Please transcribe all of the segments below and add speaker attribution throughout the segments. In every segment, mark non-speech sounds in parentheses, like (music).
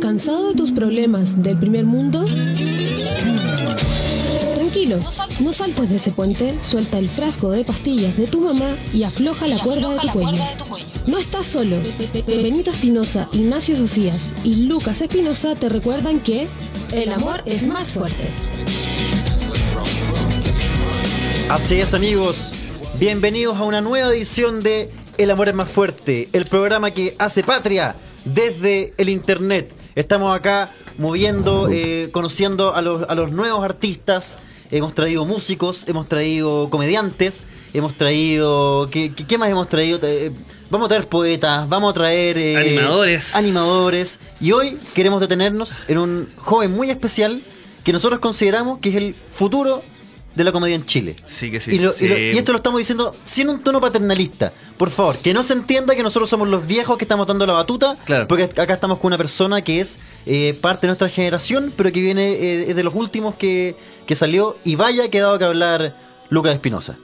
Speaker 1: ¿Cansado de tus problemas del primer mundo? Tranquilo, no saltes de ese puente, suelta el frasco de pastillas de tu mamá y afloja la cuerda de tu cuello. No estás solo. Benito Espinosa, Ignacio Socias y Lucas Espinosa te recuerdan que el amor es más fuerte.
Speaker 2: Así es amigos, bienvenidos a una nueva edición de El Amor es más fuerte, el programa que hace patria desde el Internet. Estamos acá moviendo, eh, conociendo a los, a los nuevos artistas, hemos traído músicos, hemos traído comediantes, hemos traído... ¿Qué, qué- qué más hemos traído? Eh, vamos a traer poetas, vamos a traer... eh,
Speaker 3: Animadores.
Speaker 2: Animadores. Y hoy queremos detenernos en un joven muy especial que nosotros consideramos que es el futuro de la comedia en Chile.
Speaker 3: Sí que sí.
Speaker 2: Y, lo- y lo-
Speaker 3: Sí.
Speaker 2: y esto lo estamos diciendo sin un tono paternalista. Por favor, que no se entienda que nosotros somos los viejos que estamos dando la batuta.
Speaker 3: Claro.
Speaker 2: Porque acá estamos con una persona que es eh, parte de nuestra generación, pero que viene eh, es de los últimos que, que salió. Y vaya, que ha dado que hablar Lucas Espinosa.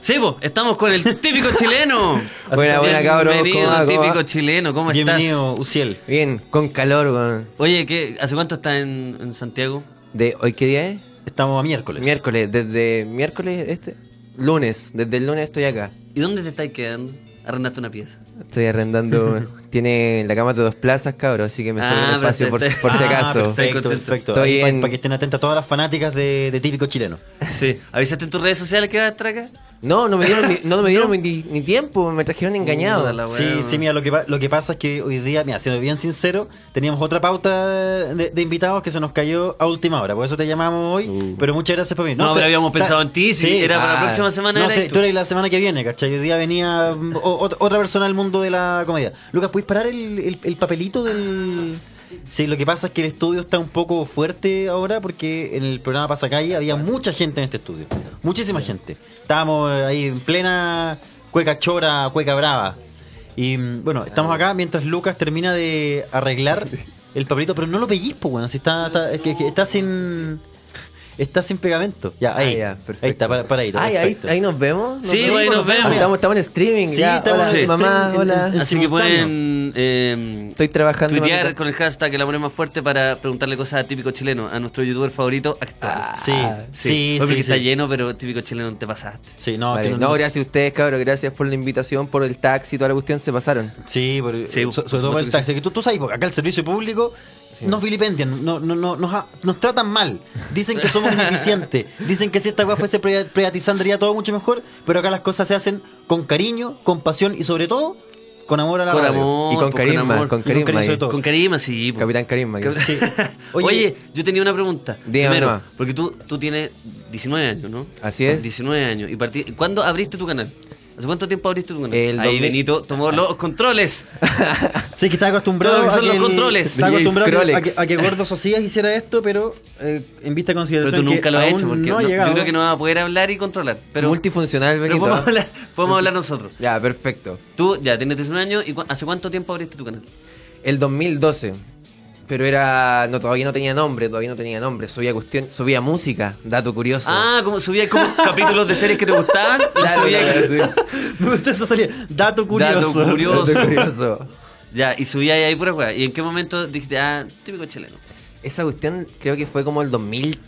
Speaker 3: Sí, po, estamos con el típico chileno.
Speaker 4: Buena, buena, cabros.
Speaker 3: Bienvenido,
Speaker 4: ¿Cómo va, cómo
Speaker 3: típico
Speaker 4: va?
Speaker 3: chileno. ¿Cómo estás?
Speaker 2: Bienvenido, Uciel.
Speaker 4: Bien, con calor, weón.
Speaker 3: Oye, ¿qué, ¿hace cuánto estás en, en Santiago?
Speaker 4: ¿De hoy qué día es?
Speaker 2: Estamos a miércoles.
Speaker 4: Miércoles, desde miércoles este. Lunes, desde el lunes estoy acá.
Speaker 3: ¿Y dónde te estás quedando? Arrendaste una pieza.
Speaker 2: (laughs)
Speaker 4: Estoy arrendando. tiene la cama de dos plazas, cabrón, así que me sobra
Speaker 3: Ah,
Speaker 4: el
Speaker 3: pero
Speaker 4: espacio
Speaker 3: te-
Speaker 4: por,
Speaker 3: te-
Speaker 4: por si
Speaker 2: Ah,
Speaker 4: acaso.
Speaker 2: Perfecto,
Speaker 3: Estoy
Speaker 2: perfecto.
Speaker 4: contento. Estoy
Speaker 2: Para
Speaker 4: en-
Speaker 2: que estén atentas todas las fanáticas de, de típico chileno.
Speaker 3: (laughs) Sí. ¿Avisaste en tus redes sociales que vas a estar acá?
Speaker 4: No, no me dieron, ni, no me
Speaker 2: (laughs)
Speaker 4: dieron ni, ni tiempo, me trajeron engañado.
Speaker 3: Puta la
Speaker 2: Sí,
Speaker 3: weá.
Speaker 2: sí, mira, lo que, pa- lo que pasa es que hoy día, mira, siendo bien sincero, teníamos otra pauta de, de invitados que se nos cayó a última hora, por eso te llamamos hoy, pero muchas gracias por venir.
Speaker 3: Uh. No,
Speaker 2: te-
Speaker 3: pero habíamos
Speaker 2: ta-
Speaker 3: pensado en ti, sí, era para la
Speaker 4: ah,
Speaker 3: próxima semana.
Speaker 2: No
Speaker 3: era
Speaker 2: sé,
Speaker 3: esto.
Speaker 2: tú eres la semana que viene, ¿cachai? Hoy día venía mm, o- ot- otra persona del mundo de la comedia. Lucas, ¿puedes parar el, el- el papelito del...? Sí, lo que pasa es que el estudio está un poco fuerte ahora porque en el programa Pasacalle había mucha gente en este estudio. Muchísima gente. Estábamos eh, ahí en plena cueca chora, cueca brava. Y mm, bueno, estamos acá mientras Lucas termina de arreglar el papelito, pero no lo pellizco, weón. Si está, está, es que- es que está sin... Está sin pegamento. Ya, ahí.
Speaker 4: Ah, ya,
Speaker 2: ahí está,
Speaker 4: perfecto.
Speaker 2: para, para ahí. está,
Speaker 4: Ay, ahí,
Speaker 2: perfecto.
Speaker 4: ahí nos vemos.
Speaker 3: Sí,
Speaker 4: sé.
Speaker 3: ahí nos vemos.
Speaker 4: Estamos, estamos en streaming.
Speaker 2: Sí,
Speaker 4: ya.
Speaker 2: estamos
Speaker 4: hola,
Speaker 3: en
Speaker 4: mamá,
Speaker 2: streaming, en-
Speaker 4: hola.
Speaker 2: en-
Speaker 3: Así que
Speaker 2: simultáneo.
Speaker 3: pueden. eh,
Speaker 4: Estoy trabajando,
Speaker 3: Tuitear
Speaker 4: mamita.
Speaker 3: con el hashtag El Amor es más fuerte para preguntarle cosas a típico chileno, a nuestro youtuber favorito actual.
Speaker 2: Sí, sí,
Speaker 3: Oye,
Speaker 2: sí.
Speaker 3: porque
Speaker 2: sí.
Speaker 3: está lleno, pero típico chileno te pasaste.
Speaker 2: Sí, no,
Speaker 4: Vale,
Speaker 2: que no-
Speaker 4: no, gracias a ustedes, cabrón. Gracias por la invitación, por el taxi, toda la cuestión. Se pasaron.
Speaker 2: Sí, por- so-
Speaker 3: Sí,
Speaker 2: sobre
Speaker 3: por
Speaker 2: todo por
Speaker 3: supuesto
Speaker 2: el
Speaker 3: que
Speaker 2: taxi. Que tú, tú sabes, porque acá el servicio público nos vilipendian, no, no, no, nos, ha- nos tratan mal. Dicen que somos
Speaker 3: (laughs)
Speaker 2: ineficientes. Dicen que si esta weá fuese priva- privatizando sería todo mucho mejor. Pero acá las cosas se hacen con cariño, con pasión y sobre todo con amor a la
Speaker 3: Con
Speaker 2: radio.
Speaker 3: amor,
Speaker 4: y con
Speaker 3: po,
Speaker 4: carisma,
Speaker 3: amor.
Speaker 4: con
Speaker 2: Y con cariño
Speaker 4: carisma.
Speaker 2: sobre
Speaker 4: ahí.
Speaker 2: todo.
Speaker 3: Con carisma, sí. po.
Speaker 4: Capitán Carisma.
Speaker 3: Cap- (laughs)
Speaker 4: (laughs)
Speaker 2: Sí.
Speaker 3: Oye,
Speaker 2: Oye,
Speaker 3: yo tenía una pregunta.
Speaker 4: Dígame
Speaker 3: Primero,
Speaker 4: nomás.
Speaker 3: porque tú, tú tienes 19 años, ¿no?
Speaker 4: Así es.
Speaker 3: 19 años. ¿Y partí- ¿Cuándo abriste tu canal? ¿Hace cuánto tiempo abriste tu canal?
Speaker 4: El Ah.
Speaker 3: Ahí
Speaker 4: 2000.
Speaker 3: Benito tomó los
Speaker 4: (laughs)
Speaker 3: controles.
Speaker 2: Sí, que está acostumbrado
Speaker 3: Todo lo que son
Speaker 2: a que
Speaker 3: los
Speaker 2: el-
Speaker 3: controles.
Speaker 2: Está
Speaker 4: DJ
Speaker 2: acostumbrado a que, a que,
Speaker 4: Skrillex.
Speaker 2: a que Gordo Socias hiciera esto, pero eh, en vista de
Speaker 3: Pero
Speaker 2: consideración
Speaker 3: tú nunca
Speaker 2: que
Speaker 3: lo has hecho,
Speaker 2: aún
Speaker 3: porque
Speaker 2: no ha
Speaker 3: no-
Speaker 2: llegado.
Speaker 3: yo creo que no vas a poder hablar y controlar. Pero,
Speaker 4: Multifuncional,
Speaker 3: pero
Speaker 4: Benito.
Speaker 3: podemos, hablar, podemos hablar nosotros.
Speaker 4: Ya, perfecto.
Speaker 3: Tú ya tienes 19 años y cu- ¿hace cuánto tiempo abriste tu canal?
Speaker 4: El 2012. Pero era. No, todavía no tenía nombre, todavía no tenía nombre. Subía cuestión, subía música, dato curioso.
Speaker 3: Ah, como subías como
Speaker 4: (laughs)
Speaker 3: capítulos de series que te gustaban. y
Speaker 4: Claro,
Speaker 3: subías-
Speaker 4: claro, sí.
Speaker 2: (laughs) Me gusta esa salida. Dato curioso.
Speaker 3: Dato curioso.
Speaker 4: Dato curioso.
Speaker 3: Ya, y subía ahí pura weá. ¿Y en qué momento dijiste, ah, típico chileno?
Speaker 4: Esa cuestión creo que fue como el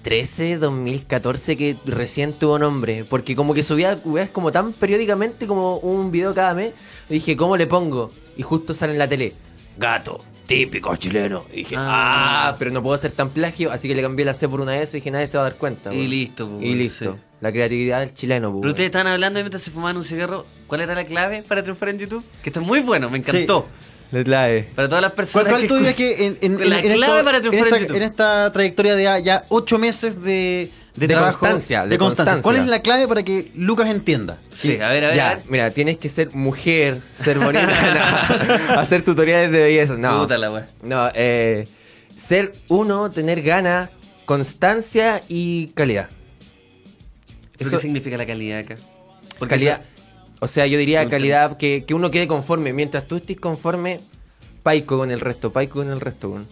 Speaker 4: 2013, 2014 que recién tuvo nombre. Porque como que subía weas como tan periódicamente como un video cada mes. Y dije, ¿cómo le pongo? Y justo sale en la tele. Gato, típico chileno. Y dije,
Speaker 3: Ah.
Speaker 4: ah, pero no puedo ser tan plagio. Así que le cambié la C por una S y dije, nadie se va a dar cuenta.
Speaker 3: Y
Speaker 4: weón".
Speaker 3: listo, pues,
Speaker 4: Y listo.
Speaker 3: sí.
Speaker 4: La creatividad del chileno, pues,
Speaker 3: Pero
Speaker 4: weón.
Speaker 3: ustedes estaban hablando y mientras se fumaban un cigarro. ¿Cuál era la clave para triunfar en YouTube? Que está muy bueno, me encantó.
Speaker 4: La clave.
Speaker 3: Para todas las
Speaker 2: ¿Cuál,
Speaker 3: personas.
Speaker 2: cuál tú
Speaker 3: escu-
Speaker 2: dirías que en, en- en-
Speaker 3: La
Speaker 2: en
Speaker 3: clave
Speaker 2: esto-
Speaker 3: para
Speaker 2: en
Speaker 3: triunfar en,
Speaker 2: esta,
Speaker 3: YouTube.
Speaker 2: en esta trayectoria de ya- ya ocho meses de, de,
Speaker 4: De
Speaker 2: trabajo,
Speaker 4: constancia, de constancia.
Speaker 2: ¿Cuál es la clave para que Lucas entienda?
Speaker 3: Sí, a ver, a ver. a
Speaker 4: Ya,
Speaker 3: ver.
Speaker 4: mira, tienes que ser mujer,
Speaker 3: (laughs)
Speaker 4: ser bonita, no, (laughs) hacer tutoriales de belleza. No.
Speaker 3: Puta la wea.
Speaker 4: No, eh, ser uno, tener ganas, constancia y calidad.
Speaker 3: ¿Pero
Speaker 4: Eso-
Speaker 3: ¿Qué significa la calidad acá?
Speaker 4: calidad.
Speaker 3: eso-
Speaker 4: O sea, yo diría
Speaker 3: Contra-
Speaker 4: calidad que, que uno quede conforme. Mientras tú estés conforme, paico con el resto, paico con el resto. weón.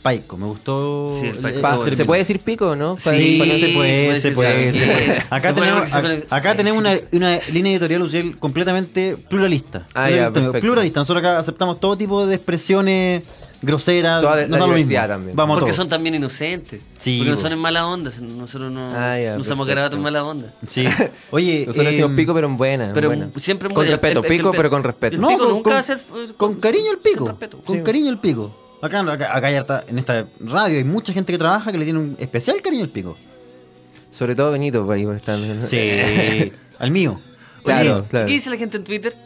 Speaker 2: Paico, me gustó.
Speaker 3: Sí, el paico.
Speaker 2: eh,
Speaker 4: Pa-
Speaker 3: todo
Speaker 4: ¿Se
Speaker 3: termina.
Speaker 4: puede decir pico o no? Pa-
Speaker 2: Sí,
Speaker 4: pa-
Speaker 3: Sí,
Speaker 2: se puede, se
Speaker 3: se
Speaker 2: puede,
Speaker 3: puede,
Speaker 2: se
Speaker 3: claro.
Speaker 2: puede. Acá
Speaker 3: Bueno,
Speaker 2: tenemos,
Speaker 3: se puede,
Speaker 2: ac- acá
Speaker 3: sí.
Speaker 2: tenemos una, una línea editorial Uciel, completamente pluralista.
Speaker 4: Ah, ya,
Speaker 2: Pluralista,
Speaker 4: perfecto.
Speaker 2: pluralista. Nosotros acá aceptamos todo tipo de expresiones grosera.
Speaker 4: Toda de-
Speaker 2: no
Speaker 4: la
Speaker 2: da lo
Speaker 4: diversidad
Speaker 2: mismo.
Speaker 4: también.
Speaker 2: Vamos a
Speaker 3: porque
Speaker 2: todo.
Speaker 3: son también inocentes.
Speaker 2: Sí,
Speaker 3: Porque no
Speaker 2: po.
Speaker 3: son en mala onda. Nosotros no,
Speaker 4: Ah, ya,
Speaker 3: no usamos
Speaker 4: perfecto.
Speaker 3: garabatos en mala onda.
Speaker 4: (laughs)
Speaker 2: Sí. Oye,
Speaker 4: Nosotros
Speaker 2: eh,
Speaker 4: decimos pico, pero en buena. en
Speaker 3: Pero
Speaker 4: buena.
Speaker 3: siempre
Speaker 4: Con respeto, pico, pero con respeto.
Speaker 3: el
Speaker 2: no,
Speaker 3: pico
Speaker 2: con,
Speaker 3: nunca
Speaker 2: con-
Speaker 3: va a ser, eh,
Speaker 2: con cariño el
Speaker 3: sin
Speaker 2: pico.
Speaker 3: respeto.
Speaker 2: Con
Speaker 4: Sí.
Speaker 2: cariño el pico. Acá, acá, acá hay harta- en esta radio hay mucha gente que trabaja que le tiene un especial cariño al pico.
Speaker 4: Sobre todo Benito, por ahí por estar-
Speaker 2: Sí. (laughs) al mío.
Speaker 4: Claro,
Speaker 2: Oye,
Speaker 4: claro.
Speaker 3: ¿Qué dice la gente en Twitter?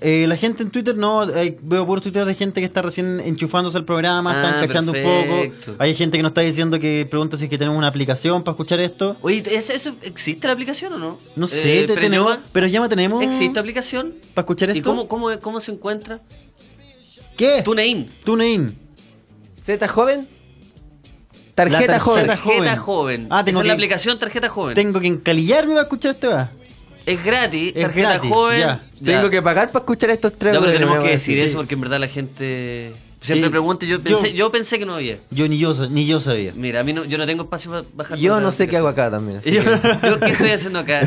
Speaker 2: eh, la gente en Twitter, no, eh, veo puros Twitter de gente que está recién enchufándose al programa,
Speaker 3: Ah,
Speaker 2: están cachando un
Speaker 3: perfecto.
Speaker 2: poco. Hay gente que nos está diciendo que pregunta si es que tenemos una aplicación para escuchar esto.
Speaker 3: Oye, ¿es- ¿eso existe la aplicación o no?
Speaker 2: No sé,
Speaker 3: Eh,
Speaker 2: te-
Speaker 3: Premio
Speaker 2: tenemos,
Speaker 3: Mac,
Speaker 2: pero ya la tenemos.
Speaker 3: ¿Existe aplicación?
Speaker 2: ¿Para escuchar esto?
Speaker 3: ¿Y cómo, cómo, cómo se encuentra?
Speaker 2: ¿Qué?
Speaker 3: TuneIn.
Speaker 2: TuneIn.
Speaker 4: (laughs) ¿Z
Speaker 2: La
Speaker 4: joven? Tarjeta,
Speaker 2: tarjeta
Speaker 4: joven.
Speaker 2: Tarjeta joven.
Speaker 3: Tarjeta joven.
Speaker 2: Ah, tengo
Speaker 3: Esa es la
Speaker 2: que-
Speaker 3: aplicación tarjeta joven.
Speaker 2: Tengo que encalillarme para escuchar este va.
Speaker 3: Es gratis,
Speaker 2: Es
Speaker 3: tarjeta
Speaker 2: gratis,
Speaker 3: joven.
Speaker 2: ya.
Speaker 4: Tengo que pagar para escuchar estos tres.
Speaker 3: Ya, pero
Speaker 4: porque no
Speaker 3: tenemos
Speaker 4: me
Speaker 3: que
Speaker 4: va a
Speaker 3: decir
Speaker 4: decir.
Speaker 3: eso porque en verdad la gente siempre
Speaker 2: Sí.
Speaker 3: pregunta. y Yo
Speaker 2: Yo-
Speaker 3: pensé, yo... pensé que no había.
Speaker 2: Yo ni yo, sa- ni yo sabía.
Speaker 3: Mira, a mí no, yo no tengo espacio para bajar.
Speaker 4: Yo
Speaker 3: toda la
Speaker 4: no sé qué hago
Speaker 3: aplicación. (laughs)
Speaker 4: acá también. así
Speaker 3: Yo,
Speaker 4: que-
Speaker 3: yo, ¿Qué estoy
Speaker 2: (laughs)
Speaker 3: haciendo acá?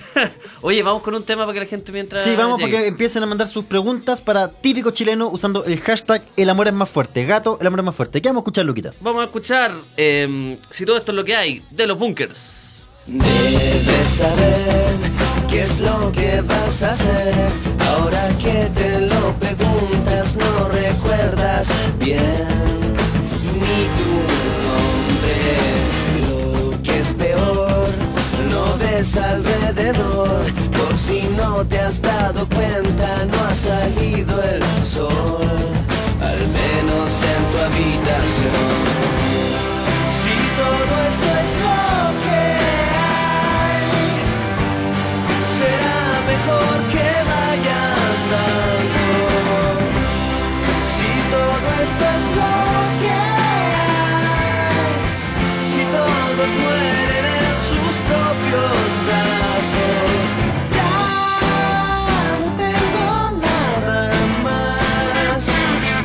Speaker 3: (laughs) Oye, vamos con un tema para que la gente mientras.
Speaker 2: Sí, vamos para
Speaker 3: llegue.
Speaker 2: que empiecen a mandar sus preguntas para típico chileno usando el hashtag El amor es más fuerte. Gato, el amor es más fuerte. ¿Qué vamos a escuchar, Luquita?
Speaker 3: Vamos a escuchar eh, Si todo esto es lo que hay de los bunkers.
Speaker 5: Debes saber qué es lo que vas a hacer. Ahora que te lo preguntas, no recuerdas bien ni tu nombre. Lo que es peor, no ves alrededor. Por si no te has dado cuenta, no ha salido el sol. Al menos en tu habitación. Si todo esto es lo que hay, será mejor que vaya andando. Si todo esto es lo que hay, si todos mueren en sus propios brazos, ya no tengo nada más.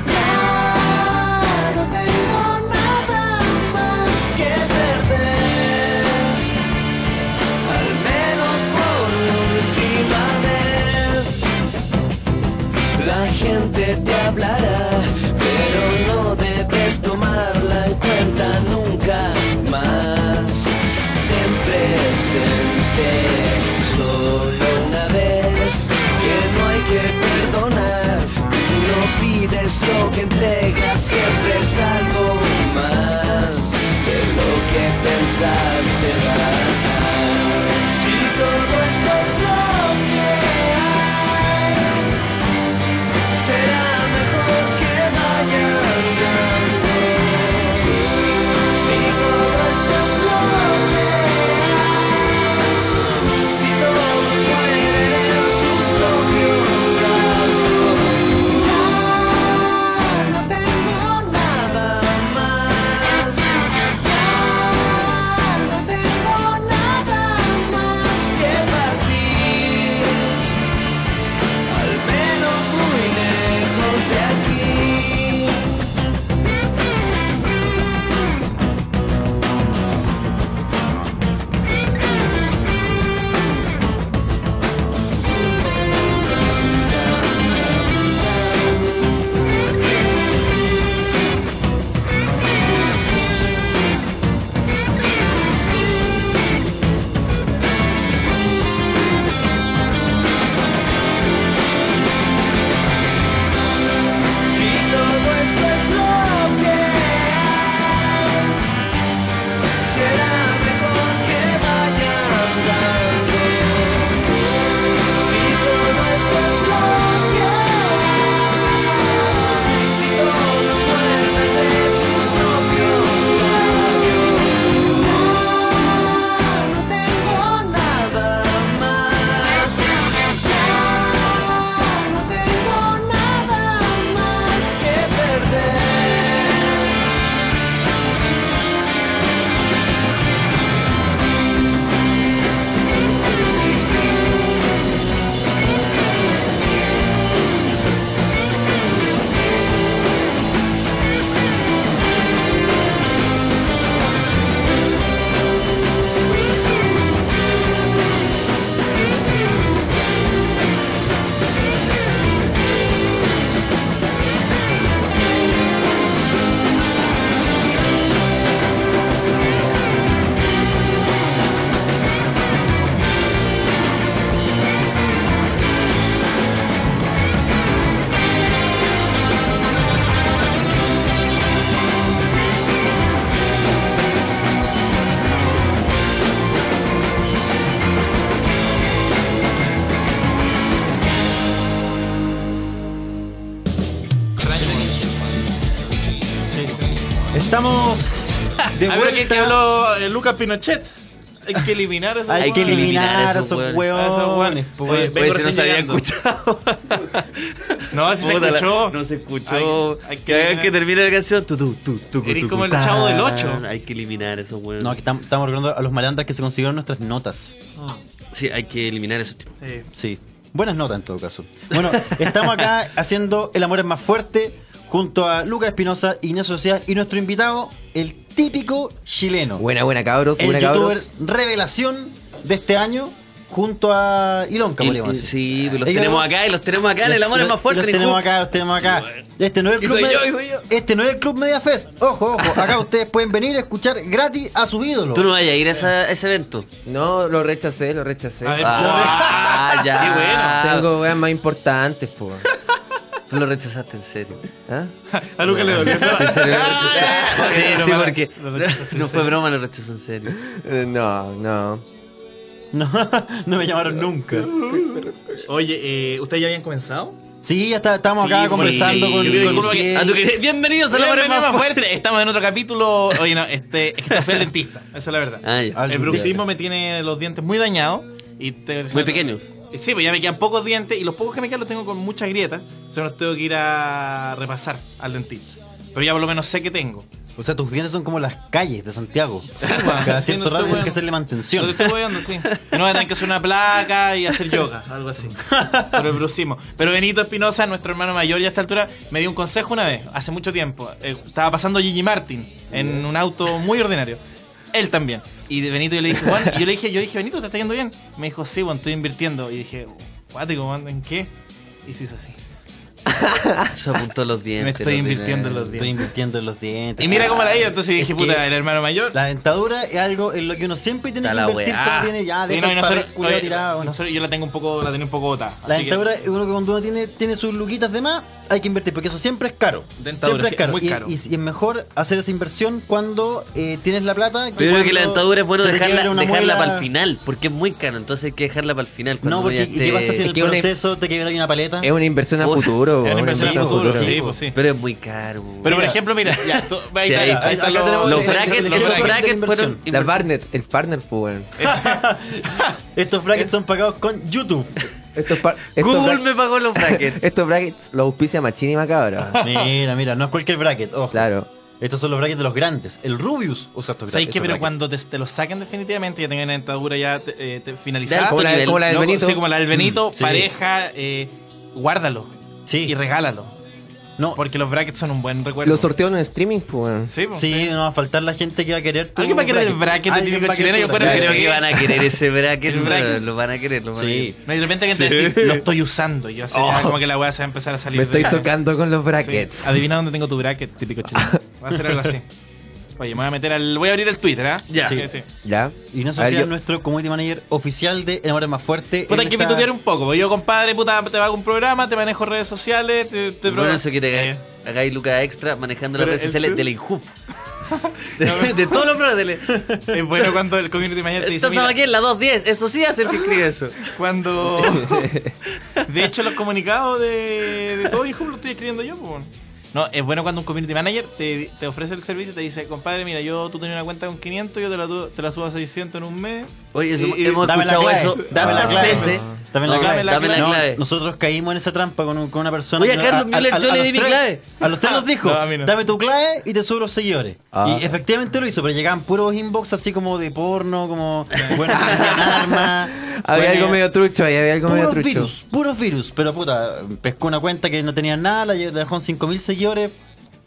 Speaker 5: Ya no tengo nada más que perder, al menos por última vez. La gente te hablará, pero no debes tomarla en cuenta nunca más. Ten presente solo una vez que no hay que perdonar. Tú no pides lo que entregas, siempre es algo más de lo que pensaste dar. Si todo esto es lo que hay. Será mejor que
Speaker 6: (laughs)
Speaker 2: Estamos de
Speaker 6: a ver, ¿qué, qué
Speaker 2: vuelta.
Speaker 6: habló eh, Lucas Pinochet? Hay que eliminar eso.
Speaker 2: Hay que eliminar a esos
Speaker 6: A esos
Speaker 2: hueones.
Speaker 6: hueones.
Speaker 2: po,
Speaker 6: Oye,
Speaker 2: weón.
Speaker 6: ve-
Speaker 3: Pues si no se había
Speaker 6: reseñando.
Speaker 3: escuchado.
Speaker 6: (laughs) No, si se
Speaker 3: Puta, la-
Speaker 6: escuchó.
Speaker 3: No se escuchó.
Speaker 6: Hay- hay que
Speaker 3: que hagan que
Speaker 6: eliminar.
Speaker 3: termine la canción. Tu, tu, tu, tu,
Speaker 6: Eres
Speaker 3: tu,
Speaker 6: como
Speaker 3: tu,
Speaker 6: el
Speaker 3: tan.
Speaker 6: Chavo del Ocho.
Speaker 3: Hay que eliminar esos huevos.
Speaker 2: No, aquí tam- estamos recordando a los malandras que se consiguieron nuestras notas.
Speaker 3: Sí, hay que eliminar esos tipos.
Speaker 6: Sí.
Speaker 2: Sí. Buenas notas en todo caso.
Speaker 6: (laughs)
Speaker 2: Bueno, estamos acá haciendo El Amor es más fuerte junto a Lucas Espinosa, Inés Socias y nuestro invitado, el típico chileno.
Speaker 4: Buena, buena, cabros.
Speaker 2: el
Speaker 4: buena,
Speaker 2: youtuber
Speaker 4: cabros.
Speaker 2: revelación de este año junto a Ilonka,
Speaker 3: Y-
Speaker 2: podríamos
Speaker 3: y-
Speaker 2: decir.
Speaker 3: sí, pues los
Speaker 2: Digamos-
Speaker 3: tenemos acá y los tenemos acá. en el amor
Speaker 2: Los-
Speaker 3: es más fuerte.
Speaker 2: Los
Speaker 3: Nico.
Speaker 2: tenemos acá, los tenemos acá. Este no es el
Speaker 3: Y
Speaker 2: club
Speaker 3: soy
Speaker 2: Media-
Speaker 3: yo, y soy yo.
Speaker 2: Este no es el club Media Fest. Ojo, ojo,
Speaker 3: (laughs)
Speaker 2: acá ustedes pueden venir a escuchar gratis a su ídolo.
Speaker 3: Tú no vayas a ir a, esa- a ese evento.
Speaker 4: No, lo rechacé, lo rechacé.
Speaker 6: A ver,
Speaker 3: Ah, ya.
Speaker 6: Qué bueno.
Speaker 4: Tengo weas más importantes, po.
Speaker 3: Tú lo rechazaste (laughs) en serio.
Speaker 4: ¿Ah?
Speaker 6: A Lucas le dolió (laughs) eso.
Speaker 4: En serio, lo
Speaker 6: Ah, (laughs)
Speaker 4: rechacé.
Speaker 3: Sí,
Speaker 6: bueno,
Speaker 3: sí,
Speaker 6: para-
Speaker 3: porque
Speaker 6: lo rechazaste,
Speaker 3: (laughs) no
Speaker 6: sí.
Speaker 3: fue broma, lo rechazó en serio.
Speaker 4: Eh, No, no.
Speaker 2: No, (laughs) no me llamaron nunca.
Speaker 6: Oye, eh, ¿ustedes ya habían comenzado?
Speaker 2: Sí, ya está- estamos acá
Speaker 6: Sí,
Speaker 2: conversando
Speaker 6: sí.
Speaker 2: con,
Speaker 6: Yo creo
Speaker 2: con
Speaker 6: que-
Speaker 2: Luciel.
Speaker 3: Ah, tú querías- Bienvenidos a la Amor
Speaker 6: Bienvenido
Speaker 3: es
Speaker 6: más
Speaker 3: más fuerte.
Speaker 6: fuerte. Estamos en otro capítulo. Oye, no, este, este fue el dentista. Esa es la verdad.
Speaker 3: Ah, ya.
Speaker 2: Al
Speaker 6: el
Speaker 2: dentista.
Speaker 6: bruxismo me tiene los dientes muy dañados. Y te-
Speaker 3: Muy pequeños.
Speaker 6: Sí, pues ya me quedan pocos dientes. Y los pocos que me quedan los tengo con muchas grietas. Solo los tengo que ir a repasar al dentista. Pero ya por lo menos sé que tengo.
Speaker 2: O sea, tus dientes son como las calles de Santiago.
Speaker 6: (laughs)
Speaker 2: Cada
Speaker 6: Sí, no
Speaker 2: cierto
Speaker 6: te
Speaker 2: rato hay
Speaker 6: weón.
Speaker 2: que hacerle
Speaker 6: Lo
Speaker 2: mantención.
Speaker 6: que estoy hueveando, sí. Y (laughs) no van a tener que hacer una placa y hacer yoga, algo así. Por el bruxismo. Pero Benito Espinosa, nuestro hermano mayor, ya a esta altura, me dio un consejo una vez, hace mucho tiempo. Eh, estaba pasando Gigi Martin en un auto muy ordinario. Él también. Y de Benito yo le dije, Juan, y yo le dije, yo dije, Benito, ¿te está yendo bien? Me dijo, sí, Juan, estoy invirtiendo. Y dije, guático, Juan, ¿en qué? Y se hizo así.
Speaker 3: Se apuntó los dientes.
Speaker 6: (laughs) Me estoy
Speaker 3: los
Speaker 6: invirtiendo en los
Speaker 2: Estoy
Speaker 6: dientes.
Speaker 2: invirtiendo en los dientes.
Speaker 6: Y mira cómo la ella, entonces
Speaker 2: Es
Speaker 6: dije,
Speaker 2: que
Speaker 6: puta, el hermano mayor.
Speaker 2: La dentadura es algo en lo que uno siempre tiene
Speaker 3: Está
Speaker 2: que
Speaker 3: la
Speaker 2: invertir
Speaker 3: weá.
Speaker 2: cuando tiene ya
Speaker 6: Sí,
Speaker 2: deja
Speaker 6: no, y
Speaker 2: el
Speaker 6: nosotros-
Speaker 2: papel culiao
Speaker 6: oye,
Speaker 2: tirado, bueno.
Speaker 6: nosotros- yo la tengo un poco, la tenía un poco botada.
Speaker 2: La
Speaker 6: así que-
Speaker 2: dentadura, uno que cuando uno tiene, tiene sus luquitas de más, hay que invertir, porque eso siempre es caro.
Speaker 6: Dentadura,
Speaker 2: siempre
Speaker 6: sí,
Speaker 2: es caro.
Speaker 6: muy
Speaker 2: Y-
Speaker 6: caro.
Speaker 2: Y, y es mejor hacer esa inversión cuando eh, tienes la plata.
Speaker 3: Yo creo que la dentadura es bueno dejarla,
Speaker 2: para
Speaker 3: dejarla para el final, porque es muy caro, entonces hay que dejarla para el final. cuando
Speaker 2: No, porque
Speaker 3: ya
Speaker 2: ¿y ¿qué
Speaker 3: esté-
Speaker 2: pasa si en
Speaker 4: es
Speaker 2: el
Speaker 4: que una-
Speaker 2: proceso te quebra una paleta?
Speaker 4: Es una inversión a
Speaker 3: Puta,
Speaker 4: futuro,
Speaker 6: Es
Speaker 4: weón,
Speaker 6: una inversión a futuro, sí, pues sí.
Speaker 3: Pero es muy caro.
Speaker 6: Pero por
Speaker 3: Mira,
Speaker 6: ejemplo, mira, ya, tú- ahí
Speaker 3: Sí,
Speaker 6: está,
Speaker 3: ahí
Speaker 6: ahí
Speaker 3: está.
Speaker 6: está
Speaker 2: Acá
Speaker 6: lo-
Speaker 2: tenemos
Speaker 3: los
Speaker 2: el-
Speaker 3: brackets,
Speaker 2: el-
Speaker 6: esos
Speaker 2: el- el-
Speaker 3: brackets
Speaker 2: el-
Speaker 3: fueron-
Speaker 4: La Barnet, el partner, pues, weón.
Speaker 2: (laughs) Estos brackets son pagados con YouTube.
Speaker 4: Estos, par- estos
Speaker 3: Google
Speaker 4: bra-
Speaker 3: me pagó los brackets.
Speaker 4: estos brackets los auspicia Machini Macabra.
Speaker 2: (laughs)
Speaker 6: (laughs)
Speaker 2: mira, mira, no es cualquier bracket, ojo.
Speaker 4: Claro.
Speaker 2: Estos son los brackets de los grandes. El Rubius usa estos
Speaker 6: ¿Sabes
Speaker 2: estos
Speaker 6: qué? Pero
Speaker 2: brackets.
Speaker 6: cuando te, te lo saquen definitivamente, ya tengan la dentadura ya te- eh, te- finalizada.
Speaker 4: Como la,
Speaker 3: nivel,
Speaker 4: como la del
Speaker 6: No,
Speaker 4: Benito.
Speaker 6: Sí, como la del Benito,
Speaker 2: Mm, sí.
Speaker 6: pareja, eh, guárdalo
Speaker 2: Sí.
Speaker 6: y regálalo.
Speaker 2: No,
Speaker 6: Porque los brackets son un buen recuerdo.
Speaker 4: Los sorteos en streaming, pues, weón.
Speaker 6: Sí, pues,
Speaker 2: sí, no va a faltar la gente que va a querer tu
Speaker 6: Alguien va a querer el bracket de
Speaker 2: Alguien
Speaker 6: típico
Speaker 2: va a querer
Speaker 6: chileno,
Speaker 2: tu
Speaker 6: (laughs) yo creo
Speaker 2: bracket.
Speaker 3: creo
Speaker 6: sí.
Speaker 3: que van a querer ese bracket,
Speaker 6: (laughs) El bracket.
Speaker 3: bueno, lo van a querer, lo van a
Speaker 2: Sí.
Speaker 3: querer.
Speaker 6: No, y de repente alguien te
Speaker 3: Sí.
Speaker 6: dice, lo estoy usando. Y Yo así, ya, como que la weá se va a empezar a salir.
Speaker 4: Me estoy
Speaker 6: de-
Speaker 4: tocando con los
Speaker 6: Sí.
Speaker 4: brackets.
Speaker 6: Adivina dónde tengo tu bracket, típico chileno. Va a ser algo así. Oye, me voy a meter al. Voy a abrir el Twitter, ¿ah?
Speaker 3: Ya.
Speaker 6: Sí, sí.
Speaker 4: ¿Ya?
Speaker 2: Y no
Speaker 3: Ah,
Speaker 4: A ver,
Speaker 2: social,
Speaker 4: yo-
Speaker 2: nuestro community manager oficial de El Amor es Más Fuerte.
Speaker 6: Puta,
Speaker 2: Él
Speaker 6: hay que
Speaker 2: está-
Speaker 6: pitutear un poco. porque Yo, compadre, puta, te hago un programa, te manejo redes sociales, te, te
Speaker 3: Bueno,
Speaker 6: pro-
Speaker 3: eso que te
Speaker 6: Eh,
Speaker 3: hagáis lucas extra manejando las
Speaker 6: Pero
Speaker 3: redes
Speaker 6: el-
Speaker 3: sociales de la Injup.
Speaker 6: (laughs)
Speaker 3: De, de todos los programas de la
Speaker 6: Es bueno cuando el community manager te dice.
Speaker 3: Entonces,
Speaker 6: "Mira,
Speaker 3: aquí en la 210, eso sí hace el que escribe eso.
Speaker 6: (laughs) Cuando. De hecho, los comunicados de, de todo Inhub los estoy escribiendo yo, pues. bueno. No, es bueno cuando un community manager te, te ofrece el servicio y te dice, compadre, mira, yo tú tenías una cuenta con 500, yo te la, tu- te la subo a 600 en un mes.
Speaker 3: Oye, eso-
Speaker 6: Y- y-
Speaker 3: hemos
Speaker 2: dame la
Speaker 3: escuchado
Speaker 2: clave.
Speaker 3: eso.
Speaker 2: Dame la
Speaker 3: tantas
Speaker 2: clave.
Speaker 3: veces.
Speaker 2: Dame la
Speaker 3: No,
Speaker 2: clave.
Speaker 3: Dame la
Speaker 6: No,
Speaker 3: clave.
Speaker 2: Nosotros caímos en esa trampa con, un- con una persona.
Speaker 3: Oye,
Speaker 2: que
Speaker 3: a Carlos Müller yo
Speaker 2: a
Speaker 3: le
Speaker 2: los
Speaker 3: di mi
Speaker 2: tres-
Speaker 3: clave.
Speaker 2: A los tres nos dijo:
Speaker 6: Ah, No, a mí no.
Speaker 2: Dame tu clave y te subo los seguidores.
Speaker 4: Ah.
Speaker 2: Y efectivamente lo hizo, pero llegaban puros inbox así como de porno, como. Bueno, que vendían
Speaker 3: (laughs)
Speaker 2: armas.
Speaker 4: (laughs) Había
Speaker 2: bueno,
Speaker 4: algo medio trucho ahí, había algo medio
Speaker 2: Puros
Speaker 4: trucho.
Speaker 2: virus, puros virus. Pero puta, pescó una cuenta que no tenía nada, la lle- la dejó en 5.000 seguidores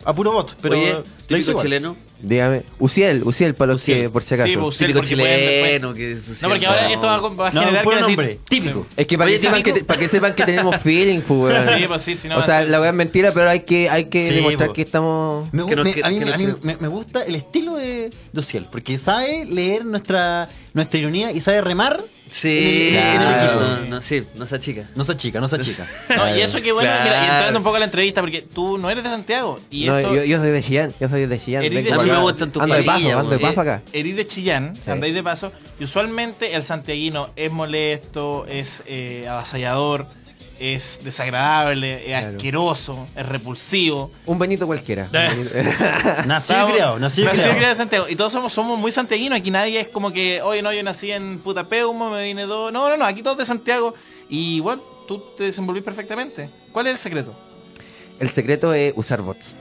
Speaker 2: a puro bot. Pero
Speaker 3: Oye,
Speaker 2: lo hizo
Speaker 3: típico
Speaker 2: igual.
Speaker 3: chileno.
Speaker 4: Dígame. Uciel, Uciel, para los
Speaker 2: Uciel.
Speaker 4: que, por si acaso.
Speaker 6: Sí, pues,
Speaker 3: Típico
Speaker 6: porque pueden después-
Speaker 3: chileno. que es-
Speaker 6: No, porque ahora
Speaker 3: no.
Speaker 6: esto va, a- va a
Speaker 2: No,
Speaker 6: generar
Speaker 2: puro
Speaker 6: que decir-
Speaker 2: nombre, típico. Eh,
Speaker 4: Es que para,
Speaker 3: Oye,
Speaker 4: que sepan que,
Speaker 3: típico.
Speaker 4: te- para que sepan que tenemos feeling, pues, weón.
Speaker 6: Sí, pues, sí, si no
Speaker 4: O
Speaker 6: va a
Speaker 4: sea,
Speaker 6: ser-
Speaker 4: la weá es mentira, pero hay que, hay que
Speaker 2: Sí,
Speaker 4: demostrar
Speaker 2: pues.
Speaker 4: que estamos.
Speaker 2: Me, gu-
Speaker 3: Que nos-
Speaker 2: me-
Speaker 3: que-
Speaker 2: a mí,
Speaker 3: que nos-
Speaker 2: a mí me, me gusta el estilo de, de Ociel, porque sabe leer nuestra, nuestra ironía y sabe remar.
Speaker 3: Sí,
Speaker 2: en el- en el
Speaker 3: claro.
Speaker 2: equipo.
Speaker 3: no, no, sí, no se achica.
Speaker 2: No se chica, no se chica.
Speaker 6: No, y eso que bueno, mira, y
Speaker 3: Claro.
Speaker 6: entrando un poco a la entrevista, porque tú no eres de Santiago. Y
Speaker 4: No,
Speaker 6: esto,
Speaker 4: yo, yo soy de Chillán, yo soy de Chillán.
Speaker 6: Eres de
Speaker 4: vengo
Speaker 6: Chillán.
Speaker 4: acá.
Speaker 6: A mí me
Speaker 3: gustan tus
Speaker 4: Ando de
Speaker 3: parrillas,
Speaker 4: paso, ando de
Speaker 6: pues.
Speaker 3: weón.
Speaker 4: paso acá.
Speaker 6: Erís de Chillán,
Speaker 4: Sí.
Speaker 6: andáis de paso, y usualmente el santiaguino es molesto, es eh, avasallador, es desagradable, es
Speaker 4: Claro.
Speaker 6: asqueroso, es repulsivo.
Speaker 4: Un Benito
Speaker 6: (laughs)
Speaker 4: cualquiera.
Speaker 2: Nacido y criado, nacido y
Speaker 6: Nacido
Speaker 2: criado.
Speaker 6: de Santiago. Y todos somos, somos muy santiaguinos. Aquí nadie es como que, oye, no, yo nací en Putapeumo, me vine dos. No, no, no, aquí todos de Santiago. Y igual, tú te desenvolvís perfectamente. ¿Cuál es el secreto?
Speaker 4: (laughs) El secreto es usar bots.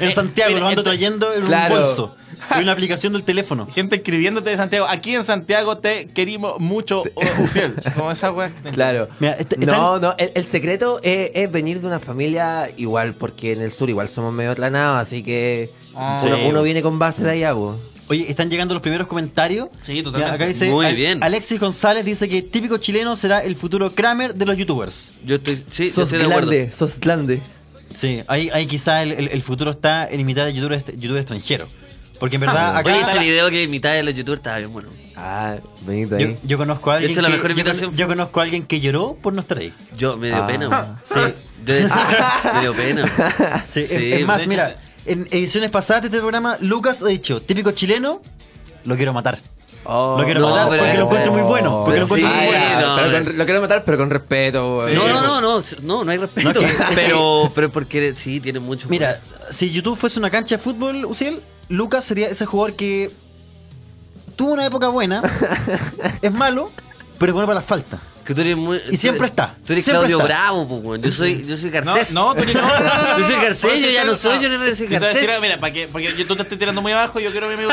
Speaker 2: En Santiago lo ando trayendo en
Speaker 4: Claro.
Speaker 2: un bolso. En una aplicación del
Speaker 6: (laughs)
Speaker 2: teléfono.
Speaker 6: Gente escribiéndote de Santiago. Aquí en Santiago te querimos mucho, o- Uciel. Como esa wea.
Speaker 4: (laughs) Claro.
Speaker 2: (laughs) Mira, est-
Speaker 4: No,
Speaker 2: están-
Speaker 4: no, el, el secreto es, es venir de una familia igual, porque en el sur igual somos medio atlanados, así que
Speaker 6: Ah.
Speaker 4: uno,
Speaker 2: Sí.
Speaker 4: uno viene con base de allá, vos.
Speaker 2: Oye, están llegando los primeros comentarios.
Speaker 6: Sí, totalmente.
Speaker 2: Mira, Acá dice,
Speaker 3: Muy
Speaker 2: Al-
Speaker 3: bien.
Speaker 2: Alexis González dice que típico chileno será el futuro Kramer de los youtubers.
Speaker 3: Yo estoy. Sí, yo
Speaker 4: sos
Speaker 3: estoy de acuerdo.
Speaker 4: grande, sos grande.
Speaker 2: Sí, ahí, ahí quizás el, el- el futuro está en imitar a youtubers est- youtubers extranjeros. Porque en verdad acá...
Speaker 3: Ah, Oye, ese video que mitad de los youtubers estaba bien bueno.
Speaker 4: Ah, Benito
Speaker 2: yo,
Speaker 4: ahí.
Speaker 2: yo conozco a
Speaker 3: De
Speaker 2: alguien
Speaker 3: hecho, la
Speaker 2: que,
Speaker 3: mejor
Speaker 2: yo con-
Speaker 3: imitación fue-
Speaker 2: yo conozco a alguien que lloró por no estar ahí.
Speaker 3: Yo me dio
Speaker 4: Ah.
Speaker 3: pena. weón.
Speaker 2: Sí.
Speaker 3: Yo de hecho, me dio pena.
Speaker 2: Sí, es-
Speaker 3: Sí,
Speaker 2: es,
Speaker 3: de
Speaker 2: más,
Speaker 3: hecho,
Speaker 2: mira, en ediciones pasadas de este programa, Lucas ha dicho, típico chileno, lo quiero matar.
Speaker 4: Oh,
Speaker 2: lo quiero
Speaker 3: no,
Speaker 2: matar
Speaker 3: pero-
Speaker 2: porque lo encuentro muy bueno. Porque lo
Speaker 3: pero
Speaker 2: encuentro
Speaker 3: sí,
Speaker 2: muy bueno.
Speaker 4: Ah, ya,
Speaker 3: no,
Speaker 4: pero
Speaker 3: eh.
Speaker 4: con- lo quiero matar, pero con respeto. güey.
Speaker 3: No, no, no, no, no, no hay respeto.
Speaker 2: No, es que-
Speaker 3: pero, pero porque sí, tiene mucho.
Speaker 2: Mira, si YouTube fuese una cancha de fútbol, Uciel, Lucas sería ese jugador que tuvo una época buena, es malo, pero es bueno para la falta.
Speaker 3: que tú eres muy.
Speaker 2: Y siempre
Speaker 3: tú-
Speaker 2: está,
Speaker 3: Tú eres
Speaker 2: siempre
Speaker 3: Claudio
Speaker 2: está.
Speaker 3: Bravo, pues, weón. Yo soy, yo soy
Speaker 6: No,
Speaker 3: Garcés.
Speaker 6: no, tú ni- no, no, no,
Speaker 3: (laughs)
Speaker 6: no,
Speaker 3: Yo soy
Speaker 6: no,
Speaker 3: Garcés,
Speaker 6: por eso
Speaker 3: yo ya
Speaker 6: te-
Speaker 3: no soy, yo no soy
Speaker 6: Yo te voy a
Speaker 3: Garcés.
Speaker 6: decir, ah, mira, para que, porque yo, tú te estás tirando muy abajo, yo quiero que me Tú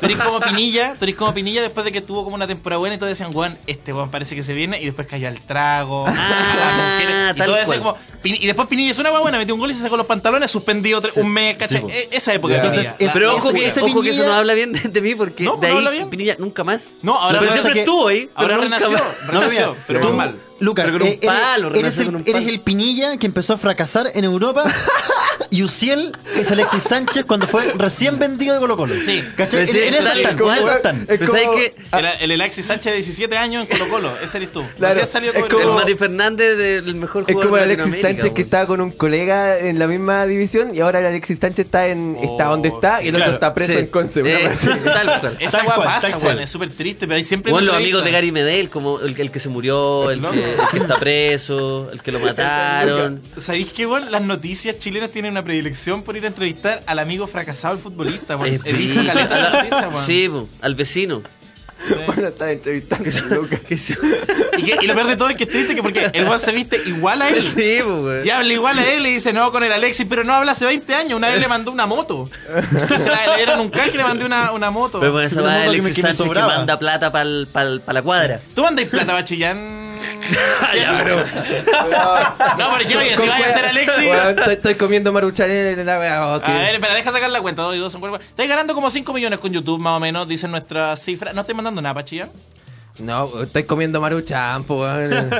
Speaker 6: eres como Pinilla, tú eres como Pinilla después de que tuvo como una temporada buena y todos decían, Juan, este Juan parece que se viene y después cayó al trago.
Speaker 3: Ah,
Speaker 6: las mujeres, y
Speaker 3: tal
Speaker 6: todo ese
Speaker 3: cual.
Speaker 6: como, Pin- y después Pinilla es una guay buena, metió un gol y se sacó los pantalones, suspendido tres- un mes, ¿cachai?
Speaker 2: Sí, po.
Speaker 6: E- esa época.
Speaker 4: Ya.
Speaker 6: de
Speaker 2: Entonces,
Speaker 6: Pinilla.
Speaker 2: es-
Speaker 3: Pero
Speaker 2: ese-
Speaker 3: ojo, que,
Speaker 2: ese
Speaker 3: ojo que eso no
Speaker 2: Pinilla-
Speaker 3: habla bien de, de mí porque
Speaker 6: No,
Speaker 3: de
Speaker 6: no
Speaker 3: ahí
Speaker 6: habla bien.
Speaker 3: Pinilla nunca más.
Speaker 6: No, ahora
Speaker 3: pero
Speaker 6: pasa
Speaker 3: siempre
Speaker 2: que-
Speaker 3: estuvo ahí.
Speaker 6: ahora
Speaker 3: pero nunca
Speaker 6: renació,
Speaker 3: más.
Speaker 2: No,
Speaker 6: renació,
Speaker 2: mira,
Speaker 6: pero
Speaker 2: tú,
Speaker 6: con mal.
Speaker 2: Lucas,
Speaker 3: Pero con un
Speaker 2: eh, eres,
Speaker 3: palo,
Speaker 2: eres
Speaker 3: renació
Speaker 2: el,
Speaker 3: con un
Speaker 2: eres
Speaker 3: palo.
Speaker 2: el pinilla que empezó a fracasar en
Speaker 3: (laughs)
Speaker 2: Europa y Uciel es Alexis Sánchez cuando fue recién vendido de Colo Colo.
Speaker 6: Sí.
Speaker 2: ¿Cachai?
Speaker 3: Pero sí,
Speaker 2: Eres
Speaker 3: tal
Speaker 2: Santán,
Speaker 3: cual.
Speaker 2: eres Santán.
Speaker 4: Es
Speaker 3: Pero sabes
Speaker 4: como-
Speaker 3: que
Speaker 6: Era el, el Alexis Sánchez de 17 años en Colo Colo, ese eres tú.
Speaker 4: Claro,
Speaker 6: Recién salido
Speaker 4: es
Speaker 6: de
Speaker 4: como-
Speaker 3: el
Speaker 6: Colo-Colo.
Speaker 3: Mati Fernández del el mejor
Speaker 4: Es
Speaker 3: jugador
Speaker 4: como
Speaker 3: de
Speaker 4: el Alexis
Speaker 3: Latinoamérica,
Speaker 4: Sánchez que
Speaker 3: weón.
Speaker 4: estaba con un colega en la misma división y ahora el Alexis Sánchez está en está
Speaker 6: Oh,
Speaker 4: donde está y el
Speaker 6: claro.
Speaker 4: otro está preso
Speaker 3: Sí.
Speaker 4: en Conce. una
Speaker 3: Eh,
Speaker 4: cosa así.
Speaker 3: (laughs) Tal cual.
Speaker 6: Esa
Speaker 2: Tal
Speaker 6: weá
Speaker 2: cual,
Speaker 6: pasa,
Speaker 2: tal
Speaker 6: weón,
Speaker 2: cual.
Speaker 6: es súper triste, pero hay siempre...
Speaker 3: Bueno, los
Speaker 6: una
Speaker 3: amigos de
Speaker 6: entrevista.
Speaker 3: Gary Medel, como el, el que se murió, el
Speaker 6: Loco.
Speaker 3: que, el que está preso, el
Speaker 2: (laughs)
Speaker 3: que lo mataron.
Speaker 6: ¿Sabéis que bueno, las noticias chilenas tienen una predilección por ir a entrevistar al amigo fracasado del futbolista? weón?
Speaker 3: Es
Speaker 6: He visto
Speaker 3: pico.
Speaker 6: caleta de noticias, weón.
Speaker 3: Sí, po, al vecino.
Speaker 4: (laughs) Bueno, está entrevistando a Lucas.
Speaker 6: Y, que- y lo peor de todo es que es triste que porque el weón se viste igual a él.
Speaker 3: Sí, po, weón.
Speaker 6: Y habla igual a él y dice, no, con el Alexis, pero no habla hace 20 años. Una vez le mandó una moto. Se la, le dieron un canje y le mandé una, una moto.
Speaker 3: Pero bueno, esa
Speaker 2: Una
Speaker 3: va
Speaker 2: moto que
Speaker 3: Alexis
Speaker 2: me- que me
Speaker 3: Sánchez que
Speaker 2: sobraba.
Speaker 3: manda plata para
Speaker 2: (laughs)
Speaker 3: la cuadra.
Speaker 6: ¿Tú mandáis plata para Chillán?
Speaker 2: Ah,
Speaker 6: No, pero yo, oye, si
Speaker 4: Con
Speaker 6: vaya a
Speaker 4: cueva-
Speaker 6: ser Alexis...
Speaker 4: Bueno, estoy, estoy comiendo maruchan en la wea. ok.
Speaker 6: A ver, espera, deja sacar la cuenta. 2 y 2 son 4. Estáis ganando como 5 millones con YouTube, más o menos, dicen nuestras cifras. No estoy mandando nada para chillar.
Speaker 4: No, estoy comiendo maruchan, po,
Speaker 6: (laughs)
Speaker 4: weón.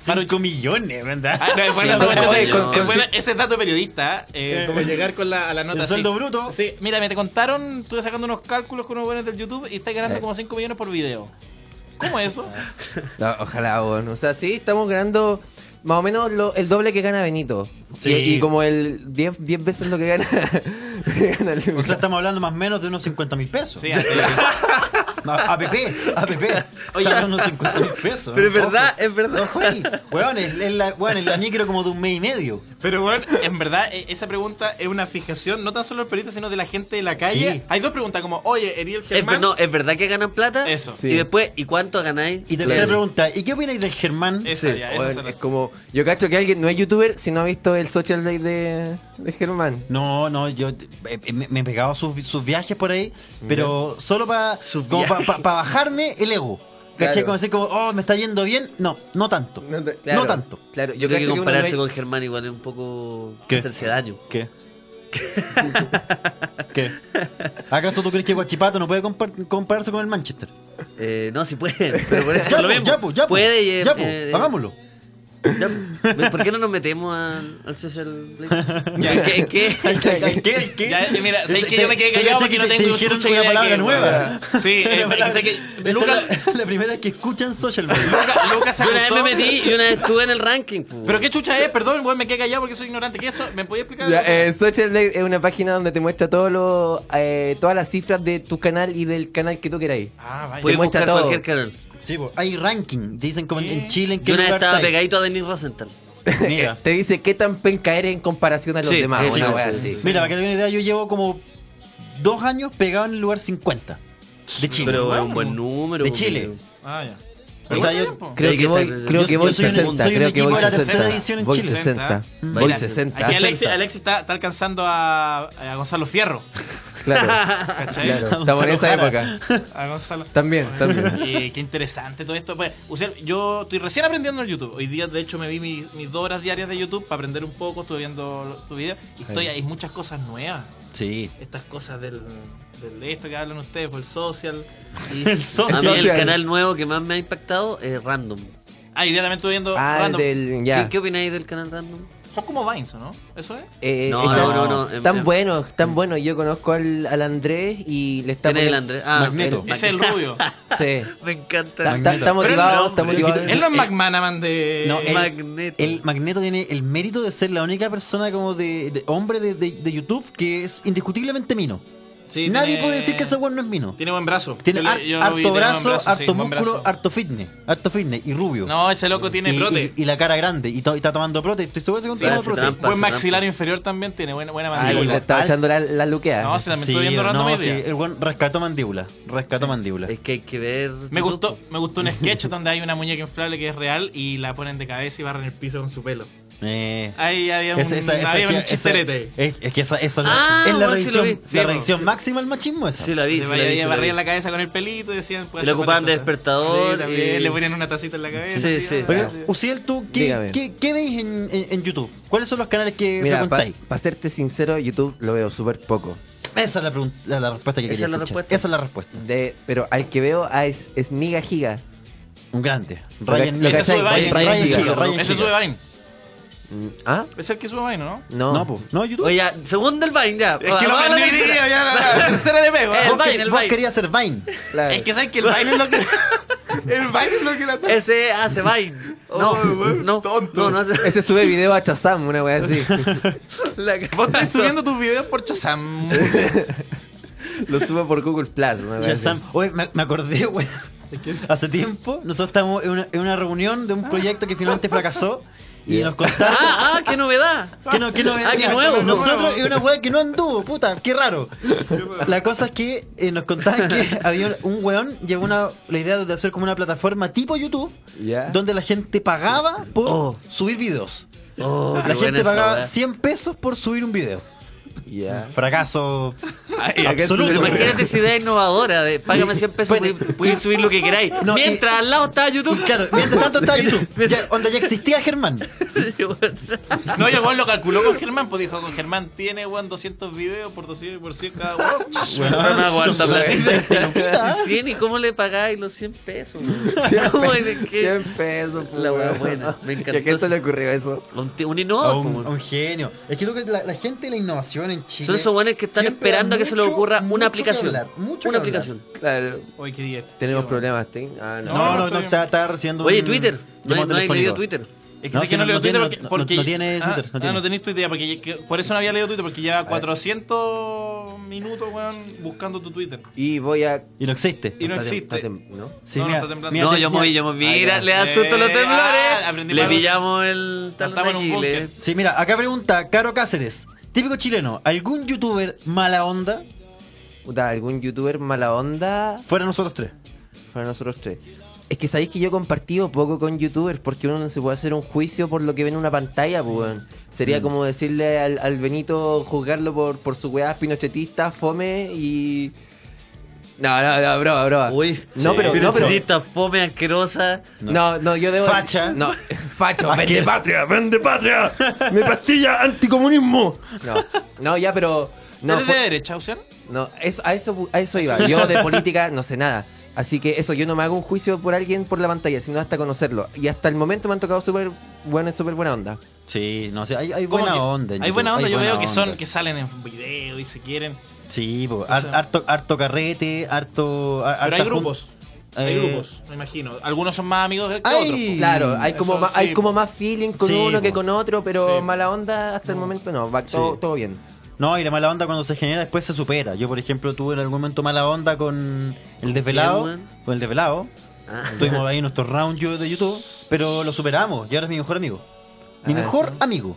Speaker 2: 5 millones, ¿verdad?
Speaker 6: Ah, no, es buena
Speaker 3: Sí,
Speaker 6: esa cuenta.
Speaker 3: oye,
Speaker 4: con-
Speaker 6: Es buena-
Speaker 4: con-
Speaker 6: Ese es dato periodista. eh,
Speaker 2: Eh,
Speaker 6: como llegar con la, a la nota.
Speaker 2: el
Speaker 6: así.
Speaker 2: sueldo bruto.
Speaker 6: Sí, mira, me te contaron, estuve sacando unos cálculos con unos buenos del YouTube y estáis ganando
Speaker 4: Eh.
Speaker 6: como 5 millones por video. ¿Cómo es eso?
Speaker 4: No, ojalá, weón. O sea, sí, estamos ganando más o menos lo- el doble que gana Benito.
Speaker 2: Sí.
Speaker 4: Y, y como el 10 10 veces lo que gana, (laughs) gana Lucas.
Speaker 2: O
Speaker 6: (laughs)
Speaker 2: sea, estamos hablando más o menos de unos 50 mil pesos. (laughs)
Speaker 6: Sí, así es.
Speaker 2: A- APP, APP. Oye, unos 50 mil pesos.
Speaker 3: Pero es verdad, es verdad.
Speaker 2: Ojo ahí. Weón, es, es la, weón, es la micro como de un mes y medio.
Speaker 6: Pero bueno, en verdad, eh, esa pregunta es una fijación, no tan solo del periodista, sino de la gente de la calle.
Speaker 2: Sí.
Speaker 6: Hay dos preguntas, como, oye, Eriel
Speaker 3: Es, ver-
Speaker 6: Germán.
Speaker 3: no, es verdad que ganan plata.
Speaker 6: Eso.
Speaker 4: Sí.
Speaker 3: Y después, ¿y cuánto ganáis?
Speaker 2: Y tercera
Speaker 3: Claro.
Speaker 2: pregunta, ¿y qué opináis del Germán?
Speaker 6: Esa
Speaker 4: Sí,
Speaker 6: ya,
Speaker 4: weón,
Speaker 6: esa se la-
Speaker 4: es como, yo cacho que alguien no es youtuber si no ha visto el social blade de, de Germán.
Speaker 2: No, no, yo eh, me, me he pegado sus, sus viajes por ahí, pero solo para
Speaker 3: Sus viajes.
Speaker 2: bajarme el ego. ¿Cachai?
Speaker 4: Claro.
Speaker 2: Como decir, como, oh, me está yendo bien. No, no tanto. No,
Speaker 4: te- claro,
Speaker 2: tanto.
Speaker 4: Claro,
Speaker 3: Yo
Speaker 4: yo
Speaker 3: creo que
Speaker 4: cacho que uno
Speaker 3: compararse
Speaker 4: no
Speaker 3: con Germán igual es un poco
Speaker 2: ¿Qué?
Speaker 3: hacerse daño.
Speaker 2: ¿Qué? (laughs) ¿Qué? ¿Acaso tú crees que Guachipato no puede compar- compararse con el Manchester?
Speaker 3: Eh, no, si puede,
Speaker 2: (laughs)
Speaker 3: pero por eso
Speaker 2: Ya,
Speaker 3: es lo
Speaker 2: po,
Speaker 3: mismo.
Speaker 2: ya, po, ya, po,
Speaker 3: puede y, eh,
Speaker 2: ya, po,
Speaker 3: eh,
Speaker 2: hagámoslo.
Speaker 3: ya, po. ¿Por qué no nos metemos al, al social blade? Ya, ¿Qué?
Speaker 2: (laughs)
Speaker 3: qué?
Speaker 2: ¿Qué? ¿Qué?
Speaker 6: (laughs) Ya, eh, mira, sé que
Speaker 2: Te-
Speaker 6: yo me quedé
Speaker 2: te
Speaker 6: callado
Speaker 2: caché
Speaker 6: porque
Speaker 2: que
Speaker 6: no
Speaker 2: te
Speaker 6: tengo
Speaker 2: dijeron
Speaker 6: chucha
Speaker 2: una
Speaker 6: idea de
Speaker 2: palabra
Speaker 6: qué,
Speaker 2: nueva. (laughs)
Speaker 6: weón. Sí, eh, porque sé que
Speaker 2: Luca,
Speaker 6: Lucas
Speaker 2: la, la primera que escuchan Social Blade.
Speaker 6: Lucas- Lucas se
Speaker 3: Yo una vez
Speaker 6: acusó-
Speaker 3: me metí y una vez estuve en el ranking. pues. po.
Speaker 6: ¿Pero qué chucha es? Perdón, weón, me quedé callado porque soy ignorante. ¿Qué es eso? ¿Me podías explicar?
Speaker 4: Ya, eh, Social Blade es una página donde te muestra todos los eh, todas las cifras de tu canal y del canal que tú queráis.
Speaker 6: ah, vaya.
Speaker 3: Puedes
Speaker 4: muestra
Speaker 3: buscar
Speaker 4: todo.
Speaker 3: cualquier canal.
Speaker 2: Sí, po. hay ranking. Dicen como en- en Chile en qué
Speaker 3: Yo una vez
Speaker 2: lugar
Speaker 3: estaba
Speaker 2: está ahí.
Speaker 3: pegadito a Denis Rosenthal.
Speaker 2: (laughs)
Speaker 6: Mira.
Speaker 4: Te dice qué tan penca eres en comparación a los
Speaker 3: Sí,
Speaker 4: demás.
Speaker 3: sí,
Speaker 4: una
Speaker 3: sí,
Speaker 4: wea
Speaker 3: sí,
Speaker 4: así.
Speaker 2: Mira, para que te dé una idea, yo llevo como dos años pegado en el lugar 50 de Chile.
Speaker 3: Pero
Speaker 6: bueno.
Speaker 3: es un buen número.
Speaker 2: De Chile.
Speaker 3: weón.
Speaker 6: Ah, ya.
Speaker 2: O sea, yo-
Speaker 4: Creo que
Speaker 3: Yo-
Speaker 4: voy,
Speaker 3: yo-
Speaker 4: creo que
Speaker 2: yo
Speaker 4: voy
Speaker 2: soy un-
Speaker 4: 60.
Speaker 2: soy un
Speaker 4: Creo que
Speaker 2: equipo
Speaker 4: voy
Speaker 2: de la tercera
Speaker 4: 60.
Speaker 2: edición en
Speaker 4: Voy
Speaker 2: Chile.
Speaker 4: 60.
Speaker 6: Mm.
Speaker 4: Voy
Speaker 3: Baila.
Speaker 4: 60.
Speaker 6: Aquí Alexis, Alexis está, está alcanzando a, a Gonzalo Fierro.
Speaker 3: (laughs)
Speaker 4: Claro,
Speaker 6: ¿Cachai?
Speaker 4: claro. Estamos en esa época.
Speaker 6: (laughs) A Gonzalo.
Speaker 4: También,
Speaker 6: (laughs)
Speaker 4: también.
Speaker 6: Eh, qué interesante todo esto. Pues, Uciel, yo estoy recién aprendiendo en YouTube. Hoy día, de hecho, me vi mis, mis dos horas diarias de YouTube para aprender un poco. Estuve viendo tu video y estoy hay muchas cosas nuevas.
Speaker 2: Sí.
Speaker 6: Estas cosas del, del esto que hablan ustedes, por el social.
Speaker 4: (laughs)
Speaker 6: Y,
Speaker 3: A mí el
Speaker 4: Social.
Speaker 3: canal nuevo que más me ha impactado es Random.
Speaker 6: Ah, y ya también estuve viendo.
Speaker 4: Ah, el
Speaker 6: random.
Speaker 4: del.
Speaker 3: ¿Qué,
Speaker 4: Ya.
Speaker 3: qué opináis del canal Random?
Speaker 6: Son como Vines, ¿o ¿no? Eso es.
Speaker 4: Eh,
Speaker 3: No,
Speaker 4: están-
Speaker 3: no, no, no.
Speaker 4: Tan
Speaker 3: Em-
Speaker 4: buenos, tan buenos. Yo conozco al, al Andrés y le está
Speaker 3: ¿Quién es el
Speaker 4: poniendo-
Speaker 3: Andrés? Ah,
Speaker 2: Magneto.
Speaker 3: el-
Speaker 6: Ese es el
Speaker 4: (laughs)
Speaker 6: rubio.
Speaker 3: (laughs)
Speaker 4: Sí.
Speaker 3: Me encanta.
Speaker 4: Está- Está está
Speaker 6: Pero él
Speaker 4: motivado,
Speaker 6: no,
Speaker 4: está
Speaker 6: hombre.
Speaker 4: motivado.
Speaker 6: Él no es McManaman de.
Speaker 2: No, él-
Speaker 3: Magneto.
Speaker 2: El Magneto tiene el mérito de ser la única persona como de, de hombre de, de- de YouTube que es indiscutiblemente mino.
Speaker 6: Sí,
Speaker 2: Nadie
Speaker 6: tiene-
Speaker 2: puede decir que ese weón no es mino.
Speaker 6: Tiene buen brazo.
Speaker 2: Tiene
Speaker 6: Yo le-
Speaker 2: har-
Speaker 6: yo lo vi, tiene
Speaker 2: harto
Speaker 6: buen
Speaker 2: brazo,
Speaker 6: sí,
Speaker 2: harto
Speaker 6: buen
Speaker 2: músculo,
Speaker 6: brazo.
Speaker 2: harto fitness. Harto fitness y rubio.
Speaker 6: No, ese loco tiene
Speaker 2: y,
Speaker 6: brote.
Speaker 2: y- y la cara grande. Y, to- y está tomando prote. Estoy seguro que
Speaker 3: Sí,
Speaker 2: tomando
Speaker 3: hace
Speaker 2: prote.
Speaker 3: trampa.
Speaker 6: Buen
Speaker 3: Pasa,
Speaker 6: maxilar
Speaker 3: trampa.
Speaker 6: inferior también tiene buena, buena
Speaker 2: Sí,
Speaker 4: Ah, y le
Speaker 6: mandíbula.
Speaker 4: estaba echando la, la luquea.
Speaker 6: no, se la
Speaker 2: Sí,
Speaker 6: estoy viendo random
Speaker 2: no,
Speaker 6: hoy
Speaker 2: sí,
Speaker 6: día.
Speaker 2: el weón rescató mandíbula. Rescató mandíbula.
Speaker 3: Es que hay que ver. pues.
Speaker 6: Me gustó, me gustó un sketch donde hay una muñeca inflable que es real y la ponen de cabeza y barren el piso con su pelo.
Speaker 2: Eh.
Speaker 6: Ahí había un,
Speaker 2: Esa- esa- esa-
Speaker 6: había un
Speaker 2: esa-
Speaker 6: chisterete.
Speaker 2: es, es que esa, esa es la-
Speaker 3: Ah,
Speaker 2: es la
Speaker 3: bueno, sí lo
Speaker 2: reacción,
Speaker 3: vi. Sí,
Speaker 2: la
Speaker 3: bueno,
Speaker 2: reacción
Speaker 3: sí.
Speaker 2: máxima al machismo esa.
Speaker 3: Sí, la vi.
Speaker 6: Le
Speaker 3: sí la
Speaker 6: barría-
Speaker 3: vi, sí la vi.
Speaker 6: barrían la cabeza con el pelito y decían... pues,
Speaker 3: Y lo
Speaker 6: hacer
Speaker 3: ocupaban de
Speaker 6: cualquier cosa.
Speaker 3: despertador
Speaker 6: Sí, también,
Speaker 3: y-
Speaker 6: le ponían una tacita en la cabeza.
Speaker 3: Sí,
Speaker 6: así,
Speaker 3: sí.
Speaker 6: ah,
Speaker 2: Oiga,
Speaker 6: sí.
Speaker 2: Uciel, ¿tú qué,
Speaker 4: Dígame.
Speaker 2: qué, qué veis en, en- en YouTube? ¿Cuáles son los canales que
Speaker 4: Mira, para
Speaker 2: frecuentáis?
Speaker 4: serte sincero, YouTube lo veo súper poco.
Speaker 2: Esa es la, pregun- la- la respuesta que
Speaker 3: Esa
Speaker 2: quería
Speaker 3: es la
Speaker 2: escuchar.
Speaker 3: respuesta.
Speaker 2: Esa es la respuesta.
Speaker 4: De, pero al que veo ah, es, es Niga Giga.
Speaker 2: Un grande.
Speaker 4: Lo
Speaker 2: Ryan,
Speaker 4: que-
Speaker 6: Ese
Speaker 4: lo
Speaker 2: Ese
Speaker 4: cachai,
Speaker 6: sube
Speaker 2: sube
Speaker 6: Vine,
Speaker 2: Vine,
Speaker 4: Ryan
Speaker 2: Ryan
Speaker 4: Giga.
Speaker 2: Giga, Ryan
Speaker 6: Ese
Speaker 2: Giga.
Speaker 6: sube Vine.
Speaker 4: Mm, ¿Ah?
Speaker 6: Es el que sube Vine, ¿no?
Speaker 4: No.
Speaker 2: No, po. no, YouTube.
Speaker 3: Oye, ya, segundo el Vine, ya.
Speaker 6: Es que lo
Speaker 3: Vamos a la
Speaker 6: aprendí hoy
Speaker 3: tercera.
Speaker 6: día, ya, la- la tercera le pego. ¿eh?
Speaker 3: El
Speaker 2: Vos
Speaker 3: Vine,
Speaker 2: quer-
Speaker 3: el
Speaker 2: vos
Speaker 3: Vine.
Speaker 2: querías ser Vine.
Speaker 4: Claro.
Speaker 6: Es que sabes que el Vine es lo que... el Vine es lo que la...
Speaker 3: Ese hace Vine. No,
Speaker 2: Ah,
Speaker 3: no, no, no hace.
Speaker 4: (laughs) Ese sube video a Chazam, una wea así.
Speaker 6: Vos estás subiendo tus videos por Chazam.
Speaker 4: lo sube por Google Plus, una wea
Speaker 2: Ya,
Speaker 4: así.
Speaker 2: Sam. Oye, me, me acordé, (laughs) güey. Hace tiempo, nosotros estábamos en una, en una reunión de un proyecto que finalmente fracasó y nos contaron.
Speaker 3: (laughs) Ah, ah, qué novedad.
Speaker 2: ¿Qué no, qué no
Speaker 3: Ah, qué nuevo.
Speaker 2: Nosotros, es una weá que no anduvo, puta, qué raro. La cosa es que eh, nos contaban
Speaker 3: (laughs)
Speaker 2: que había un weón, llevó una, la idea de hacer como una plataforma tipo YouTube,
Speaker 4: Ya.
Speaker 2: donde la gente pagaba por subir videos.
Speaker 3: Oh, qué
Speaker 2: la
Speaker 3: buena
Speaker 2: gente
Speaker 3: esa
Speaker 2: pagaba
Speaker 3: weá.
Speaker 2: 100 pesos por subir un video.
Speaker 4: Ya.
Speaker 2: Fracaso
Speaker 4: acá
Speaker 2: absoluto.
Speaker 4: se-
Speaker 3: Pero
Speaker 4: Puta,
Speaker 3: imagínate
Speaker 4: (laughs)
Speaker 3: esa idea innovadora de págame 100 pesos
Speaker 2: Puede-
Speaker 3: y puedes subir lo que queráis.
Speaker 2: (laughs) No, y-
Speaker 3: Mientras al lado está
Speaker 2: Y
Speaker 3: YouTube.
Speaker 2: (laughs)
Speaker 3: (laughs)
Speaker 2: claro, mientras tanto estaba YouTube. Ya, onda, ya existía Germán.
Speaker 6: No, y el weón lo calculó con Germán, pues dijo, con Germán tiene, weón, 200 videos por 200 por 100
Speaker 2: (laughs)
Speaker 6: cada uno.
Speaker 3: No me aguanta plata.
Speaker 2: Loquita.
Speaker 3: (laughs) 100 y cómo le pagáis los 100 pesos. weón? (laughs) ¿Cómo es que-
Speaker 4: 100 pesos.
Speaker 3: La
Speaker 4: wea
Speaker 3: wea buena, me encantó
Speaker 4: (laughs) ¿Y a quién se
Speaker 3: eso.
Speaker 4: le ocurrió eso?
Speaker 3: Un, ti- un
Speaker 2: A
Speaker 3: innovador. Oh, po,
Speaker 2: un,
Speaker 3: weón.
Speaker 2: a Oh, un genio. Es que, creo que la, la gente de la innovación en Chile.
Speaker 3: Son esos buenos que están
Speaker 2: siempre da
Speaker 3: esperando a que se les
Speaker 2: mucho-
Speaker 3: ocurra
Speaker 2: mucho que
Speaker 3: una aplicación.
Speaker 2: hablar, mucho
Speaker 3: una
Speaker 2: que hablar.
Speaker 3: aplicación.
Speaker 4: Claro.
Speaker 6: Oye, este qué día.
Speaker 4: Tenemos problemas, ¿ting? Ah, no.
Speaker 2: No, no,
Speaker 6: está
Speaker 2: no,
Speaker 6: bien.
Speaker 2: está, está recibiendo.
Speaker 3: Oye,
Speaker 2: un
Speaker 3: Twitter. No, hay-
Speaker 2: llamado
Speaker 3: no hay
Speaker 2: telefónico.
Speaker 3: leído Twitter.
Speaker 6: Es que
Speaker 2: No,
Speaker 6: sé que
Speaker 2: si
Speaker 6: no,
Speaker 2: no-
Speaker 6: leo
Speaker 2: no
Speaker 6: Twitter
Speaker 2: tiene-
Speaker 6: porque,
Speaker 2: no-
Speaker 6: porque-
Speaker 2: no tiene
Speaker 6: ah,
Speaker 2: Twitter, no
Speaker 6: ah,
Speaker 2: tiene.
Speaker 6: no tenéis Twitter ya, porque que- por eso no había leído Twitter, porque lleva 400 minutos, weón, buscando tu Twitter.
Speaker 4: Y voy a.
Speaker 2: Y no existe.
Speaker 6: Y
Speaker 4: Está
Speaker 6: no
Speaker 4: tem-
Speaker 6: existe.
Speaker 4: está tem- ¿no?
Speaker 2: Sí,
Speaker 6: no, no
Speaker 2: mira,
Speaker 6: está temblando.
Speaker 2: mira,
Speaker 3: No,
Speaker 2: te-
Speaker 3: yo me voy, yo me voy. Mira, le da susto a los
Speaker 6: Ah, Eh, ah,
Speaker 3: temblores.
Speaker 6: aprendí
Speaker 3: Le
Speaker 6: para-
Speaker 3: pillamos el talón de
Speaker 6: Estamos en un
Speaker 3: Aquiles.
Speaker 6: búnker.
Speaker 2: Sí, mira, acá pregunta Caro Cáceres. Típico chileno, ¿algún youtuber mala onda?
Speaker 4: Puta, algún youtuber mala onda.
Speaker 2: Fuera nosotros tres.
Speaker 4: Para nosotros tres. Es que sabéis que yo he compartido poco con youtubers porque uno no se puede hacer un juicio por lo que ve en una pantalla, pues, weón. Sería como decirle al, al Benito juzgarlo por, por sus weas pinochetistas, fome y. No, no, no, broma, broma.
Speaker 3: Uy,
Speaker 4: no,
Speaker 3: sí.
Speaker 4: pero, no, pero.
Speaker 3: Esta fome asquerosa.
Speaker 4: No, no, yo debo.
Speaker 2: Facha. Ah,
Speaker 4: No,
Speaker 2: (laughs)
Speaker 4: facho, vende patria, vende patria.
Speaker 2: ¡Me pastilla anticomunismo!
Speaker 4: No, no, ya, pero. No,
Speaker 6: ¿Eres de
Speaker 4: fue-
Speaker 6: derecha, Ocean?
Speaker 4: no, eso, a, eso, a eso iba. Yo de política no sé nada. Así que eso, yo no me hago un juicio por alguien por la pantalla, sino hasta conocerlo. Y hasta el momento me han tocado súper buena, súper buena onda.
Speaker 2: Sí, no sé, hay, hay
Speaker 6: ¿Cómo
Speaker 2: buena
Speaker 6: que-
Speaker 2: onda. en
Speaker 6: Hay
Speaker 2: YouTube,
Speaker 6: buena onda, yo
Speaker 2: buena
Speaker 6: veo que son,
Speaker 2: onda.
Speaker 6: que salen en video y se quieren.
Speaker 2: Sí, po,
Speaker 6: Entonces-
Speaker 2: har- harto, harto carrete, harto. har-
Speaker 6: Pero
Speaker 2: harta
Speaker 6: hay
Speaker 2: jun-
Speaker 6: grupos. Hay
Speaker 2: Eh,
Speaker 6: grupos, me imagino. Algunos son más amigos que
Speaker 2: Ay.
Speaker 6: otros. po.
Speaker 4: Claro, hay
Speaker 6: eso
Speaker 4: como, más,
Speaker 6: sí,
Speaker 4: hay como
Speaker 6: po.
Speaker 4: más feeling con
Speaker 2: Sí,
Speaker 4: uno que
Speaker 2: po.
Speaker 4: con otro, pero
Speaker 6: Sí.
Speaker 4: mala onda hasta el momento no. Va todo,
Speaker 2: Sí.
Speaker 4: todo bien.
Speaker 2: No, y la mala onda cuando se genera después se supera. Yo, por ejemplo, tuve en algún momento mala onda con el desvelado.
Speaker 3: weón? Ah.
Speaker 2: Con el desvelado. Tuvimos ahí nuestro round yo- de YouTube, pero lo superamos y ahora es mi mejor amigo. Mi
Speaker 4: Ah,
Speaker 2: mejor
Speaker 4: eso.
Speaker 2: amigo.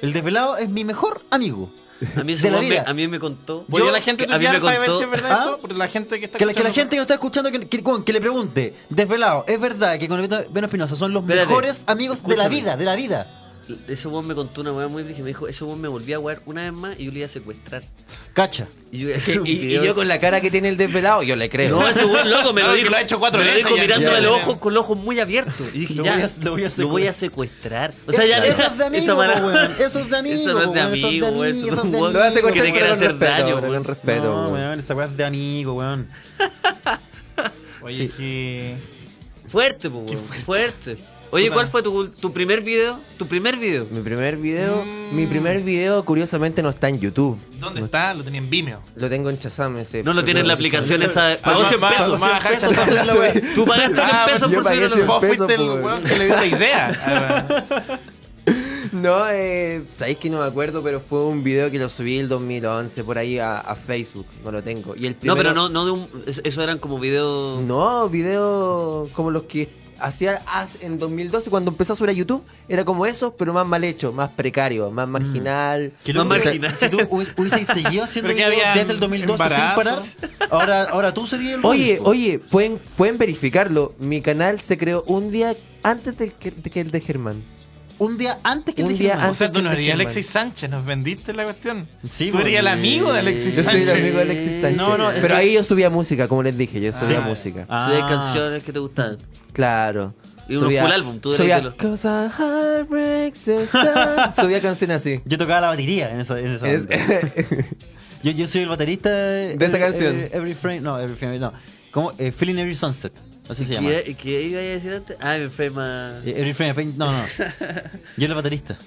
Speaker 2: El desvelado es mi mejor amigo.
Speaker 3: A mí, ese
Speaker 2: De la
Speaker 3: weón me-
Speaker 2: vida.
Speaker 3: a mí me contó.
Speaker 6: Voy
Speaker 3: Yo-
Speaker 6: a la gente
Speaker 3: que a mí me
Speaker 6: tuitear para ver
Speaker 3: contó-
Speaker 6: si es verdad
Speaker 2: ¿Ah?
Speaker 6: esto, porque la gente que está
Speaker 2: Que la, que la gente que
Speaker 6: escuchando-
Speaker 2: lo está escuchando, que, que- bueno, que le pregunte, desvelado, ¿es verdad que con el Beno- Beno Espinosa son los
Speaker 3: Espérate.
Speaker 2: mejores amigos de la
Speaker 3: Escúchame.
Speaker 2: vida? De la vida.
Speaker 3: Ese weón me contó una weá muy brígida. Me dijo, ese weón me volvía a wear una vez más y yo le iba a secuestrar.
Speaker 2: Cacha.
Speaker 3: Y
Speaker 6: (laughs)
Speaker 3: yo, iba a
Speaker 4: Y,
Speaker 3: hacer un
Speaker 4: y
Speaker 3: video.
Speaker 4: yo con la cara que tiene el desvelado, yo le creo.
Speaker 3: No, ese weón loco me
Speaker 6: No,
Speaker 3: lo
Speaker 6: que
Speaker 3: dijo.
Speaker 6: lo ha hecho cuatro
Speaker 3: me lo
Speaker 6: veces
Speaker 3: dijo
Speaker 6: ya.
Speaker 3: mirándome
Speaker 2: Ya,
Speaker 3: los
Speaker 6: ya.
Speaker 3: ojos con los ojos muy abiertos. Y dije,
Speaker 2: Lo
Speaker 3: ya,
Speaker 2: voy a- lo voy a
Speaker 3: lo voy a secuestrar. O sea, ya
Speaker 2: eso, eso es de amigo,
Speaker 3: esa
Speaker 2: po,
Speaker 3: mala-
Speaker 2: weón. Eso es de amigo.
Speaker 3: Eso no es de
Speaker 2: po, weón. Eso
Speaker 3: amigo,
Speaker 2: de
Speaker 3: weón.
Speaker 2: amigo, eso es de
Speaker 3: Weón,
Speaker 2: amigo.
Speaker 4: Lo vas a
Speaker 3: Que te
Speaker 4: contar con
Speaker 3: quiere hacer
Speaker 4: respeto,
Speaker 3: daño,
Speaker 4: bro,
Speaker 3: weón.
Speaker 4: con respeto.
Speaker 2: No,
Speaker 4: weón.
Speaker 2: weón, esa weá es de amigo, weón.
Speaker 6: Oye,
Speaker 2: Sí.
Speaker 6: que...
Speaker 3: Fuerte, po, weón. Fuerte. Oye, ¿cuál fue tu, tu primer video? Tu primer video.
Speaker 4: (laughs) Mi primer video, mi primer video curiosamente no está en YouTube.
Speaker 6: ¿Dónde está? Lo tenía en Vimeo.
Speaker 4: Lo tengo en Shazam ese.
Speaker 3: No lo tiene en la aplicación esa. Pagó
Speaker 6: Más-
Speaker 3: 100
Speaker 6: más-
Speaker 3: pesos.
Speaker 6: más bajar Shazam.
Speaker 2: la weá.
Speaker 3: Tú pagaste 100
Speaker 6: Ah,
Speaker 3: pesos
Speaker 4: yo
Speaker 3: por
Speaker 4: pagué
Speaker 3: subirlo.
Speaker 4: 100
Speaker 6: Vos
Speaker 4: pesos,
Speaker 6: fuiste el
Speaker 4: po, weón.
Speaker 6: weón que le dio la idea. Ah,
Speaker 4: No, eh, sabéis que no me acuerdo, pero fue un video que lo subí el 2011 por ahí a, a Facebook. No lo tengo. Y el
Speaker 3: No, pero
Speaker 4: primero-
Speaker 3: no, no de un. es- Eso eran como videos.
Speaker 4: No, videos como los que hacía haz- en 2012 cuando empezó a subir a YouTube. Era como eso, pero más mal hecho, más precario, más marginal.
Speaker 2: Que loco,
Speaker 3: Más
Speaker 2: porque
Speaker 3: marginal.
Speaker 2: (laughs) Si tú hubies- hubieses seguido haciendo
Speaker 6: Pero que
Speaker 2: videos
Speaker 6: habían
Speaker 2: desde el 2012 sin parar,
Speaker 6: embarazos.
Speaker 2: ahora, ahora tú serías el
Speaker 4: Oye,
Speaker 2: Rubens, po.
Speaker 4: oye, pueden, pueden verificarlo. Mi canal se creó un día antes del que, de que el de Germán.
Speaker 2: Un día antes que
Speaker 4: Un
Speaker 2: el
Speaker 4: día
Speaker 2: (laughs) Germán.
Speaker 6: o sea, tú no
Speaker 4: Antes que
Speaker 6: erías
Speaker 4: Germán.
Speaker 6: Alexis Sánchez, nos vendiste la cuestión.
Speaker 2: Ah, Sí,
Speaker 6: tú erías el
Speaker 2: porque-
Speaker 6: amigo de Alexis
Speaker 4: Yo soy
Speaker 6: Sánchez.
Speaker 4: el amigo de Alexis Sánchez.
Speaker 2: No, no, es
Speaker 4: pero
Speaker 2: que-
Speaker 4: ahí yo subía música, como les dije, yo subía
Speaker 6: Ah,
Speaker 4: música.
Speaker 2: Ah.
Speaker 3: De canciones que te gustaban.
Speaker 4: Claro.
Speaker 3: Y uno full álbum, tú eres
Speaker 4: subía,
Speaker 3: de los-
Speaker 4: "Cause a
Speaker 3: (laughs)
Speaker 4: heartbreak system". subía canciones así.
Speaker 2: Yo tocaba la batería en esa, en esa
Speaker 4: Es-
Speaker 2: banda.
Speaker 4: (laughs)
Speaker 2: Yo, yo soy el baterista de
Speaker 4: De esa canción.
Speaker 2: every frame, no, every frame, no. ¿Cómo? Eh, Feeling Every Sunset. Así se llama.
Speaker 3: ¿Qué, y qué iba a decir antes? Ah, me enferma.
Speaker 2: Eh, Every frame, frame- no,
Speaker 4: (laughs)
Speaker 2: no. Yo era el baterista.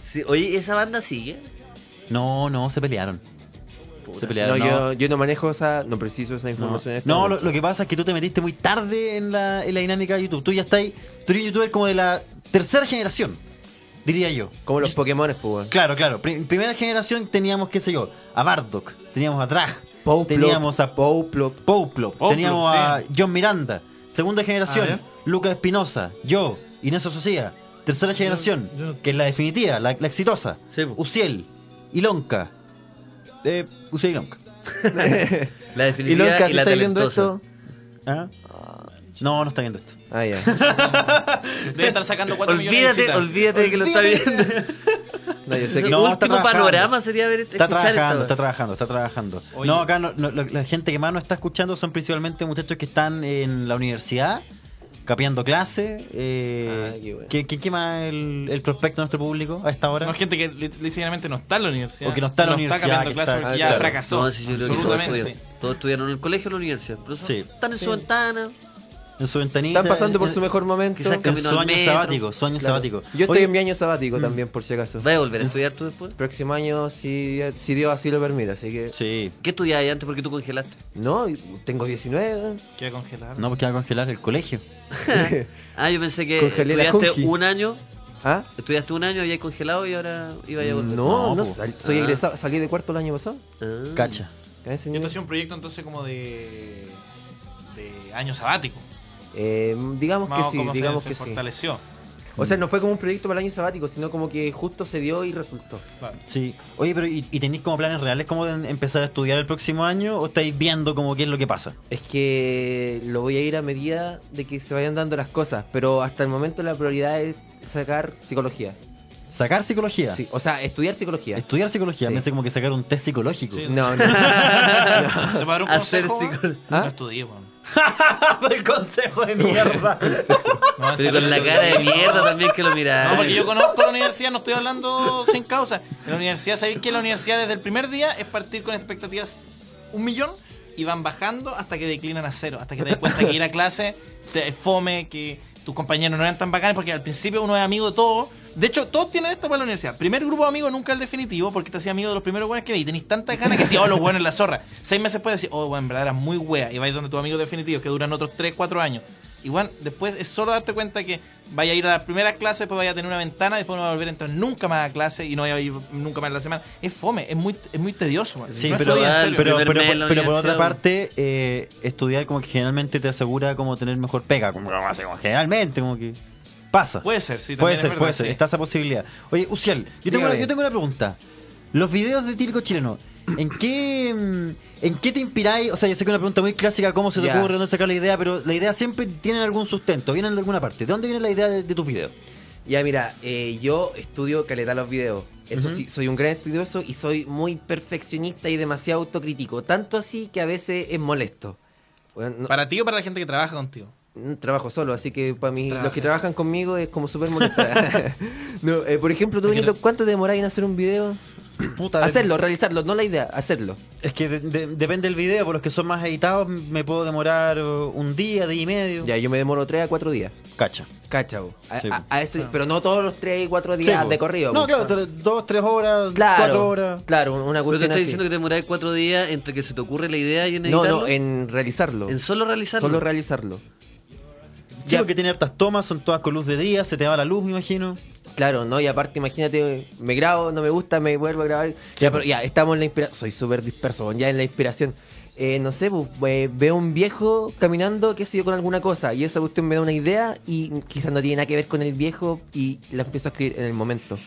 Speaker 3: Sí, oye, ¿esa banda sigue?
Speaker 2: No, no, se pelearon. Se
Speaker 4: no,
Speaker 2: pelearon. No,
Speaker 4: Yo, yo no manejo esa, no preciso esa
Speaker 2: No,
Speaker 4: información. en este
Speaker 2: No, lo,
Speaker 4: momento.
Speaker 2: lo que pasa es que tú te metiste muy tarde en la, en la dinámica de YouTube. Tú ya estás, tú eres youtuber como de la tercera generación, diría yo.
Speaker 4: Como los Pokémon, pues. weón.
Speaker 2: Claro, claro. Pri- primera generación teníamos, qué sé yo, a Bardock, teníamos a Drag,
Speaker 4: Poplop,
Speaker 2: teníamos a Pouplop, Pouplop,
Speaker 6: Poplop,
Speaker 2: teníamos
Speaker 6: sí.
Speaker 2: a John Miranda. Segunda
Speaker 3: Ah,
Speaker 6: A
Speaker 2: generación,
Speaker 6: ver.
Speaker 2: Lucas Espinosa, yo, Inés Socia. Tercera generación, que es la definitiva, la, la exitosa.
Speaker 3: Sí, po.
Speaker 2: Uciel, Ilonka. Eh, Uciel Ilonka.
Speaker 3: La
Speaker 4: Y
Speaker 3: definitiva
Speaker 4: Lonca,
Speaker 3: y
Speaker 4: ¿se
Speaker 3: la
Speaker 4: está viendo
Speaker 3: talentosa.
Speaker 4: esto?
Speaker 2: ¿Ah? No, no está viendo esto.
Speaker 4: Ah, ya.
Speaker 6: Debe estar sacando 4 millones de
Speaker 3: Olvídate,
Speaker 6: visitas.
Speaker 3: olvídate de que lo está
Speaker 2: Olvídate.
Speaker 3: viendo.
Speaker 4: No, yo sé que.
Speaker 3: El
Speaker 2: No, está
Speaker 3: último
Speaker 2: trabajando.
Speaker 3: panorama sería ver este,
Speaker 2: Está
Speaker 3: escuchar esta
Speaker 2: trabajando,
Speaker 3: weá.
Speaker 2: está trabajando, está trabajando.
Speaker 6: Oye.
Speaker 2: No, acá no- no, lo- la gente que más nos está escuchando son principalmente muchachos que están en la universidad, capeando clases. Eh,
Speaker 4: Ah, qué bueno.
Speaker 2: ¿qué, qué- qué más el, el prospecto de nuestro público a esta hora?
Speaker 6: No, gente que li- literalmente no está en la universidad.
Speaker 2: O que no está en la universidad,
Speaker 6: cambiando
Speaker 2: que
Speaker 6: clases
Speaker 2: está-
Speaker 6: porque
Speaker 4: Ah,
Speaker 6: ya
Speaker 4: claro.
Speaker 6: fracasó.
Speaker 3: No, sí, yo creo que todos
Speaker 6: absolutamente.
Speaker 3: estudiaron, todos estudiaron en el colegio o en la universidad. Por eso
Speaker 2: Sí.
Speaker 3: están en
Speaker 2: Sí.
Speaker 3: su ventana.
Speaker 2: En su ventanita.
Speaker 4: Están pasando por
Speaker 2: en-
Speaker 4: su mejor momento.
Speaker 3: Quizás
Speaker 2: en
Speaker 3: camino mm.
Speaker 2: su
Speaker 3: al
Speaker 2: año
Speaker 3: metro.
Speaker 2: sabático, su año
Speaker 4: Claro.
Speaker 2: sabático.
Speaker 4: Yo estoy
Speaker 2: Oye,
Speaker 4: en mi año sabático también, por si acaso.
Speaker 3: ¿Vas a volver a estudiar tú después?
Speaker 4: Próximo año, si, si Dios así lo permite. Así que.
Speaker 2: Sí.
Speaker 3: ¿Qué estudiabas antes porque tú congelaste?
Speaker 4: No, tengo 19.
Speaker 3: (laughs)
Speaker 6: Queda congelado.
Speaker 2: No, porque va a congelar el colegio.
Speaker 3: Ah, yo pensé que
Speaker 4: Congelé la
Speaker 3: estudiaste
Speaker 4: congi.
Speaker 3: un año,
Speaker 4: (laughs) ¿Ah?
Speaker 3: estudiaste un año, habías congelado y ahora iba a volver.
Speaker 4: No,
Speaker 2: No,
Speaker 4: no,
Speaker 2: po.
Speaker 4: sal- soy
Speaker 3: Ah.
Speaker 4: egresado, salí de cuarto el año pasado.
Speaker 3: Ah.
Speaker 2: Cacha.
Speaker 4: ¿Eh,
Speaker 6: Yo
Speaker 4: señor?
Speaker 6: estoy haciendo un proyecto entonces como de. de año sabático.
Speaker 4: Eh, digamos que
Speaker 6: Más o
Speaker 4: sí,
Speaker 6: cómo se-
Speaker 4: digamos
Speaker 6: se
Speaker 4: que sí.
Speaker 6: fortaleció.
Speaker 4: O sea, no fue como un proyecto para el año sabático, sino como que justo se dio y resultó.
Speaker 6: Claro.
Speaker 2: Sí. Oye, pero ¿y, y tenéis como planes reales como de em, empezar a estudiar el próximo año o estáis viendo como qué es lo que pasa?
Speaker 4: Es que lo voy a ir a medida de que se vayan dando las cosas, pero hasta el momento la prioridad es sacar psicología.
Speaker 2: ¿Sacar psicología?
Speaker 4: Sí, o sea, estudiar psicología.
Speaker 2: Estudiar psicología,
Speaker 4: Sí.
Speaker 2: me hace como que sacar un test psicológico.
Speaker 4: (laughs)
Speaker 6: Sí.
Speaker 4: no,
Speaker 3: (laughs)
Speaker 4: no. (laughs)
Speaker 6: (laughs) ¿Te puedo dar un
Speaker 3: Hacer
Speaker 6: consejo? ¿eh?
Speaker 3: psicol-
Speaker 6: No
Speaker 4: ¿Ah?
Speaker 6: estudié, weón.
Speaker 2: el consejo de mierda.
Speaker 6: No, en
Speaker 3: Pero
Speaker 6: serio,
Speaker 3: con la
Speaker 6: yo-
Speaker 3: cara de mierda también que lo miraba.
Speaker 6: No, porque yo conozco la universidad, no estoy hablando sin causa. En la universidad, sabéis que la universidad desde el primer día es partir con expectativas un millón y van bajando hasta que declinan a cero, hasta que te das cuenta que ir a clase te es fome, que tus compañeros no eran tan bacanes, porque al principio uno es amigo de todos. De hecho, todos tienen esto para la universidad. Primer grupo de amigos nunca el definitivo, porque te hacías amigo de los primeros buenos que veis. Tenéis tantas ganas que si, oh, los buenos en la zorra. Seis meses puedes decir, oh, bueno, en verdad era muy wea. Y vais donde tus amigos definitivos, que duran otros tres, cuatro años. Igual, después es solo darte cuenta que vaya a ir a las primeras clases, después vaya a tener una ventana, después no va a volver a entrar nunca más a clase y no vaya a ir nunca más en la semana. Es fome, es muy, es muy tedioso.
Speaker 2: (laughs)
Speaker 6: man.
Speaker 2: Sí,
Speaker 6: No es
Speaker 2: pero,
Speaker 6: jodido, en
Speaker 2: ah,
Speaker 6: serio.
Speaker 2: pero,
Speaker 3: Primer
Speaker 2: pero-
Speaker 3: mes de la
Speaker 2: pero por otra
Speaker 3: universidad.
Speaker 2: parte, eh, estudiar como que generalmente te asegura como tener mejor pega, como, como así, como generalmente, como que pasa.
Speaker 6: Puede ser, sí, también
Speaker 2: Puede
Speaker 6: es
Speaker 2: ser,
Speaker 6: verdad,
Speaker 2: puede ser,
Speaker 6: sí.
Speaker 2: está esa posibilidad. Oye, Uciel, yo tengo,
Speaker 4: Dígame.
Speaker 2: una, yo tengo una pregunta. Los videos de típico chileno, ¿en qué, mm, ¿en qué te inspiráis? O sea, yo sé que es una pregunta muy clásica, ¿cómo se te
Speaker 4: Ya.
Speaker 2: ocurre dónde sacar la idea? Pero la idea siempre tiene algún sustento, viene de alguna parte. ¿De dónde viene la idea de, de tus videos?
Speaker 4: Ya, mira, eh, yo estudio caleta los videos. Eso sí, soy un gran estudioso y soy muy perfeccionista y demasiado autocrítico. Tanto así que a veces es molesto. Bueno, no-
Speaker 6: Para ti o para la gente que trabaja contigo.
Speaker 4: Mm, Trabajo solo, así que para mí,
Speaker 6: Trabajas.
Speaker 4: los que trabajan conmigo es como súper molesto. (laughs) no, eh, por ejemplo, tú,
Speaker 6: Es que
Speaker 4: Benito,
Speaker 6: lo-
Speaker 4: ¿cuánto te demoráis en hacer un video?
Speaker 2: Puta,
Speaker 4: Hacerlo, realizarlo, no la idea, hacerlo.
Speaker 2: Es que de- de- depende del video, por los que son más editados me puedo demorar eh, un día, día y medio.
Speaker 4: Ya, yo me demoro 3 a 4 días.
Speaker 2: Cacha.
Speaker 4: Cachao. A-
Speaker 2: Sí,
Speaker 4: a- a ese- pero no todos los 3 y 4
Speaker 2: Sí,
Speaker 4: días
Speaker 2: po.
Speaker 4: de corrido.
Speaker 2: No,
Speaker 4: po.
Speaker 2: claro, tre- dos, tres horas,
Speaker 4: claro,
Speaker 2: cuatro horas.
Speaker 4: Claro, una
Speaker 3: Pero te
Speaker 4: cuestión
Speaker 3: estoy
Speaker 4: así.
Speaker 3: diciendo que te demorás cuatro días entre que se te ocurre la idea y en
Speaker 4: no,
Speaker 3: editarlo.
Speaker 4: no, en realizarlo.
Speaker 3: En solo realizarlo.
Speaker 4: Solo realizarlo.
Speaker 2: Sí,
Speaker 4: Ya.
Speaker 2: porque tiene hartas tomas, son todas con luz de día, se te va la luz, me imagino.
Speaker 4: Claro, ¿no? Y aparte, imagínate, me grabo, no me gusta, me vuelvo a grabar. ya, pero ya, estamos en la inspiración. Soy súper disperso, weón, ya en la inspiración. Eh, no sé, pues, eh, veo un viejo caminando, qué sé yo, con alguna cosa. Y esa cuestión me da una idea y quizás no tiene nada que ver con el viejo y la empiezo a escribir en el momento.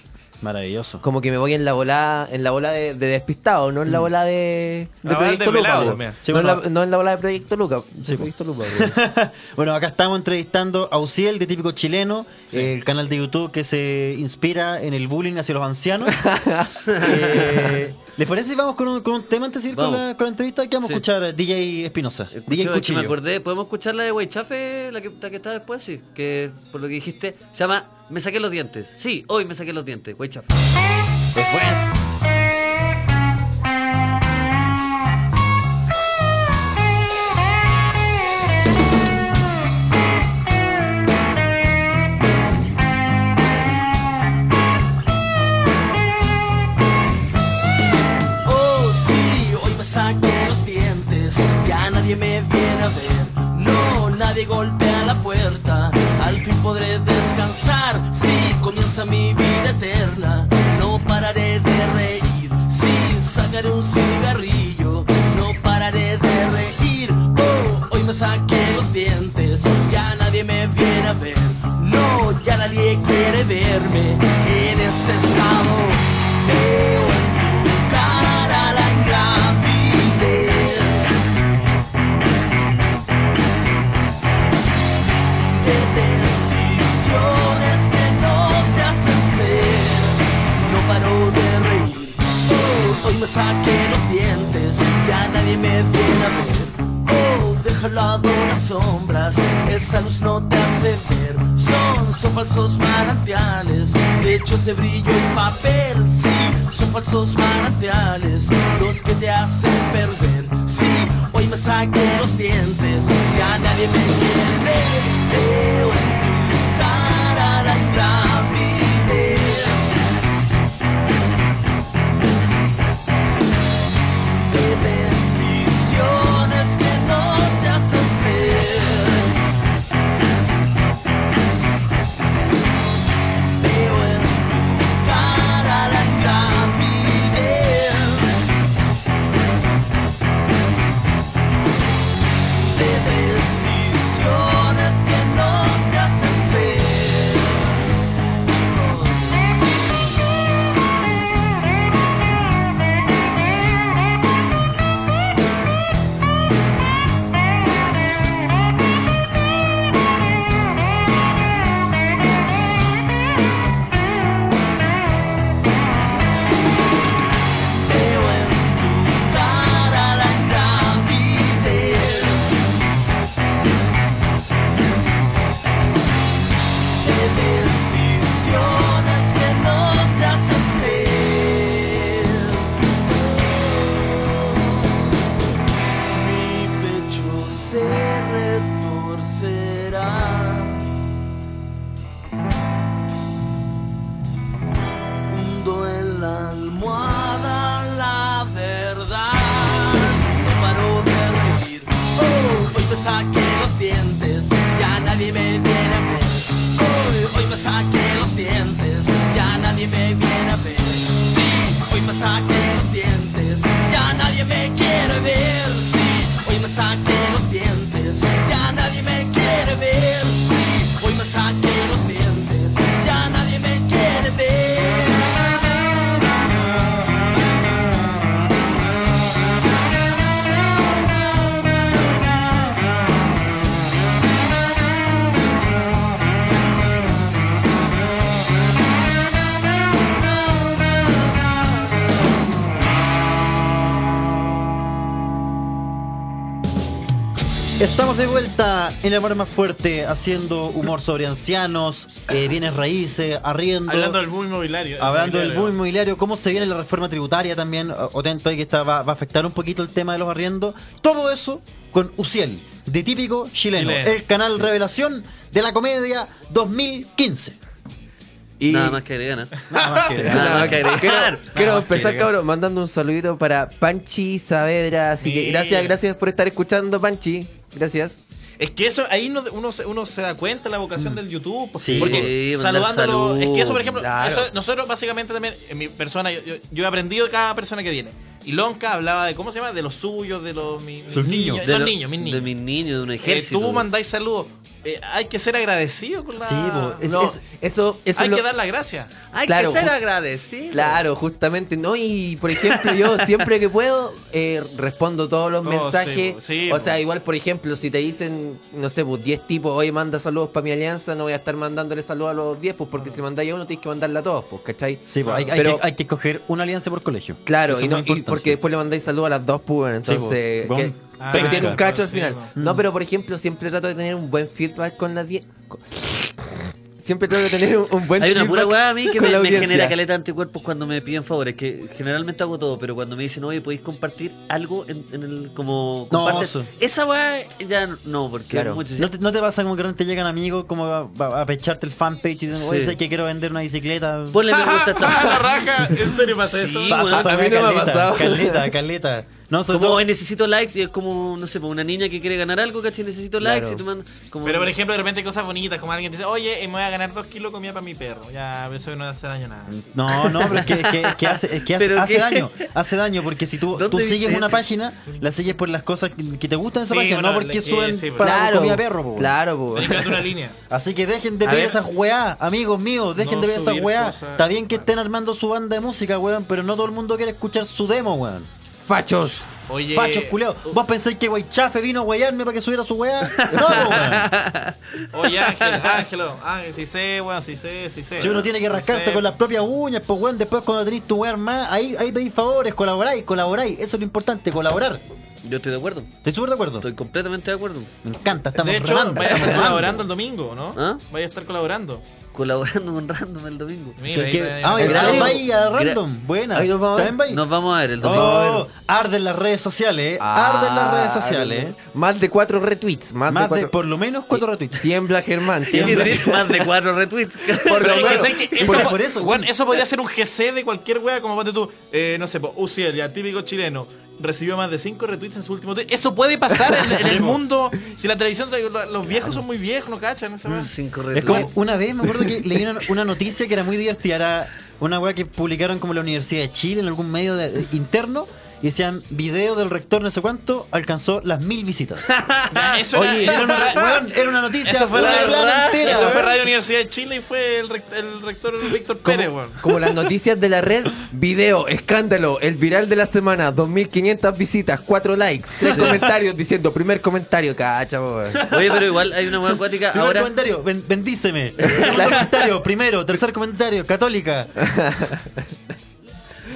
Speaker 2: Maravilloso.
Speaker 4: Como que me voy en la bola, en la bola de, de despistado, no en
Speaker 2: Mm.
Speaker 4: la bola de, de
Speaker 6: La bola del
Speaker 4: Proyecto
Speaker 6: desvelado
Speaker 4: Lupa.
Speaker 6: también.
Speaker 4: po.
Speaker 2: Sí,
Speaker 4: no, en
Speaker 2: bueno.
Speaker 4: la, no en la bola de Proyecto Luca. de
Speaker 2: Sí, po. (laughs)
Speaker 4: Proyecto Luca, weón.
Speaker 2: (laughs) bueno, acá estamos entrevistando a Uciel, de típico chileno, el canal de YouTube que se inspira en el bullying hacia los ancianos. Eh,
Speaker 4: (laughs)
Speaker 2: ¿Les parece si vamos con un, con un tema antes de ir con
Speaker 3: Vamos.
Speaker 2: la, con la entrevista? Que vamos
Speaker 3: Sí.
Speaker 2: a escuchar a DJ Espinosa.
Speaker 3: Escucho,
Speaker 2: DJ
Speaker 3: es que me
Speaker 2: Cuchillo.
Speaker 3: acordé, podemos escuchar la de Weichafe, la que, la que está después, sí. Que por lo que dijiste, se llama Me saqué los dientes. Sí, hoy me saqué los dientes, Weichafe.
Speaker 5: Oh sí, hoy me saqué los dientes, ya nadie me viene a ver. No, nadie golpea la puerta, al fin podré descansar. Sí, comienza mi vida eterna, no pararé de reír. Sí, sacaré un cigarrillo, no pararé de reír. Oh, hoy me saqué los dientes, ya nadie me viene a ver. No, ya nadie quiere verme en este estado. Veo en tu cara la ingravidez de decisiones que no te hacen ser. No paro de reír. Oh, hoy me saqué los dientes, ya nadie me viene a ver. Oh, deja al lado las sombras, esa luz no te hace ver. Son, son falsos manantiales, hechos de brillo y papel. Sí, son falsos manantiales, los que te hacen perder. Sí, hoy me saqué los dientes, ya nadie me quiere ver. Veo en tu cara la gravidez. de decisiones que no te hacen ser. Veo en tu cara la gravidez de decisiones que no te hacen ser. Veo en tu cara la gravidez de decisiones que no te hacen ser. Mi pecho se retorcerá. hundo en la almohada la verdad. No paro de reír. Oh, hoy me saqué los dientes, ya nadie
Speaker 7: Oh, saqué los dientes, ya nadie me viene a ver. Sí, hoy me saqué los dientes, ya nadie me quiere ver. Sí, hoy me saqué los dientes, ya nadie me quiere ver. Sí, hoy me saqué los dientes, ya nadie me quiere ver.
Speaker 2: Estamos de vuelta en Amor Más Fuerte, haciendo humor sobre ancianos, eh, bienes raíces, arriendo.
Speaker 6: Hablando del boom inmobiliario.
Speaker 2: Hablando del boom
Speaker 6: boom
Speaker 2: inmobiliario, cómo se viene la reforma tributaria también, o- atento ahí que está, va, va a afectar un poquito el tema de los arriendos. Todo eso con Uciel, de típico chileno,
Speaker 6: Chileno.
Speaker 2: el canal revelación de la comedia 2015.
Speaker 4: Y
Speaker 3: Nada más que agregar. ¿eh? ¿no?
Speaker 2: Ah,
Speaker 6: (laughs)
Speaker 3: Nada
Speaker 4: Nada,
Speaker 3: más que
Speaker 4: quiero,
Speaker 3: agregar.
Speaker 4: quiero
Speaker 6: Nada más que
Speaker 4: empezar,
Speaker 6: agregar.
Speaker 4: cabrón, mandando un saludito para Panchi Saavedra. Así que
Speaker 6: Mira.
Speaker 4: gracias, gracias por estar escuchando, Panchi. Gracias.
Speaker 6: Es que eso, ahí no- uno, se- uno se da cuenta de la vocación del YouTube. po.
Speaker 2: Sí,
Speaker 6: porque
Speaker 3: po.
Speaker 6: saludándolo.
Speaker 3: Mandar
Speaker 6: Es que eso,
Speaker 3: salud,
Speaker 6: por ejemplo,
Speaker 4: claro.
Speaker 6: eso- nosotros básicamente también, en mi persona, yo, yo- yo he aprendido de cada persona que viene. Y Lonca hablaba de, ¿cómo se llama? De los suyos, de los mi- mis
Speaker 2: Sus niños.
Speaker 6: De,
Speaker 3: De
Speaker 6: los
Speaker 3: lo-
Speaker 6: niños, mis niños.
Speaker 3: De mis niños, de un
Speaker 6: Eh,
Speaker 3: ejército.
Speaker 6: tú mandáis saludos. Eh, hay que ser agradecido con la.
Speaker 2: Sí, po, Es-
Speaker 4: No,
Speaker 2: es-
Speaker 4: eso, eso
Speaker 6: Ah, hay
Speaker 4: pues, es lo-
Speaker 6: que dar las gracias.
Speaker 3: Hay
Speaker 4: Claro,
Speaker 3: que ser
Speaker 4: ju-
Speaker 3: agradecido.
Speaker 4: Claro, justamente, ¿no? Y por ejemplo,
Speaker 6: (laughs)
Speaker 4: yo siempre que puedo eh, respondo todos los
Speaker 6: Todo, Oh, sí,
Speaker 4: mensajes.
Speaker 6: bo, sí, pues.
Speaker 4: o
Speaker 6: bo.
Speaker 4: sea, igual, por ejemplo, si te dicen, no sé, pues 10 tipos, oye, manda saludos para mi alianza, no voy a estar mandándole saludos a los 10, pues porque
Speaker 6: Ah.
Speaker 4: si mandáis a uno tienes que mandarle a todos, pues, ¿cachai?
Speaker 2: Sí, pues, hay, hay
Speaker 4: Pero-
Speaker 2: que, hay que escoger una alianza por colegio.
Speaker 4: Claro,
Speaker 2: Eso
Speaker 4: y,
Speaker 2: es
Speaker 4: no,
Speaker 2: muy
Speaker 4: y
Speaker 2: importante.
Speaker 4: porque después le mandáis saludos a las dos, pues, entonces.
Speaker 2: Sí, pues,
Speaker 4: que-
Speaker 2: buen-
Speaker 6: Ah,
Speaker 4: pero tiene un
Speaker 6: claro,
Speaker 4: cacho al
Speaker 6: sí,
Speaker 4: final.
Speaker 2: Mm.
Speaker 6: pues.
Speaker 4: No, pero por ejemplo, siempre trato de tener un buen feedback con las 10. con- Siempre trato de tener un, un buen
Speaker 3: Hay una pura
Speaker 4: feedback
Speaker 3: weá a mí que
Speaker 4: con
Speaker 3: me,
Speaker 4: la
Speaker 3: me
Speaker 4: audiencia.
Speaker 3: genera caleta de anticuerpos cuando me piden favores, que generalmente hago todo, pero cuando me dicen, oye, podéis compartir algo en, en el. como.
Speaker 2: No,
Speaker 3: comparte-".
Speaker 2: eso.
Speaker 3: Esa weá ya no, porque
Speaker 4: Claro.
Speaker 3: es mucho.
Speaker 2: ¿No te, no te pasa como que no te llegan amigos como a, a- a pecharte el fanpage y dicen, oye,
Speaker 3: Sí.
Speaker 2: sé que quiero vender una bicicleta?
Speaker 3: Ponle me gusta
Speaker 6: (laughs)
Speaker 3: a esta-
Speaker 6: la raja! ¿En serio pasa
Speaker 3: Sí,
Speaker 6: eso?
Speaker 3: bueno,
Speaker 2: Pasa,
Speaker 4: a
Speaker 2: esa
Speaker 4: mí
Speaker 2: wea,
Speaker 4: no me ha
Speaker 2: caleta,
Speaker 4: pasado.
Speaker 2: caleta, caleta. No, sobre
Speaker 3: Como
Speaker 2: todo-
Speaker 3: "Oye, necesito likes, y es como, no sé, como una niña que quiere ganar algo, ¿cachai? Necesito
Speaker 4: Claro.
Speaker 3: likes y te mandan. Como,
Speaker 6: Pero por ejemplo, de repente hay cosas bonitas, como alguien dice, oye, eh, me voy a ganar dos kilos de comida para mi perro. Ya, eso no hace daño a
Speaker 2: Mm,
Speaker 6: nada.
Speaker 2: No, no, pero es que, es que- es que hace, es que hace,
Speaker 3: ¿Pero
Speaker 2: hace
Speaker 3: qué?
Speaker 2: daño. Hace daño porque si tú,
Speaker 3: ¿Dónde
Speaker 2: tú
Speaker 3: viste
Speaker 2: sigues una
Speaker 3: eso?
Speaker 2: página, la sigues por las cosas que que te gustan de esa
Speaker 6: Sí,
Speaker 2: página,
Speaker 6: bueno,
Speaker 2: no porque
Speaker 6: le-
Speaker 2: suben
Speaker 6: eh, sí, pues.
Speaker 2: para
Speaker 4: Claro,
Speaker 2: comida perro. po.
Speaker 4: Claro, pues, po.
Speaker 3: (laughs)
Speaker 6: Tenés que darte una línea.
Speaker 2: Así que dejen de
Speaker 6: A
Speaker 2: ver
Speaker 6: ver.
Speaker 2: esas weá, amigos míos, dejen
Speaker 6: No
Speaker 2: de ver esas
Speaker 6: subir
Speaker 2: weá.
Speaker 6: cosas.
Speaker 2: Está bien que estén armando su banda de música, weón, pero no todo el mundo quiere escuchar su demo, weón.
Speaker 4: Fachos.
Speaker 6: Oye,
Speaker 2: Fachos, culeados. ¿Vos pensáis que Guaychafe vino a guayarme para que subiera su weá? No, po, weón. (laughs)
Speaker 6: Oye, Ángel, Ángelo, Ángel, sí sé, weón, sí sé, sí sé.
Speaker 2: Si uno tiene que
Speaker 6: Sí
Speaker 2: rascarse
Speaker 6: sé.
Speaker 2: con las propias uñas, pues weón, después cuando tenéis tu weá armada, ahí, ahí pedís favores, colaboráis, colaboráis. Eso es lo importante, colaborar.
Speaker 3: Yo estoy de acuerdo,
Speaker 2: Estoy súper de acuerdo.
Speaker 3: estoy completamente de acuerdo.
Speaker 2: Me encanta, estamos
Speaker 6: De hecho,
Speaker 2: remando,
Speaker 6: vaya a
Speaker 2: (laughs)
Speaker 6: estar
Speaker 2: estamos remando.
Speaker 6: colaborando el domingo, ¿no?
Speaker 3: ¿Ah?
Speaker 6: Vaya a estar colaborando.
Speaker 3: Colaborando con Random el domingo.
Speaker 6: Mira, ahí
Speaker 2: Que-
Speaker 6: está, ahí
Speaker 2: ah,
Speaker 6: está.
Speaker 4: ¿En
Speaker 2: ¿en
Speaker 4: serio?
Speaker 2: vaya a random. Buena.
Speaker 4: Ahí nos vamos a ver.
Speaker 2: ¿También vais?
Speaker 3: Nos vamos a ver el domingo.
Speaker 2: Oh, arden las redes sociales, eh. arden las
Speaker 4: Ah,
Speaker 2: redes sociales. eh.
Speaker 4: Más de cuatro retweets. Más,
Speaker 2: Más
Speaker 4: de cuatro.
Speaker 2: de por lo menos cuatro retweets.
Speaker 4: (laughs) Tiembla Germán,
Speaker 3: Tiene que
Speaker 4: tiembla.
Speaker 3: tener más de cuatro retweets.
Speaker 6: Pero es que
Speaker 2: menos.
Speaker 3: (laughs)
Speaker 6: sé que eso,
Speaker 2: Por-
Speaker 6: po-
Speaker 2: por eso,
Speaker 6: weón, eso podría ser un GC de cualquier wea, como ponte tú, eh, no sé, po, UCL, ya típico chileno, recibió más de 5 retweets en su último tweet. Eso puede pasar en, en el mundo. Si la televisión, lo- los viejos son muy viejos, no cachan, esa (laughs) wea.
Speaker 3: Cinco
Speaker 2: Es
Speaker 3: retweets.
Speaker 2: como una vez me acuerdo que leí una, una noticia que era muy divertida, era una weá que publicaron como la Universidad de Chile en algún medio de- de- interno y decían video del rector no sé cuánto alcanzó las mil visitas.
Speaker 6: Ya, eso era-
Speaker 4: Oye,
Speaker 6: eso
Speaker 2: Era una,
Speaker 6: fue-
Speaker 2: weón, era una noticia,
Speaker 6: Eso fue,
Speaker 2: una
Speaker 6: radio,
Speaker 2: clara entera,
Speaker 6: eso fue
Speaker 2: weón.
Speaker 6: Radio Universidad de Chile y fue el, rect- el rector Víctor Pérez,
Speaker 4: Como,
Speaker 6: weón.
Speaker 4: como las noticias de la red, video, escándalo, el viral de la semana, 2500 visitas, 4 likes, 3 comentarios diciendo primer comentario, cacha, po, weón.
Speaker 3: Oye, pero igual hay una hueá acuática
Speaker 2: Primer
Speaker 3: ahora.
Speaker 2: comentario, ben-
Speaker 6: (laughs)
Speaker 2: bendíceme. Segundo comentario, primero, tercer comentario, católica.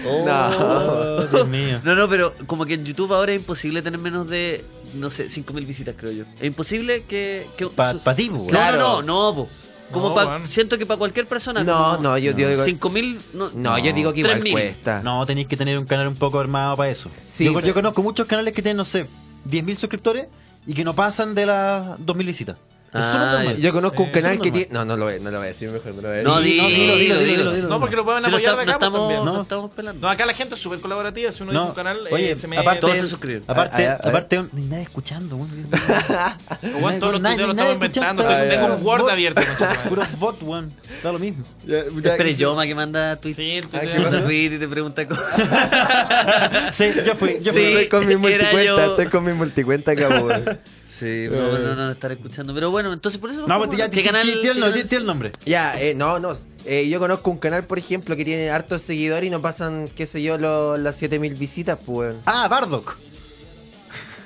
Speaker 3: Oh.
Speaker 6: Oh,
Speaker 4: No.
Speaker 2: Dios mío.
Speaker 3: No, no, pero como que en YouTube ahora es imposible tener menos de, no sé, 5.000 visitas, creo yo. Es imposible que... que
Speaker 2: Pa-
Speaker 3: su-
Speaker 2: pa' ti, po,
Speaker 3: No,
Speaker 4: claro.
Speaker 3: No, no, no, po. Como
Speaker 6: No,
Speaker 3: pa-
Speaker 6: weón.
Speaker 3: siento que para cualquier persona...
Speaker 4: No,
Speaker 3: como
Speaker 4: no, yo- yo digo-
Speaker 3: 5.000... No,
Speaker 4: No, yo digo que igual
Speaker 3: 3.000.
Speaker 4: cuesta.
Speaker 2: No, tenéis que tener un canal un poco armado para eso.
Speaker 4: Sí,
Speaker 2: yo,
Speaker 4: pero-
Speaker 2: yo conozco muchos canales que tienen, no sé, 10.000 suscriptores y que no pasan de las 2.000 visitas.
Speaker 3: Ah,
Speaker 6: es súper normal.
Speaker 4: Yo conozco un
Speaker 6: Eh,
Speaker 4: canal
Speaker 6: súper
Speaker 4: que
Speaker 6: normal.
Speaker 4: tiene. No, no lo voy, no lo voy a decir mejor, no lo voy a decir.
Speaker 3: No, di-
Speaker 2: no, dilo, dilo, dilo, dilo, dilo.
Speaker 6: No, porque lo pueden
Speaker 3: Si no
Speaker 6: apoyar
Speaker 3: está-
Speaker 6: de acá
Speaker 3: no
Speaker 6: pues, también.
Speaker 3: estamos-
Speaker 6: No.
Speaker 3: no estamos pelando.
Speaker 6: No, acá la gente es súper colaborativa. Si uno dice un canal, eh,
Speaker 2: oye,
Speaker 6: se me
Speaker 2: aparte,
Speaker 3: Todos se suscriben.
Speaker 2: aparte,
Speaker 4: A- a- a-
Speaker 2: aparte, un- ni nadie escuchando, weón.
Speaker 6: (laughs) O, weón, todos
Speaker 2: Nadie-
Speaker 6: los tuiteos lo
Speaker 2: nadie
Speaker 6: estamos inventando.
Speaker 2: escuchando.
Speaker 4: Ah,
Speaker 6: Tengo tengo un Word
Speaker 2: Bot. (laughs)
Speaker 6: abierto. conchetumare.
Speaker 2: Puros bot, weón. Da lo mismo.
Speaker 3: Espere, Yoma que manda tweet.
Speaker 6: Sí, el
Speaker 4: ¿qué
Speaker 6: tuiteo.
Speaker 4: pasa?
Speaker 3: manda tweet y te pregunta cosas.
Speaker 2: Sí, yo fui, yo
Speaker 3: Sí.
Speaker 2: fui.
Speaker 4: estoy con mi
Speaker 3: era
Speaker 4: multicuenta,
Speaker 3: yo.
Speaker 4: estoy con mi multicuenta acá, weón.
Speaker 3: (laughs) Sí, no, no, no, no estar escuchando. Pero bueno, entonces por eso.
Speaker 2: No, pues ya, ti-
Speaker 3: ¿qué
Speaker 2: ti-
Speaker 3: canal?
Speaker 2: ti- tiene el
Speaker 3: qué
Speaker 2: nombre,
Speaker 3: canal?
Speaker 2: ti- tiene el nombre.
Speaker 4: Ya, eh, no, no. eh, yo conozco un canal, por ejemplo, que tiene hartos seguidores y no pasan, qué sé yo, lo- las 7000 visitas, pues, weón.
Speaker 2: Ah, Bardock.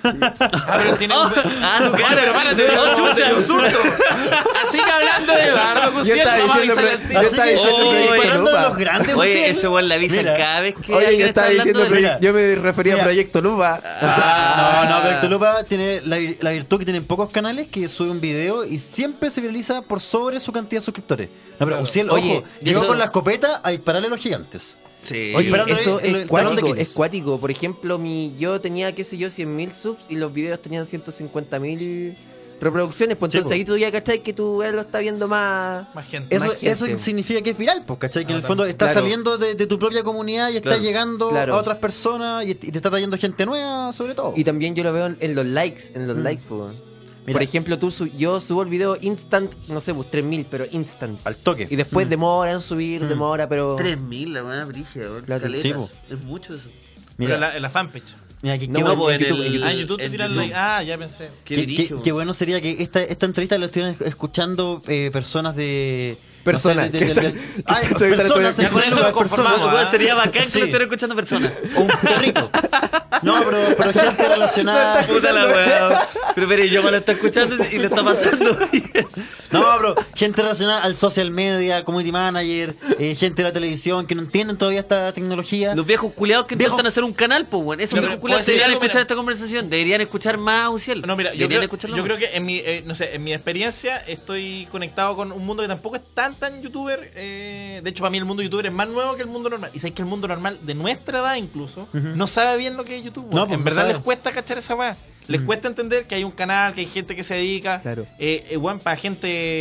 Speaker 6: Ah, pero tiene un-
Speaker 3: Ah, no, (laughs) claro, pero párate, (laughs) no, chucha.
Speaker 6: Así que hablando de Bardo
Speaker 4: Yo
Speaker 6: Cusiel,
Speaker 4: estaba
Speaker 6: vamos a
Speaker 4: diciendo,
Speaker 6: avisarle al
Speaker 4: pero-
Speaker 6: tío.
Speaker 4: Yo
Speaker 2: Así
Speaker 4: estaba
Speaker 2: que
Speaker 4: diciendo
Speaker 2: se
Speaker 4: que
Speaker 2: está disparando
Speaker 4: Lupa.
Speaker 2: a los grandes,
Speaker 3: Oye,
Speaker 2: Usiel.
Speaker 3: ese weón la avisan
Speaker 2: Mira.
Speaker 3: cada vez que.
Speaker 4: Oye,
Speaker 3: alguien
Speaker 4: yo
Speaker 3: está
Speaker 4: estaba diciendo,
Speaker 3: hablando de-
Speaker 4: pero yo me refería
Speaker 2: Mira.
Speaker 4: a Proyecto Lupa.
Speaker 2: Ah, no, no, Proyecto Lupa tiene la, vi- la virtud que tienen pocos canales que sube un video y siempre se viraliza por sobre su cantidad de suscriptores. No, pero Usiel,
Speaker 4: Oye,
Speaker 2: ojo,
Speaker 3: y
Speaker 2: llegó
Speaker 3: eso-
Speaker 2: con la escopeta a dispararle a los gigantes.
Speaker 3: Sí.
Speaker 4: Oye,
Speaker 2: Esperando
Speaker 4: eso
Speaker 2: el- el-
Speaker 4: es
Speaker 2: el talón de
Speaker 4: cuático,
Speaker 2: Aquiles.
Speaker 4: es cuático. Por ejemplo, mi, yo tenía, qué sé yo, 100.000 subs y los videos tenían 150.000 reproducciones. Pues
Speaker 2: Sí,
Speaker 4: entonces
Speaker 2: po.
Speaker 4: ahí tú ya cachai que tu weón lo está viendo más...
Speaker 6: Más gente.
Speaker 2: Eso,
Speaker 4: Más gente.
Speaker 2: eso significa que es viral, pues, ¿cachai? Que en el fondo está
Speaker 4: claro.
Speaker 2: saliendo de, de tu propia comunidad y está
Speaker 3: Claro,
Speaker 2: llegando
Speaker 4: claro.
Speaker 2: a otras personas y, y te está trayendo gente nueva, sobre todo.
Speaker 4: Y también yo lo veo en, en los likes, en los likes, po, weón.
Speaker 2: Mira.
Speaker 4: Por ejemplo, tú sub- yo subo el video instant, no sé, pues 3000, pero instant.
Speaker 2: al toque.
Speaker 4: Y después demora en subir, demora, pero.
Speaker 3: 3000, la buena brigia, weón.
Speaker 4: Claro,
Speaker 3: caleta.
Speaker 2: sí, po.
Speaker 3: Es mucho eso.
Speaker 6: Pero
Speaker 2: Mira,
Speaker 6: en la, en la fanpage.
Speaker 2: mira, qué-
Speaker 4: No,
Speaker 2: qué
Speaker 4: no,
Speaker 2: buen-
Speaker 4: pues, en
Speaker 3: el-
Speaker 4: YouTube, en YouTube.
Speaker 6: Ah, en YouTube te
Speaker 3: en
Speaker 6: tiran
Speaker 3: YouTube.
Speaker 6: like. Ah, ya pensé.
Speaker 3: Qué
Speaker 2: Qué,
Speaker 3: dirige,
Speaker 2: qué-
Speaker 3: weón.
Speaker 2: qué bueno sería que esta, esta entrevista la estuvieran escuchando eh, personas de...
Speaker 4: Personas,
Speaker 2: no sé, de- de- de- Ay,
Speaker 4: que están-
Speaker 2: personas
Speaker 6: Ya
Speaker 2: en
Speaker 6: con
Speaker 2: primer
Speaker 6: eso
Speaker 2: lugar,
Speaker 6: lo conformamos,
Speaker 2: personas.
Speaker 6: ¿ah?
Speaker 3: Weón, Sería bacán que
Speaker 2: Sí.
Speaker 3: lo estuvieran escuchando (laughs) personas.
Speaker 2: O un perrito. No, pero, pero gente relacionada...
Speaker 3: (laughs) Puta la weá. Pero pero yo me lo está escuchando y lo está pasando bien.
Speaker 2: No, bro, gente relacionada al social media, community manager, eh, gente de la televisión que no entienden todavía esta tecnología.
Speaker 3: (laughs) Los viejos culiados que
Speaker 2: Viejo-
Speaker 3: intentan hacer un canal, pues, weón. Esos
Speaker 6: Yo
Speaker 3: viejos
Speaker 6: creo-
Speaker 3: culiados
Speaker 6: puede ser
Speaker 3: deberían
Speaker 6: algo,
Speaker 3: escuchar
Speaker 6: mira.
Speaker 3: esta conversación. Deberían escuchar más a Uciel.
Speaker 6: No, mira, yo
Speaker 3: deberían
Speaker 6: creo,
Speaker 3: escucharlo
Speaker 6: yo
Speaker 3: más.
Speaker 6: creo que en mi, eh, no sé, en mi experiencia estoy conectado con un mundo que tampoco es tan, tan youtuber. eh, de hecho, para mí el mundo youtuber es más nuevo que el mundo normal. Y sabéis que el mundo normal, de nuestra edad incluso, no sabe bien lo que es YouTube.
Speaker 2: No,
Speaker 6: weón.
Speaker 2: pues,
Speaker 6: en
Speaker 2: no
Speaker 6: verdad
Speaker 2: sabe.
Speaker 6: les cuesta cachar esa weá. Les cuesta entender que hay un canal, que hay gente que se dedica.
Speaker 4: Claro.
Speaker 6: Eh, eh, weón, para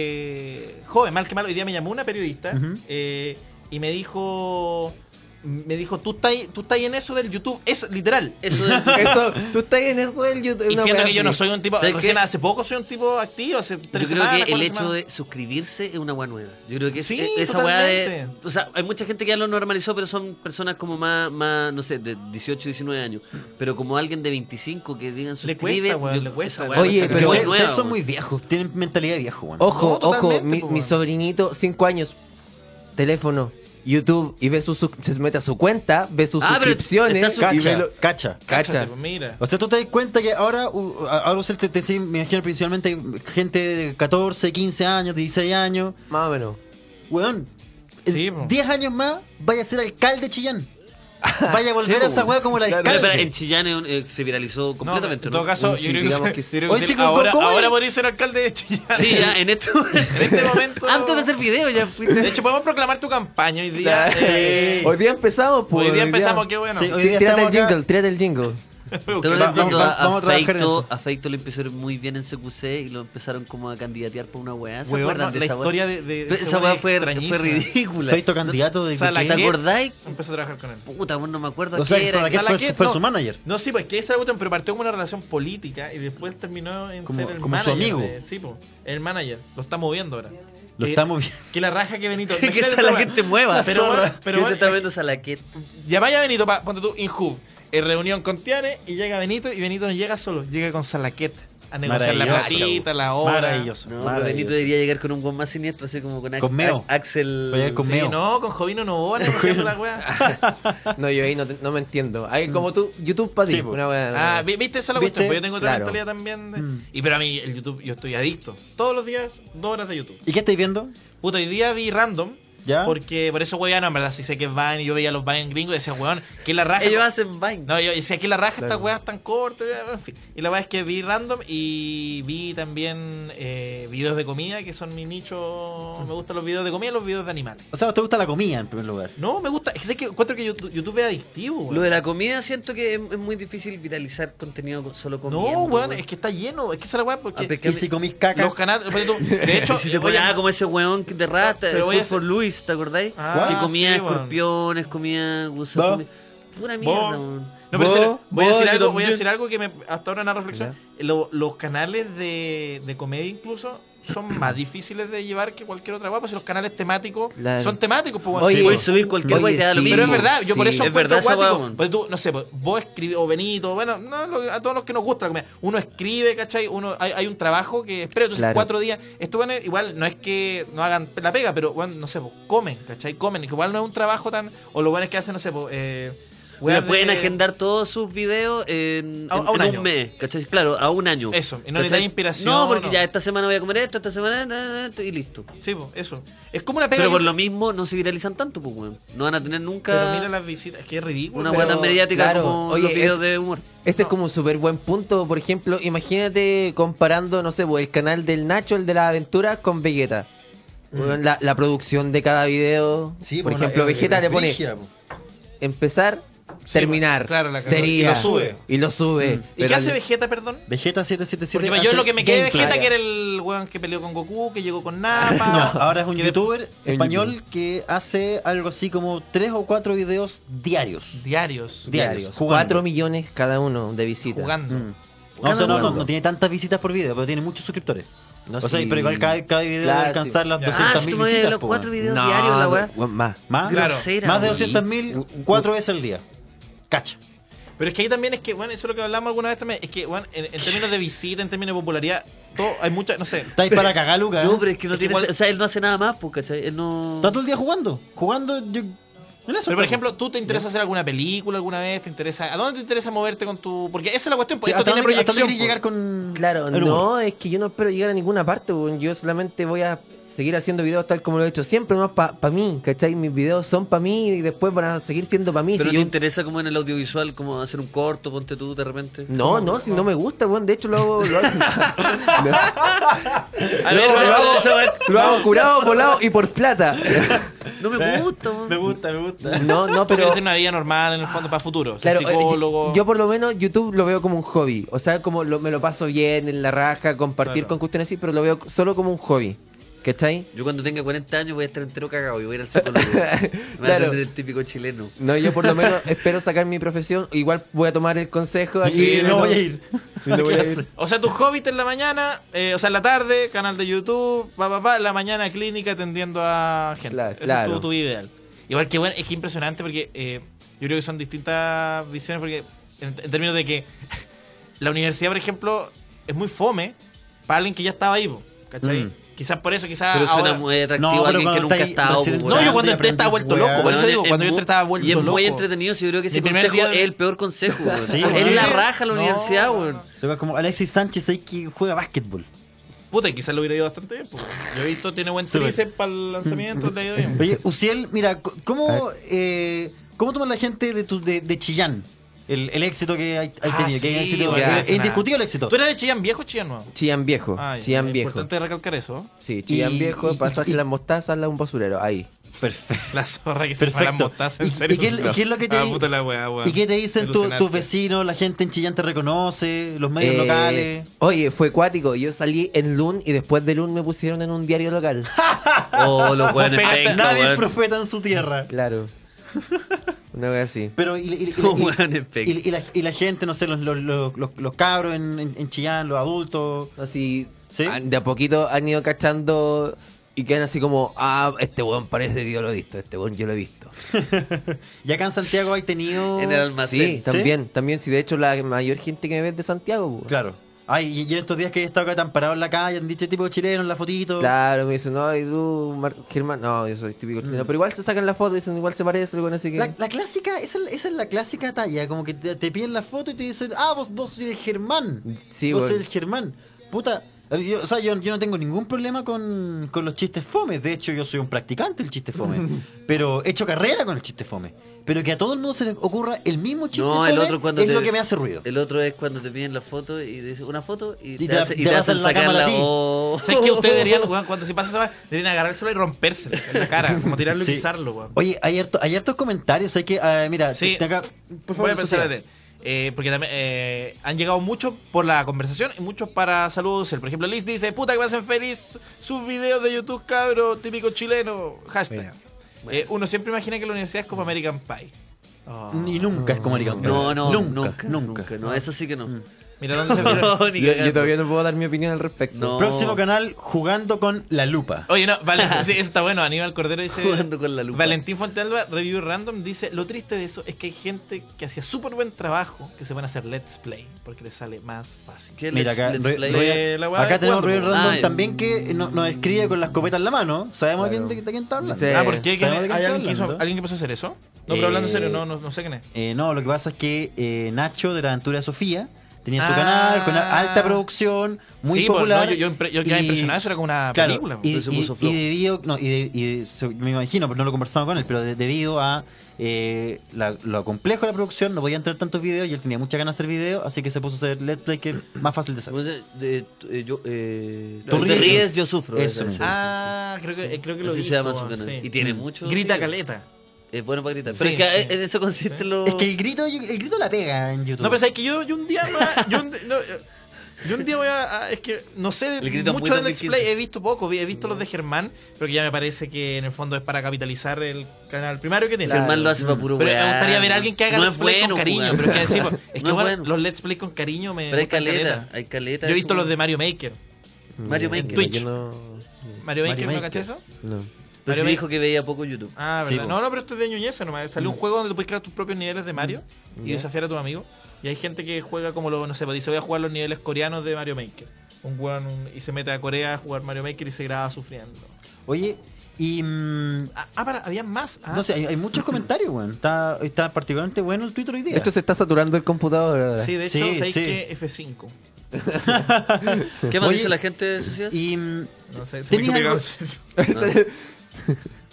Speaker 6: gente joven, mal que mal, hoy día me llamó una periodista eh, y me dijo... Me dijo, tú estás tú estás en eso del YouTube. Es literal.
Speaker 3: Eso es-
Speaker 4: (laughs) Eso, tú estás en eso del YouTube.
Speaker 6: Y
Speaker 4: una
Speaker 6: siento
Speaker 4: wea
Speaker 6: que yo
Speaker 4: así.
Speaker 6: no soy un tipo.
Speaker 3: ¿Sabes
Speaker 6: Recién
Speaker 3: qué?
Speaker 6: hace poco soy un tipo activo, hace tres
Speaker 3: Yo creo
Speaker 6: semanas,
Speaker 3: que el
Speaker 6: cuatro
Speaker 3: hecho
Speaker 6: semanas.
Speaker 3: de suscribirse es una weá nueva. Yo creo que es-
Speaker 6: Sí,
Speaker 3: es- esa weá de.
Speaker 6: totalmente.
Speaker 3: O sea, hay mucha gente que ya lo normalizó, pero son personas como más, más no sé, de 18, 19 años. Pero como alguien de 25 que digan
Speaker 6: Le cuesta,
Speaker 3: suscribe.
Speaker 6: weón,
Speaker 3: yo-
Speaker 6: le cuesta.
Speaker 3: esa weá
Speaker 4: Oye,
Speaker 3: no-
Speaker 2: pero
Speaker 3: weá
Speaker 4: pero
Speaker 2: ustedes,
Speaker 3: nueva,
Speaker 2: ustedes son
Speaker 3: weón.
Speaker 2: muy viejos, tienen mentalidad de viejo, weón.
Speaker 4: Ojo,
Speaker 6: No,
Speaker 4: ojo,
Speaker 6: totalmente,
Speaker 4: mi,
Speaker 6: po,
Speaker 4: mi
Speaker 6: weón.
Speaker 4: sobrinito, 5 años, teléfono, YouTube, y ve su, su- se mete a su cuenta, ve sus
Speaker 3: Ah, pero está
Speaker 4: suscripciones.
Speaker 3: su-
Speaker 4: y ve
Speaker 2: Cacha,
Speaker 4: lo-
Speaker 2: cacha.
Speaker 4: Cacha.
Speaker 6: Cáchate, pues, mira.
Speaker 2: O sea, tú te das cuenta que ahora, uh, ahora usted te, te- sí, me imagino principalmente gente de 14, 15 años, 16 años.
Speaker 4: Más o menos.
Speaker 2: Weón,
Speaker 6: Sí,
Speaker 2: en
Speaker 6: po.
Speaker 2: 10 años más vaya a ser alcalde de Chillán. Vaya a volver
Speaker 3: Sí,
Speaker 2: a esa
Speaker 3: po.
Speaker 2: weá como el
Speaker 4: Claro.
Speaker 2: alcalde.
Speaker 3: Pero, pero en Chillán eh, un- eh, se viralizó
Speaker 6: No, en
Speaker 3: completamente.
Speaker 6: todo
Speaker 3: ¿no?
Speaker 6: caso,
Speaker 4: Sí,
Speaker 6: yo creo que,
Speaker 4: digamos
Speaker 6: sí-
Speaker 4: que sí.
Speaker 6: yo creo que
Speaker 2: Oye,
Speaker 6: sí,
Speaker 2: sí, ¿cómo-
Speaker 6: ahora,
Speaker 2: cómo es?
Speaker 6: ahora podría ser alcalde de Chillán.
Speaker 3: Sí, ya,
Speaker 6: (laughs)
Speaker 3: en esto.
Speaker 6: En este momento.
Speaker 3: Antes de hacer video ya fuiste.
Speaker 6: De hecho, podemos proclamar tu campaña hoy día. eh,
Speaker 4: (laughs) Hoy día empezamos, pues.
Speaker 6: hoy día empezamos, qué bueno.
Speaker 2: Sí, hoy día
Speaker 4: Tírate
Speaker 2: estamos
Speaker 4: el
Speaker 2: acá.
Speaker 4: jingle, tírate el jingle.
Speaker 3: Te voy
Speaker 2: Va-
Speaker 3: a
Speaker 2: vamos-
Speaker 3: a,
Speaker 2: vamos a trabajar en
Speaker 3: Feito,
Speaker 2: eso.
Speaker 3: a Feito lo empezaron muy bien en CQC y lo empezaron como a candidatear por una weá. ¿Se
Speaker 6: Weón,
Speaker 3: acuerdan
Speaker 6: no,
Speaker 3: de
Speaker 6: la
Speaker 3: esa weá?
Speaker 6: historia de- de- de
Speaker 3: Esa,
Speaker 6: esa
Speaker 3: weá fue,
Speaker 6: weá
Speaker 3: fue
Speaker 6: extrañísima.
Speaker 3: ridícula.
Speaker 2: Feito
Speaker 3: No sé-
Speaker 2: candidato de
Speaker 6: Sala-
Speaker 3: ¿Te
Speaker 6: ¿Qué?
Speaker 3: acordáis?
Speaker 6: (laughs) Empezó a trabajar con él.
Speaker 3: Puta, bueno, no me acuerdo
Speaker 2: O sea,
Speaker 3: qué
Speaker 2: que
Speaker 3: era. (laughs)
Speaker 2: Salaquet
Speaker 3: exacto.
Speaker 2: fue,
Speaker 6: Salaquet,
Speaker 2: fue
Speaker 6: no.
Speaker 2: su manager.
Speaker 6: No, sí, pues que esa cuestión, pero partió como una relación política y después terminó en
Speaker 2: Como-
Speaker 6: ser el
Speaker 2: como su
Speaker 6: manager.
Speaker 2: amigo.
Speaker 6: de- sí, pues. El manager. Lo está moviendo ahora.
Speaker 2: Lo
Speaker 6: Que-
Speaker 2: está moviendo.
Speaker 6: Que la raja que Benito.
Speaker 3: (laughs) Que
Speaker 6: Imagínate
Speaker 3: Salaquet
Speaker 6: esta
Speaker 3: te
Speaker 6: weá.
Speaker 3: mueva.
Speaker 6: Pero,
Speaker 3: zorra.
Speaker 6: bueno, pero eh,
Speaker 3: ¿Quién te
Speaker 6: bueno,
Speaker 3: está viendo Salaquet?
Speaker 6: Ya vaya Benito, pa, ponte tú, Inhub. En reunión con Tiare y llega Benito y Benito no llega solo, llega con Salaquet a negociar la
Speaker 2: Maravilloso.
Speaker 6: platita, la hora.
Speaker 2: Maravilloso.
Speaker 3: No, pero
Speaker 2: maravilloso.
Speaker 3: Benito debería llegar con un guan más siniestro, así como con, Ax-
Speaker 2: Con Meo.
Speaker 3: A- Axel.
Speaker 2: Oye, con
Speaker 6: Sí,
Speaker 2: Meo.
Speaker 6: no, con Jovino no
Speaker 2: (laughs)
Speaker 6: hubo negociando la weá.
Speaker 4: No, yo ahí no, te- no me entiendo. Ahí como tú, YouTube para ti.
Speaker 2: Sí, po.
Speaker 4: una wea-
Speaker 6: Mm. Ah, vi- ¿viste esa la
Speaker 4: ¿Viste?
Speaker 6: cuestión? Pues yo tengo otra
Speaker 4: Claro.
Speaker 6: mentalidad también. de-
Speaker 2: Mm.
Speaker 6: Y pero a mí el YouTube, yo estoy adicto. Todos los días, dos horas de YouTube.
Speaker 2: ¿Y qué estáis viendo?
Speaker 6: Puta, hoy día vi random
Speaker 2: ¿Ya?
Speaker 6: Porque por eso huevean, en verdad, si sé que es Vine y yo veía los Vine gringos y decía, weón, que la raja.
Speaker 3: Ellos hacen Vine.
Speaker 6: No, yo decía, que la raja,
Speaker 2: Claro.
Speaker 6: estas weas tan cortas, en fin. Y la verdad es que vi random y vi también eh, videos de comida, que son mi nicho. Me gustan los videos de comida y los videos de animales.
Speaker 2: O sea, ¿te gusta la comida en primer lugar?
Speaker 6: No, me gusta. Es que, sé que encuentro que YouTube, YouTube es adictivo, weón.
Speaker 3: Lo de la comida siento que es, es muy difícil viralizar contenido con- solo
Speaker 6: No,
Speaker 3: comiendo.
Speaker 6: weón,
Speaker 3: weón.
Speaker 6: es que está lleno. Es que esa es la weá porque.
Speaker 3: Ah, pero
Speaker 2: ¿Y si comís caca?
Speaker 6: Los canales. por ejemplo,
Speaker 3: (laughs)
Speaker 6: De hecho,
Speaker 3: si te
Speaker 6: oye,
Speaker 3: ponía como ese weón que te rata,
Speaker 6: Pero voy a
Speaker 3: por
Speaker 6: hacer-
Speaker 3: Luis, ¿te acordáis?
Speaker 6: Ah,
Speaker 3: que comía
Speaker 6: sí, weón.
Speaker 3: escorpiones, comía gusanos.
Speaker 2: ¿Vos?
Speaker 3: comía- Pura mierda,
Speaker 6: Vos-
Speaker 3: weón.
Speaker 6: No, pero
Speaker 2: Vos-
Speaker 6: será- voy, a
Speaker 2: vos
Speaker 6: decir
Speaker 2: que
Speaker 6: algo, voy a
Speaker 2: también-
Speaker 6: decir algo que me, hasta ahora una reflexión. Lo- los canales de, de comedia incluso son más difíciles de llevar que cualquier otra guapa. Si los canales temáticos
Speaker 4: Claro.
Speaker 6: son temáticos, pues,
Speaker 3: Oye,
Speaker 6: sí,
Speaker 3: puedes
Speaker 6: pues.
Speaker 3: subir cualquier
Speaker 4: Oye,
Speaker 3: weón y te da lo
Speaker 4: sí.
Speaker 3: mismo.
Speaker 6: pero es verdad, yo por
Speaker 4: sí,
Speaker 6: eso
Speaker 3: es
Speaker 6: encuentro
Speaker 3: verdad esa
Speaker 6: acuático,
Speaker 3: weá, weón.
Speaker 6: porque tú, no sé, pues, vos escribes, o Benito, bueno, no, lo- a todos los que nos gusta la comida. Uno escribe, ¿cachai? Uno, hay, hay un trabajo que espero, entonces
Speaker 4: Claro.
Speaker 6: cuatro días. Esto, bueno, igual no es que no hagan la pega, pero, bueno, no sé, pues, comen, ¿cachai? Comen, que igual no es un trabajo tan. O lo bueno es que hacen, no sé, pues. Eh,
Speaker 3: Mira,
Speaker 6: weas
Speaker 3: pueden
Speaker 6: de-
Speaker 3: agendar todos sus videos en,
Speaker 6: A-
Speaker 3: en-
Speaker 6: a un
Speaker 3: en
Speaker 6: año.
Speaker 3: mes, ¿cachai? Claro, a un año.
Speaker 6: Eso, y no
Speaker 3: ¿cachai?
Speaker 6: necesitas inspiración,
Speaker 3: No, porque
Speaker 6: no.
Speaker 3: ya esta semana voy a comer esto, esta semana eh, eh, eh, y listo.
Speaker 6: Sí, pues, eso. Es como una pega.
Speaker 3: Pero por
Speaker 6: yo-
Speaker 3: lo mismo no se viralizan tanto, pues, weón. No van a tener
Speaker 6: Pero
Speaker 3: nunca
Speaker 6: mira las visitas, es que es ridículo.
Speaker 3: una
Speaker 6: pero-
Speaker 3: weá tan mediática
Speaker 4: claro,
Speaker 3: como
Speaker 4: oye,
Speaker 3: los videos
Speaker 4: es-
Speaker 3: de humor.
Speaker 4: Este es como un súper buen punto. Por ejemplo, imagínate comparando, no sé, pues, el canal del Nacho, el de las aventuras, con Vegeta.
Speaker 6: Mm.
Speaker 4: Weón, La, la producción de cada video. por ejemplo, eh, Vegeta le pone empezar, terminar.
Speaker 6: pues, claro, la cagó.
Speaker 4: sería.
Speaker 6: Y lo sube. Mm.
Speaker 4: Y lo sube.
Speaker 6: ¿Y qué
Speaker 4: Pero
Speaker 6: hace
Speaker 4: al-
Speaker 6: Vegeta, perdón?
Speaker 2: Vegeta 777.
Speaker 6: Porque yo
Speaker 2: hace
Speaker 6: lo que me quedé de
Speaker 2: gameplays.
Speaker 6: Vegeta, que era el weón que peleó con Goku, que
Speaker 3: (laughs)
Speaker 6: llegó con
Speaker 2: No,
Speaker 6: Napa.
Speaker 2: ahora es un
Speaker 6: que de-
Speaker 2: youtuber
Speaker 4: Un
Speaker 2: español que hace algo así como tres o cuatro videos diarios.
Speaker 6: Diarios.
Speaker 2: Diarios. jugando.
Speaker 4: 4 millones cada uno de visitas.
Speaker 6: Jugando.
Speaker 4: Mm.
Speaker 2: No, o sea, no, no,
Speaker 4: jugando.
Speaker 2: no tiene tantas visitas por video, pero tiene muchos suscriptores.
Speaker 4: No,
Speaker 2: o sea,
Speaker 4: sí.
Speaker 2: pero igual cada, cada video
Speaker 4: Claro,
Speaker 2: debe alcanzar
Speaker 4: sí.
Speaker 2: las
Speaker 6: Ya.
Speaker 2: 200.000
Speaker 3: Ah, si tú me ves
Speaker 2: visitas.
Speaker 3: los
Speaker 2: po,
Speaker 3: cuatro
Speaker 2: weón.
Speaker 3: videos diarios, la weá.
Speaker 4: weón, más.
Speaker 2: Más,
Speaker 6: Claro.
Speaker 3: Grosera,
Speaker 2: más de
Speaker 3: sí.
Speaker 2: 200.000, cuatro veces al día. Cacha.
Speaker 6: Pero es que ahí también es que, bueno, eso es lo que hablamos alguna vez también. Es que, bueno, en, en términos de visita, en términos de popularidad, todo, hay mucha, no sé.
Speaker 2: Estáis
Speaker 3: (laughs)
Speaker 2: para cagar, Luca.
Speaker 3: No,
Speaker 2: ¿eh?
Speaker 3: pero es que no
Speaker 6: Es que
Speaker 3: tiene.
Speaker 6: igual-
Speaker 3: O sea, él no hace nada más, pues, ¿cachai? Él no.
Speaker 2: Está todo el día jugando. Jugando. yo- en
Speaker 3: Pues
Speaker 2: eso,
Speaker 6: Pero, por
Speaker 2: po.
Speaker 6: ejemplo, ¿tú te interesa hacer alguna película alguna vez? ¿Te interesa? ¿A dónde te interesa moverte con tu...? Porque esa es la cuestión,
Speaker 2: Sí,
Speaker 6: porque
Speaker 2: ¿hasta
Speaker 6: esto tiene pues.
Speaker 2: dónde- hasta dónde
Speaker 6: proyección.
Speaker 2: queréis
Speaker 6: po.
Speaker 2: llegar con.
Speaker 4: Mm, Claro,
Speaker 2: el humor?
Speaker 4: no, es que yo no espero llegar a ninguna parte, weón. yo solamente voy a seguir haciendo videos tal como lo he hecho siempre, no para mí, ¿cachai? Mis videos son para mí y después van a seguir siendo para mí.
Speaker 3: Pero
Speaker 4: Si
Speaker 3: no te
Speaker 4: yo-
Speaker 3: interesa como en el audiovisual, como hacer un corto, ponte tú de repente.
Speaker 4: No, no, si no me gusta, weón, de hecho lo hago, lo hago,
Speaker 6: (laughs)
Speaker 4: No,
Speaker 6: A ver,
Speaker 4: lo
Speaker 6: vamos,
Speaker 4: hago-
Speaker 6: vamos.
Speaker 4: lo hago curado, volado y por plata. (laughs)
Speaker 3: No me
Speaker 2: (laughs)
Speaker 3: gusta, weón.
Speaker 2: gusta, me gusta.
Speaker 4: No, no,
Speaker 6: Pero
Speaker 4: pero...
Speaker 6: tiene una vida normal en el fondo para futuro. Ser
Speaker 4: Claro, eh,
Speaker 6: psicólogo.
Speaker 4: yo por lo menos YouTube lo veo como un hobby. O sea, como lo- me lo paso bien en la raja, compartir
Speaker 6: Claro.
Speaker 4: con cuestiones así, pero lo veo solo como un hobby.
Speaker 2: (laughs)
Speaker 4: ¿Cachai?
Speaker 3: Yo cuando tenga 40 años voy a estar entero cagado y voy a ir al psicólogo. Me va a
Speaker 4: Claro.
Speaker 3: atender el típico chileno.
Speaker 4: No, yo por lo menos espero sacar mi profesión. Igual voy a tomar el consejo. aquí
Speaker 2: Y
Speaker 4: de
Speaker 2: no
Speaker 4: los-
Speaker 2: voy a ir.
Speaker 4: Y (laughs) no voy a ir.
Speaker 6: O sea, tus hobbies en la mañana, eh, o sea, en la tarde, canal de YouTube, pa, pa, pa, en la mañana clínica atendiendo a gente.
Speaker 4: Claro,
Speaker 6: Eso
Speaker 4: claro.
Speaker 6: es tu, tu ideal. Igual que bueno, es que impresionante porque eh, yo creo que son distintas visiones porque en, en términos de que (laughs) la universidad, por ejemplo, es muy fome para alguien que ya estaba ahí, po, ¿cachai?
Speaker 2: Mm.
Speaker 6: Quizás por eso, quizás
Speaker 3: Pero suena
Speaker 6: ahora-
Speaker 3: muy atractivo
Speaker 2: No,
Speaker 3: a
Speaker 2: pero
Speaker 3: alguien que
Speaker 2: cuando
Speaker 3: nunca ha
Speaker 2: estáis
Speaker 3: estado.
Speaker 2: recién-
Speaker 6: No, yo
Speaker 2: Grande,
Speaker 6: cuando entré
Speaker 2: aprendes,
Speaker 6: estaba vuelto
Speaker 2: weá.
Speaker 6: loco, por eso
Speaker 3: Weón,
Speaker 6: digo,
Speaker 3: es
Speaker 6: cuando yo
Speaker 3: mu-
Speaker 6: entré estaba
Speaker 3: Y es
Speaker 6: vuelto loco.
Speaker 3: muy entretenido, si yo creo que ese
Speaker 6: Mi primer
Speaker 3: consejo
Speaker 6: día de-
Speaker 3: es el peor consejo, weón.
Speaker 2: Sí,
Speaker 3: es
Speaker 2: weón.
Speaker 3: la raja la
Speaker 6: No,
Speaker 3: universidad,
Speaker 6: no,
Speaker 3: weón.
Speaker 6: no.
Speaker 2: Se ve como Alexis Sánchez ahí que juega básquetbol.
Speaker 6: Puta, y quizás lo hubiera ido bastante bien. po. Yo he visto, tiene buen
Speaker 2: Sí, bueno.
Speaker 6: tríceps para el lanzamiento, le ha ido bien.
Speaker 3: (laughs)
Speaker 2: Oye, Uciel, mira, co- ¿cómo, eh, ¿cómo toma la gente de, tu, de, de Chillán? El, el éxito que hay, hay
Speaker 6: Ah,
Speaker 2: tenido. que
Speaker 6: sí,
Speaker 2: hay éxito,
Speaker 6: bueno,
Speaker 2: es
Speaker 6: ya.
Speaker 2: indiscutible el éxito.
Speaker 6: ¿Tú eres de Chillán viejo o Chillán nuevo?
Speaker 4: Chillán viejo.
Speaker 6: Ah, ya,
Speaker 4: Chillán
Speaker 6: es
Speaker 4: viejo.
Speaker 6: Importante recalcar eso. (laughs)
Speaker 4: Sí, Chillán
Speaker 2: Y-
Speaker 4: viejo,
Speaker 2: y-
Speaker 4: pasaje
Speaker 2: y-
Speaker 4: las mostazas, la de un basurero. Ahí.
Speaker 2: Perfecto.
Speaker 6: La zorra que (laughs) se fue a las
Speaker 2: Perfecto.
Speaker 6: mostazas,
Speaker 2: ¿Y,
Speaker 6: en serio.
Speaker 2: y qué, y qué es lo que te,
Speaker 6: Ah, puta la weá, weá.
Speaker 2: ¿Y qué te dicen tu- tus
Speaker 6: Alucinante.
Speaker 2: vecinos? ¿La gente en Chillán te reconoce? ¿Los medios
Speaker 4: Eh,
Speaker 2: locales?
Speaker 4: Oye, fue cuático. Yo salí en Lun y después de Lun me pusieron en un
Speaker 2: (laughs)
Speaker 4: diario local.
Speaker 3: Oh, los weones
Speaker 6: Pero
Speaker 3: penca,
Speaker 2: Nadie es
Speaker 3: weón.
Speaker 2: profeta en su tierra.
Speaker 4: claro. Una vez así.
Speaker 2: Pero y, y- y-
Speaker 3: (laughs) Los
Speaker 2: y-
Speaker 3: weones penca.
Speaker 2: y- y la, y la gente, no sé, los, los, los, los- los cabros en, en- en Chillán, los adultos.
Speaker 4: Así,
Speaker 2: ¿Sí?
Speaker 4: han- de a poquito han ido cachando y quedan así como, ah, este weón parece que yo lo he visto, este weón yo lo he visto.
Speaker 2: Y acá en Santiago hay tenido...
Speaker 3: En el almacén.
Speaker 4: Sí, también, también. Sí, de hecho, la mayor gente que me ve es de Santiago, weón.
Speaker 2: Claro. Ay, y- y en estos días que he estado acá tan parado en la calle, han dicho tipo chilenos, la fotito.
Speaker 4: Claro, me dicen, no, y tú, Mar- Germán, no, yo soy típico chileno. Pero igual se sacan la foto, dicen, igual se parece, algo así que.
Speaker 2: La, la clásica, esa, es- esa es la clásica talla, como que te, te piden la foto y te dicen, ah, vos, vos sois el Germán.
Speaker 4: Sí,
Speaker 2: vos
Speaker 4: bueno.
Speaker 2: sois el Germán. Puta, Eh, yo- o sea, yo, yo no tengo ningún problema con, con los chistes fomes. De hecho, yo soy un practicante del chiste fome. pero he hecho carrera con el chiste fome. Pero que a todo el mundo se le ocurra el mismo chiste
Speaker 3: No,
Speaker 2: fome
Speaker 3: el otro cuando
Speaker 2: es
Speaker 3: te-
Speaker 2: lo que me hace ruido.
Speaker 3: El otro es cuando te piden la foto y dices una foto y, te,
Speaker 2: te la-
Speaker 3: hace- y
Speaker 2: te
Speaker 3: te
Speaker 2: la
Speaker 3: hacen
Speaker 2: pasan la
Speaker 3: sacarla.
Speaker 2: cámara a ti.
Speaker 3: Oh.
Speaker 6: ¿Sabes que ustedes deberían, weón, cuando se pasa esa weá, deberían agarrárselo y rompérselo en la cara, como tirarlo
Speaker 2: Sí.
Speaker 6: y pisarlo, weón.
Speaker 2: Oye, hay, harto- hay hartos comentarios. Hay que, eh, mira,
Speaker 6: Sí,
Speaker 2: te- te acá- por favor,
Speaker 6: voy a pensar en
Speaker 2: Sofía.
Speaker 6: él. Eh, porque también eh, han llegado muchos por la conversación y muchos para saludos. Por ejemplo, Liz dice, puta que me hacen feliz sus videos de YouTube, cabro, típico chileno. Hashtag.
Speaker 2: Mira.
Speaker 6: Eh, uno siempre imagina que la universidad es como American Pie. Oh.
Speaker 2: Y nunca es como American Pie.
Speaker 3: No, no, nunca,
Speaker 2: nunca.
Speaker 3: nunca, No, eso sí que no.
Speaker 6: Mira dónde
Speaker 3: (laughs)
Speaker 6: se
Speaker 3: No, ni
Speaker 4: Yo, yo
Speaker 3: cagando.
Speaker 4: todavía no puedo dar mi opinión al respecto.
Speaker 3: No.
Speaker 2: Próximo canal, jugando con la lupa.
Speaker 6: Oye, no,
Speaker 3: (laughs)
Speaker 6: vale, sí, eso está bueno. Aníbal Cordero dice.
Speaker 3: Jugando con la lupa.
Speaker 6: Valentín Fontealba, Review Random, dice: Lo triste de eso es que hay gente que hacía súper buen trabajo que se van a hacer Let's Play porque les sale más fácil.
Speaker 3: ¿Qué
Speaker 2: Mira
Speaker 3: let's-
Speaker 2: acá,
Speaker 3: let's
Speaker 2: Roy-
Speaker 3: play?
Speaker 2: Roy-
Speaker 6: de la weá
Speaker 2: acá
Speaker 6: de
Speaker 2: tenemos
Speaker 6: cuatro,
Speaker 2: Royal
Speaker 3: po.
Speaker 2: Random
Speaker 3: Ah,
Speaker 2: también que no- nos escribe con las copetas en la mano. Sabemos
Speaker 4: Claro.
Speaker 2: a quién, de quién está hablando.
Speaker 4: Sí.
Speaker 3: Eh,
Speaker 6: Ah, ¿por qué? ¿Quién-
Speaker 2: ¿Sabemos de qué
Speaker 6: ¿Hay
Speaker 2: está
Speaker 6: alguien que, hizo-
Speaker 2: hablando?
Speaker 6: alguien que empezó a hacer eso? No, pero hablando en serio,
Speaker 2: Eh,
Speaker 6: no, no, no sé quién es.
Speaker 2: Eh, no, lo que pasa es que eh, Nacho de la Aventura de Sofía tenía su
Speaker 6: Ah.
Speaker 2: canal con una alta producción, muy
Speaker 6: sí, pues,
Speaker 2: popular.
Speaker 6: no, yo, yo, impre- yo quedaba
Speaker 2: y-
Speaker 6: impresionado, eso era como una
Speaker 2: claro,
Speaker 6: película.
Speaker 2: Y,
Speaker 3: pero se
Speaker 2: y-
Speaker 3: puso
Speaker 2: y
Speaker 3: flojo.
Speaker 2: debido, no, y de- y de- se- me imagino, pero no lo conversamos con él, pero de- debido a eh, la- lo complejo de la producción, no podía entrar tantos videos y él tenía muchas ganas de hacer videos, así que se puso a hacer Let's Play, que es más fácil de hacer.
Speaker 3: ¿Cómo se- de- t- eh, yo, eh,
Speaker 2: Tú
Speaker 3: tú te
Speaker 2: ríes.
Speaker 3: ríes, yo sufro.
Speaker 2: Eso mismo.
Speaker 6: ah, creo que, eh, creo que lo
Speaker 3: Así
Speaker 6: he
Speaker 3: se
Speaker 6: visto,
Speaker 3: llama su
Speaker 6: weón,
Speaker 3: canal.
Speaker 6: sí.
Speaker 3: Y tiene mucho.
Speaker 6: Grita caleta.
Speaker 3: Es bueno para gritar.
Speaker 6: Sí,
Speaker 3: Pero es que
Speaker 6: sí.
Speaker 3: eh, en eso consiste
Speaker 6: Sí.
Speaker 3: lo.
Speaker 2: Es que el grito, el grito la pega en YouTube.
Speaker 6: No, pero sabes que yo, yo un día más, yo, un, di- no, eh, yo un día voy a, a- es que no sé
Speaker 3: Le grito
Speaker 6: mucho
Speaker 3: muy
Speaker 6: de Let's
Speaker 3: 2015.
Speaker 6: Play, he visto poco, vi- he visto
Speaker 3: Mm.
Speaker 6: los de Germán, pero que ya me parece que en el fondo es para capitalizar el canal primario que tiene.
Speaker 3: Germán lo hace para puro
Speaker 6: Pero me
Speaker 3: weá.
Speaker 6: gustaría ver a alguien que haga
Speaker 3: No
Speaker 6: Let's
Speaker 3: es
Speaker 6: Play
Speaker 3: bueno
Speaker 6: con cariño,
Speaker 3: jugar.
Speaker 6: pero que
Speaker 3: (laughs)
Speaker 6: decir, pues, es que
Speaker 3: No es
Speaker 6: bueno,
Speaker 3: bueno.
Speaker 6: los Let's Play con cariño me
Speaker 3: Pero hay
Speaker 6: gustan
Speaker 3: caleta, hay caleta.
Speaker 6: Yo he
Speaker 3: de
Speaker 6: visto
Speaker 3: su-
Speaker 6: los de Mario Maker.
Speaker 3: Mario
Speaker 4: Yo-
Speaker 3: Maker.
Speaker 4: yo
Speaker 6: Twitch.
Speaker 4: no-
Speaker 6: Mario Maker,
Speaker 2: Mario
Speaker 6: ¿no
Speaker 2: Maker.
Speaker 6: caché eso?
Speaker 4: no.
Speaker 3: Pero
Speaker 6: Mario
Speaker 3: se
Speaker 6: Maker.
Speaker 3: dijo que veía poco YouTube.
Speaker 6: Ah,
Speaker 2: Sí,
Speaker 6: verdad.
Speaker 2: po. Mm.
Speaker 6: no, no, pero esto es de ñuñeza nomás. Salió un juego donde tú puedes crear tus propios niveles de Mario y desafiar a tus amigos. Y hay gente que juega como lo, no sé, pues dice voy a jugar los niveles coreanos de Mario Maker. Un weón un- y se mete a Corea a jugar Mario Maker y se graba sufriendo.
Speaker 2: Oye, y. mm,
Speaker 6: Ah, ah, para, había más. Ah.
Speaker 2: No sé, hay, hay muchos comentarios, weón. Está, está particularmente bueno el Twitter hoy día.
Speaker 4: Esto se está saturando el computador. ahora.
Speaker 6: sí, de hecho,
Speaker 2: Sí,
Speaker 6: sabéis
Speaker 2: sí.
Speaker 6: que F5.
Speaker 3: ¿Qué más
Speaker 2: Oye,
Speaker 3: dice la gente de sociedad?
Speaker 2: Y. mm,
Speaker 6: No sé, se me
Speaker 2: ¿Tenías
Speaker 6: complicó
Speaker 2: algo-
Speaker 6: en serio.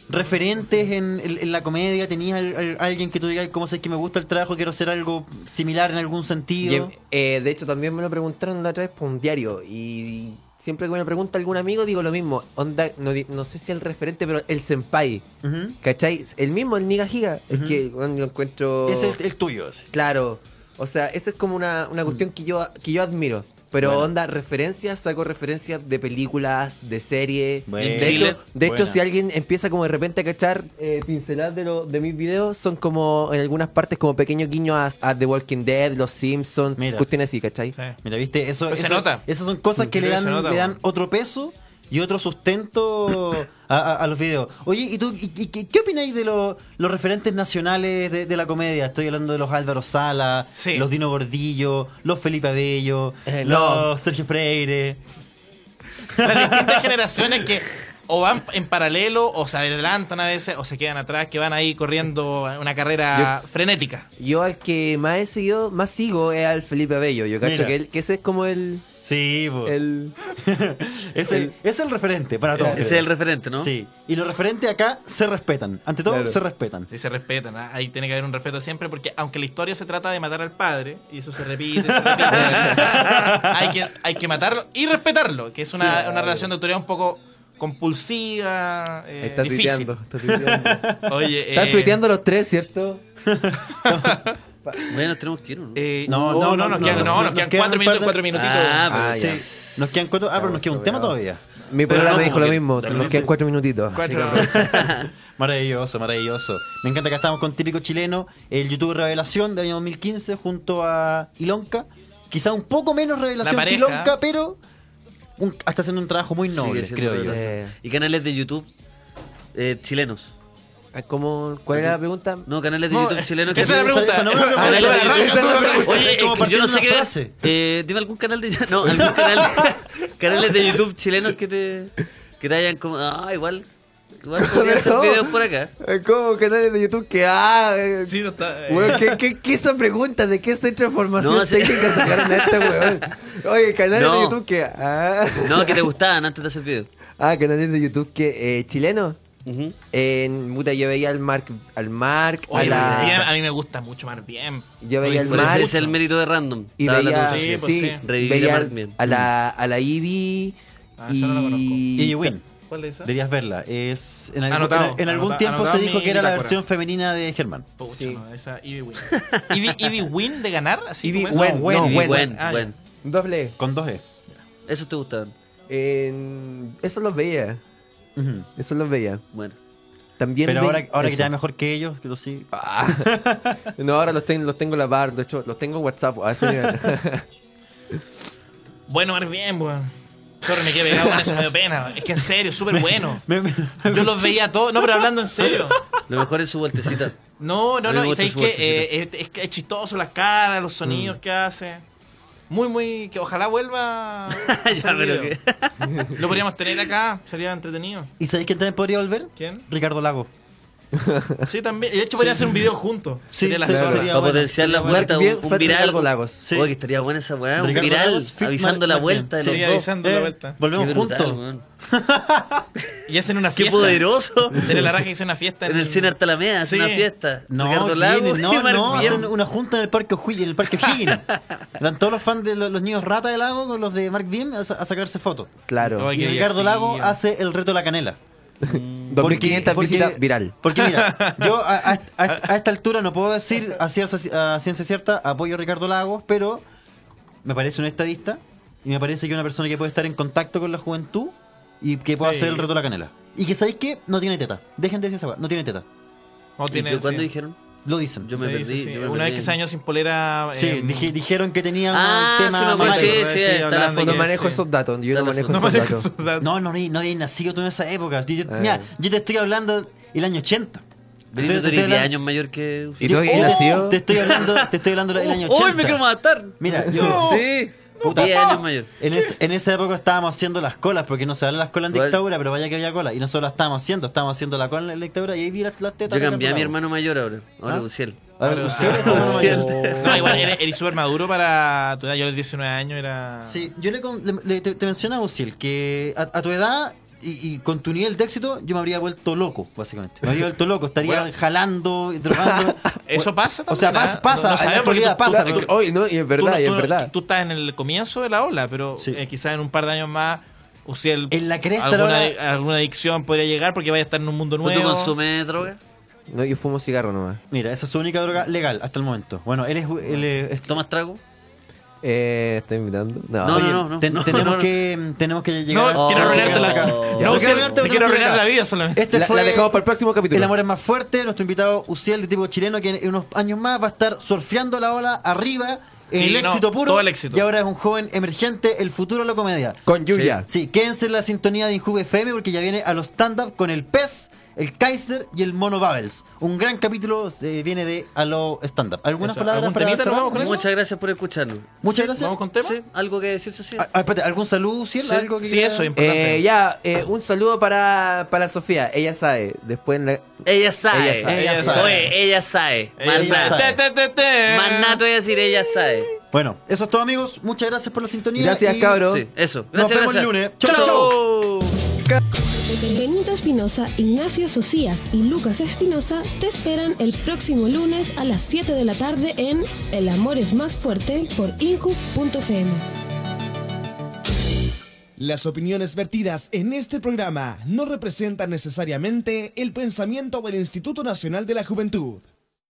Speaker 2: referentes en, en- en la comedia? ¿Tenías al- al- alguien que tú digas, cómo sé que me gusta el trabajo, quiero hacer algo similar en algún
Speaker 4: Y,
Speaker 2: sentido?
Speaker 4: eh, de hecho, también me lo preguntaron la otra vez por un diario. Y siempre que me lo pregunta algún amigo, digo lo mismo. Onda, no, di- no sé si el referente, pero el senpai.
Speaker 2: Ujú.
Speaker 4: ¿Cachai? El mismo, el Niga Giga. Es que bueno, yo encuentro.
Speaker 2: Ese Es el, el tuyo. así.
Speaker 4: Claro. O sea, esa es como una,
Speaker 2: Mm.
Speaker 4: una cuestión que yo, que yo admiro. Pero onda, referencias, saco referencias de películas, de series.
Speaker 2: Bueno.
Speaker 4: De,
Speaker 3: Chile.
Speaker 4: hecho, de hecho,
Speaker 2: Buena.
Speaker 4: si alguien empieza como de repente a cachar eh, pinceladas de, lo- de mis videos, son como en algunas partes como pequeños guiños a, a The Walking Dead, Los Simpsons,
Speaker 2: Mira.
Speaker 4: cuestiones así, ¿cachai?
Speaker 6: Sí.
Speaker 2: Mira, viste, eso,
Speaker 6: Pues se
Speaker 2: eso-
Speaker 6: nota.
Speaker 2: esas son cosas que
Speaker 6: Yo
Speaker 2: le
Speaker 6: creo
Speaker 2: dan,
Speaker 6: que se nota,
Speaker 2: le dan
Speaker 6: weón.
Speaker 2: otro peso y otro sustento a, a- a los videos. Oye, ¿y tú y- y- qué, qué opináis de lo- los referentes nacionales de, de la comedia? Estoy hablando de los Álvaro Sala,
Speaker 6: Sí.
Speaker 2: los Dino Gordillo, los Felipe Abello,
Speaker 4: Eh,
Speaker 2: los
Speaker 4: no.
Speaker 2: Sergio Freire.
Speaker 6: Las distintas generaciones que o van en paralelo, o se adelantan a veces, o se quedan atrás, que van ahí corriendo una carrera frenética.
Speaker 4: Yo al que más he seguido, más sigo es al Felipe Abello. Yo cacho
Speaker 2: Mira.
Speaker 4: que, él- que ese es como el...
Speaker 2: Sí, po.
Speaker 4: el
Speaker 2: es, el, es el referente para todos.
Speaker 3: Ese es el referente, ¿no?
Speaker 2: Sí, y los referentes acá se respetan. Ante todo,
Speaker 4: Claro.
Speaker 2: se respetan.
Speaker 6: Sí, se respetan. ¿ah? Ahí tiene que haber un respeto siempre, porque aunque la historia se trata de matar al padre, y eso se repite, se repite, (laughs) hay, que, hay que matarlo y respetarlo, que es una, una relación de autoridad un poco compulsiva, eh,
Speaker 4: Está
Speaker 6: difícil.
Speaker 4: tuiteando, está tuiteando.
Speaker 6: (laughs) Oye, eh,
Speaker 4: Están tuiteando los tres, ¿cierto?
Speaker 3: Bueno, nos tenemos que ir, ¿o ¿no?
Speaker 6: eh,
Speaker 2: No, no,
Speaker 6: no, no,
Speaker 2: no,
Speaker 6: nos quedan,
Speaker 2: no,
Speaker 6: no,
Speaker 2: no,
Speaker 6: nos
Speaker 2: nos
Speaker 6: quedan
Speaker 2: quedan
Speaker 6: cuatro
Speaker 2: un par de-
Speaker 6: minutos, cuatro minutitos.
Speaker 3: Ah, pero
Speaker 4: Ah,
Speaker 2: pues
Speaker 3: sí.
Speaker 4: ya.
Speaker 2: Sí. Nos quedan cuatro. Ah, pero nos queda un tema todavía.
Speaker 4: Mi
Speaker 2: Pero
Speaker 4: programa
Speaker 2: no,
Speaker 4: me dijo lo
Speaker 2: porque-
Speaker 4: mismo,
Speaker 2: pero
Speaker 4: nos
Speaker 2: no
Speaker 4: quedan
Speaker 2: sé. (laughs)
Speaker 4: cuatro minutitos.
Speaker 6: Cuatro.
Speaker 2: Maravilloso, maravilloso. Me encanta que estamos con Típico Chileno, el youtuber revelación del año 2015 junto a Ilonka. Quizá un poco menos revelación
Speaker 6: La
Speaker 2: que
Speaker 6: pareja.
Speaker 2: Ilonka, pero un- está haciendo un trabajo muy noble,
Speaker 3: Sigue siendo
Speaker 2: creo yo.
Speaker 3: revelación.
Speaker 4: Eh.
Speaker 3: Y canales de YouTube eh, chilenos.
Speaker 4: Ah, ¿Cómo, ¿Cuál era la pregunta?
Speaker 3: No, canales de
Speaker 6: No,
Speaker 3: YouTube chilenos. que-
Speaker 6: esa es la pregunta.
Speaker 2: Esa- esa no es la pregunta.
Speaker 3: Canales de
Speaker 6: Esa es la
Speaker 3: YouTube-
Speaker 6: pregunta.
Speaker 2: Como
Speaker 3: Oye, eh, yo
Speaker 2: partiendo
Speaker 3: no sé
Speaker 2: una
Speaker 3: qué ver.
Speaker 2: frase.
Speaker 3: Eh, dime algún canal de no, algún
Speaker 6: (laughs)
Speaker 3: canal canales de YouTube chilenos que te que te hayan como ah, igual
Speaker 6: (laughs)
Speaker 3: Igual
Speaker 4: (laughs)
Speaker 3: podría hacer
Speaker 4: ¿Cómo?
Speaker 3: videos por acá.
Speaker 4: ¿Cómo? Canales de YouTube que. Ah, eh,
Speaker 6: (laughs) Sí, no está. eh.
Speaker 4: Weón, ¿qué, qué, qué esa pregunta? ¿De qué centro de formación
Speaker 3: No, sí.
Speaker 4: técnica sacaron a este weón? Oye, canales de
Speaker 3: No.
Speaker 4: YouTube que. Ah,
Speaker 3: No, que te gustaban antes de hacer videos.
Speaker 4: ah canales de YouTube que. Eh, chileno.
Speaker 3: Ujú.
Speaker 4: En puta, yo veía al Mark. Al Mark. a
Speaker 6: Oye,
Speaker 4: la-
Speaker 6: bien, a mí me gusta mucho más bien.
Speaker 4: Yo veía al
Speaker 3: Por eso
Speaker 4: Mark.
Speaker 3: es el mérito de Random.
Speaker 4: Y
Speaker 3: Estaba
Speaker 4: veía,
Speaker 3: hablando de
Speaker 6: Sí,
Speaker 3: eso.
Speaker 6: pues sí.
Speaker 4: sí,
Speaker 3: Revivir
Speaker 4: veía
Speaker 3: a
Speaker 4: al-
Speaker 3: Mark bien. Mm.
Speaker 4: a la, a la Ivy
Speaker 6: Ah,
Speaker 4: y,
Speaker 6: esa no la conozco.
Speaker 2: Y Win.
Speaker 6: ¿Cuál es esa?
Speaker 2: Deberías verla. Es, en algún,
Speaker 6: Anotado.
Speaker 2: en- en algún
Speaker 6: Anota-
Speaker 2: tiempo
Speaker 6: anotado
Speaker 2: se dijo
Speaker 6: mi
Speaker 2: que era la
Speaker 6: bitácora.
Speaker 2: versión femenina de Germán.
Speaker 6: Pucha,
Speaker 4: Sí.
Speaker 6: no, esa Ivy Win. Ivy, Ivy Win de ganar, así
Speaker 4: Ivy
Speaker 6: como eso?
Speaker 4: Wen, no,
Speaker 6: Wen,
Speaker 3: Y
Speaker 4: Wen.
Speaker 3: buen,
Speaker 6: Ah, ya.
Speaker 3: buen.
Speaker 4: doble.
Speaker 2: Con dos E.
Speaker 3: Eso te gustaban.
Speaker 4: En- eso los veía,
Speaker 2: Ujú.
Speaker 4: eso los veía.
Speaker 3: Bueno.
Speaker 4: También
Speaker 2: Pero
Speaker 4: ve-
Speaker 2: ahora, ahora que
Speaker 4: eso.
Speaker 2: ya es mejor que ellos, que lo sí.
Speaker 4: Ah. No, ahora los tengo, los tengo en la bar, de hecho, los tengo en WhatsApp. a ese nivel.
Speaker 6: Bueno, más bien, weón. Sorry, me quedé pegado con eso, me dio pena. Es que en serio, súper
Speaker 4: (laughs)
Speaker 6: bueno.
Speaker 2: Me- me-
Speaker 6: Yo los veía todos, no, pero hablando en serio.
Speaker 3: Lo mejor es su
Speaker 6: (laughs)
Speaker 3: vueltecita.
Speaker 6: No, no,
Speaker 3: A mí me
Speaker 6: no, y
Speaker 3: gusta
Speaker 6: sabéis
Speaker 3: su
Speaker 6: que
Speaker 3: vocecita.
Speaker 6: eh, es, es que es chistoso las caras, los sonidos
Speaker 3: Mm.
Speaker 6: que hace. Muy, muy. que ojalá vuelva. a hacer
Speaker 3: (laughs) Ya, pero
Speaker 6: video. Lo podríamos tener acá, sería entretenido.
Speaker 2: ¿Y sabéis quién también podría volver?
Speaker 6: ¿Quién?
Speaker 2: Ricardo Lago.
Speaker 6: Sí, también. De hecho, podría hacer un video juntos.
Speaker 2: Sí,
Speaker 6: sería la
Speaker 2: sí,
Speaker 6: zorra.
Speaker 2: sería-
Speaker 3: Para potenciar la vuelta,
Speaker 4: Bien,
Speaker 3: un, un
Speaker 4: Fred
Speaker 3: viral.
Speaker 4: Ricardo Lagos.
Speaker 2: Sí.
Speaker 3: Oye, que estaría buena esa weá. Ah, Un
Speaker 2: Ricardo
Speaker 3: viral
Speaker 2: Lagos, Fit Mar-
Speaker 3: avisando
Speaker 2: Martín. Eh,
Speaker 3: la vuelta. de
Speaker 6: Sí,
Speaker 3: los dos.
Speaker 6: avisando la vuelta.
Speaker 2: Volvemos
Speaker 3: Qué brutal,
Speaker 2: juntos.
Speaker 3: weón.
Speaker 6: Y hacen una
Speaker 3: Qué
Speaker 6: fiesta.
Speaker 3: poderoso.
Speaker 6: Sería la raja que hacen una fiesta
Speaker 3: En el cine Artalameda, es
Speaker 6: Sí.
Speaker 3: una fiesta.
Speaker 2: No,
Speaker 3: Ricardo
Speaker 2: ¿quién?
Speaker 3: Lagos y
Speaker 2: no,
Speaker 3: Mark
Speaker 2: no,
Speaker 3: Bien.
Speaker 2: hacen una junta en el parque O'Higgins, en el parque
Speaker 3: (laughs)
Speaker 2: O'Higgins. Van todos los fans de los, los niños rata de Lago con los de Mark Bien a, sa- a sacarse fotos.
Speaker 4: Claro,
Speaker 6: Ay,
Speaker 2: Y
Speaker 6: qué
Speaker 2: Ricardo
Speaker 6: divertido.
Speaker 2: Lago hace el reto de la canela.
Speaker 4: 2500 visitas viral.
Speaker 2: Porque mira, (laughs) yo a, a- a- a esta altura no puedo decir a, cierta- a ciencia cierta apoyo a Ricardo Lagos, pero me parece un estadista y me parece que es una persona que puede estar en contacto con la juventud y que puede
Speaker 6: Sí.
Speaker 2: hacer el reto de la canela. Y que sabéis que no tiene teta. Dejen de decir esa cosa, no tiene teta.
Speaker 6: No
Speaker 3: ¿Y
Speaker 6: tiene-
Speaker 3: tú cuándo
Speaker 6: sí.
Speaker 3: dijeron?
Speaker 2: Lo dicen.
Speaker 3: Yo me
Speaker 6: Sí,
Speaker 3: perdí.
Speaker 6: sí, sí.
Speaker 3: yo me
Speaker 6: Una
Speaker 3: perdí.
Speaker 6: vez que se dañó sin polera.
Speaker 2: Sí,
Speaker 6: eh,
Speaker 2: dije- dijeron que tenía
Speaker 3: Ah,
Speaker 2: un tema
Speaker 3: sí, me acuerdo,
Speaker 2: malo.
Speaker 3: sí, sí,
Speaker 6: Sí,
Speaker 3: está la
Speaker 6: hablando
Speaker 3: foto.
Speaker 4: No
Speaker 6: que-
Speaker 4: manejo
Speaker 6: sí.
Speaker 4: esos datos, yo no
Speaker 3: Dale,
Speaker 4: manejo
Speaker 6: (laughs) No
Speaker 4: esos
Speaker 6: manejo
Speaker 4: datos.
Speaker 6: esos datos.
Speaker 2: No, no, no, no habías nacido tú en esa época. Yo- yo-
Speaker 4: Ah.
Speaker 2: Mira, yo te estoy hablando el año 80.
Speaker 3: Benito,
Speaker 2: Te- te
Speaker 3: tú eres
Speaker 2: estoy
Speaker 3: 10
Speaker 2: hablando-
Speaker 3: años mayor que.
Speaker 4: ¿Y tú habías
Speaker 2: Oh,
Speaker 4: nacido?
Speaker 2: Te estoy hablando, te estoy hablando del año 80.
Speaker 3: ¡Uy, me quiero matar!
Speaker 2: Mira, yo
Speaker 3: Sí. 10 años mayor.
Speaker 2: en, es- en esa época estábamos haciendo las colas, porque no se hablan las colas en
Speaker 3: Igual-
Speaker 2: dictadura, pero vaya que había cola. Y nosotros las estábamos haciendo, estábamos haciendo la cola en la dictadura y ahí vi las, las tetas.
Speaker 3: Yo
Speaker 2: de
Speaker 3: cambié a mi
Speaker 2: Ricardo
Speaker 3: hermano mayor ahora. Ahora
Speaker 2: ¿Ah?
Speaker 3: Luciel.
Speaker 2: Lago. A ver, ¿sí eres tú?
Speaker 3: (laughs)
Speaker 6: No, No, igual eres, eres súper maduro para tu edad. Yo a los 19 años era.
Speaker 2: Sí, yo le, con- le- le- te, te menciono a Usiel que a, a tu edad y, y con tu nivel de éxito, yo me habría vuelto loco, básicamente. Me habría vuelto loco, estaría
Speaker 6: Bueno.
Speaker 2: jalando y
Speaker 3: (laughs)
Speaker 2: drogando.
Speaker 6: Eso pasa
Speaker 2: O sea,
Speaker 6: también,
Speaker 2: pasa,
Speaker 6: ¿eh?
Speaker 2: pasa,
Speaker 6: No- no
Speaker 2: en la
Speaker 6: sabemos porque
Speaker 2: actualidad
Speaker 6: tú-
Speaker 2: pasa.
Speaker 6: tú-
Speaker 2: porque-
Speaker 4: (laughs) Oye, no, y es
Speaker 6: Tú
Speaker 4: verdad,
Speaker 6: no-
Speaker 4: y es
Speaker 6: tú no-
Speaker 4: verdad.
Speaker 6: Tú estás en el comienzo de la ola, pero
Speaker 2: Sí.
Speaker 6: eh, quizás en un par de años más. O si el-
Speaker 2: En la cresta
Speaker 6: alguna,
Speaker 2: la ola-
Speaker 6: di- alguna adicción podría llegar porque vaya a estar en un mundo
Speaker 3: ¿Tú, Pues tú
Speaker 6: nuevo.
Speaker 3: consumes droga?
Speaker 4: No, yo fumo cigarro nomás.
Speaker 2: Mira, esa es su única droga legal hasta el momento. Bueno, él es. él es- es-
Speaker 3: ¿Tomas trago?
Speaker 4: Eh, ¿Estoy invitando? No.
Speaker 3: No,
Speaker 2: Oye,
Speaker 3: no, no,
Speaker 2: ten-
Speaker 3: no,
Speaker 2: tenemos,
Speaker 3: no, no.
Speaker 2: Que, tenemos que
Speaker 6: No,
Speaker 2: llegar a-
Speaker 6: quiero
Speaker 3: Oh.
Speaker 6: arruinarte la
Speaker 3: Ya,
Speaker 2: No
Speaker 6: No, Usiel,
Speaker 2: quiero arruinarte,
Speaker 6: te quiero
Speaker 2: no quiero
Speaker 6: arruinar la
Speaker 2: arruinar.
Speaker 6: vida solamente.
Speaker 2: Este
Speaker 4: La- la
Speaker 2: fue
Speaker 4: dejamos para el próximo capítulo.
Speaker 2: El amor es más fuerte. Nuestro invitado Uciel, de tipo chileno, que en unos años más va a estar surfeando la ola arriba. En
Speaker 6: Sí,
Speaker 2: el
Speaker 6: no,
Speaker 2: éxito puro.
Speaker 6: todo el éxito.
Speaker 2: Y ahora es un joven emergente, el futuro de la comedia.
Speaker 4: Con Yuya.
Speaker 2: Sí, quédense en la sintonía de Injuve FM porque ya viene a los stand-up con el Pez, el Kaiser y el Mono Babels. Un gran capítulo eh, viene de a lo stand-up. ¿Algunas
Speaker 6: Eso,
Speaker 2: palabras
Speaker 6: ¿algún
Speaker 2: para
Speaker 6: temita nos
Speaker 2: cerrar?
Speaker 6: vamos con eso?
Speaker 3: Muchas gracias por escucharnos.
Speaker 2: Muchas
Speaker 6: ¿Vamos
Speaker 2: gracias.
Speaker 6: con tema?
Speaker 3: Sí, ¿Algo que decir, Social?
Speaker 2: Ah, ah, espérate, ¿Algún saludo, Uciel?
Speaker 6: Sí,
Speaker 2: ¿Algo que
Speaker 6: sí,
Speaker 2: quiera-
Speaker 6: eso, importante.
Speaker 4: Eh, ya, eh, un saludo para, para Sofía. Ella sabe. Después en la,
Speaker 3: Ella sabe.
Speaker 2: Ella
Speaker 3: Oye,
Speaker 4: Ella sabe.
Speaker 2: sabe.
Speaker 3: ella sabe.
Speaker 6: Ella
Speaker 3: Más
Speaker 2: sabe.
Speaker 3: nada.
Speaker 6: Te, te, te, te.
Speaker 3: Más nato voy a decir, ella sabe.
Speaker 2: Bueno, eso es todo, amigos. Muchas gracias por la sintonía.
Speaker 4: Gracias,
Speaker 2: y-
Speaker 4: cabros.
Speaker 3: Sí, eso. Gracias,
Speaker 2: Nos vemos el
Speaker 3: gracias.
Speaker 2: lunes.
Speaker 3: Chau,
Speaker 2: Chau,
Speaker 3: chau.
Speaker 1: Benito Espinosa, Ignacio Socias y Lucas Espinosa te esperan el próximo lunes a las 7 de la tarde en El amor es más fuerte por inju.fm.
Speaker 8: Las opiniones vertidas en este programa no representan necesariamente el pensamiento del Instituto Nacional de la Juventud.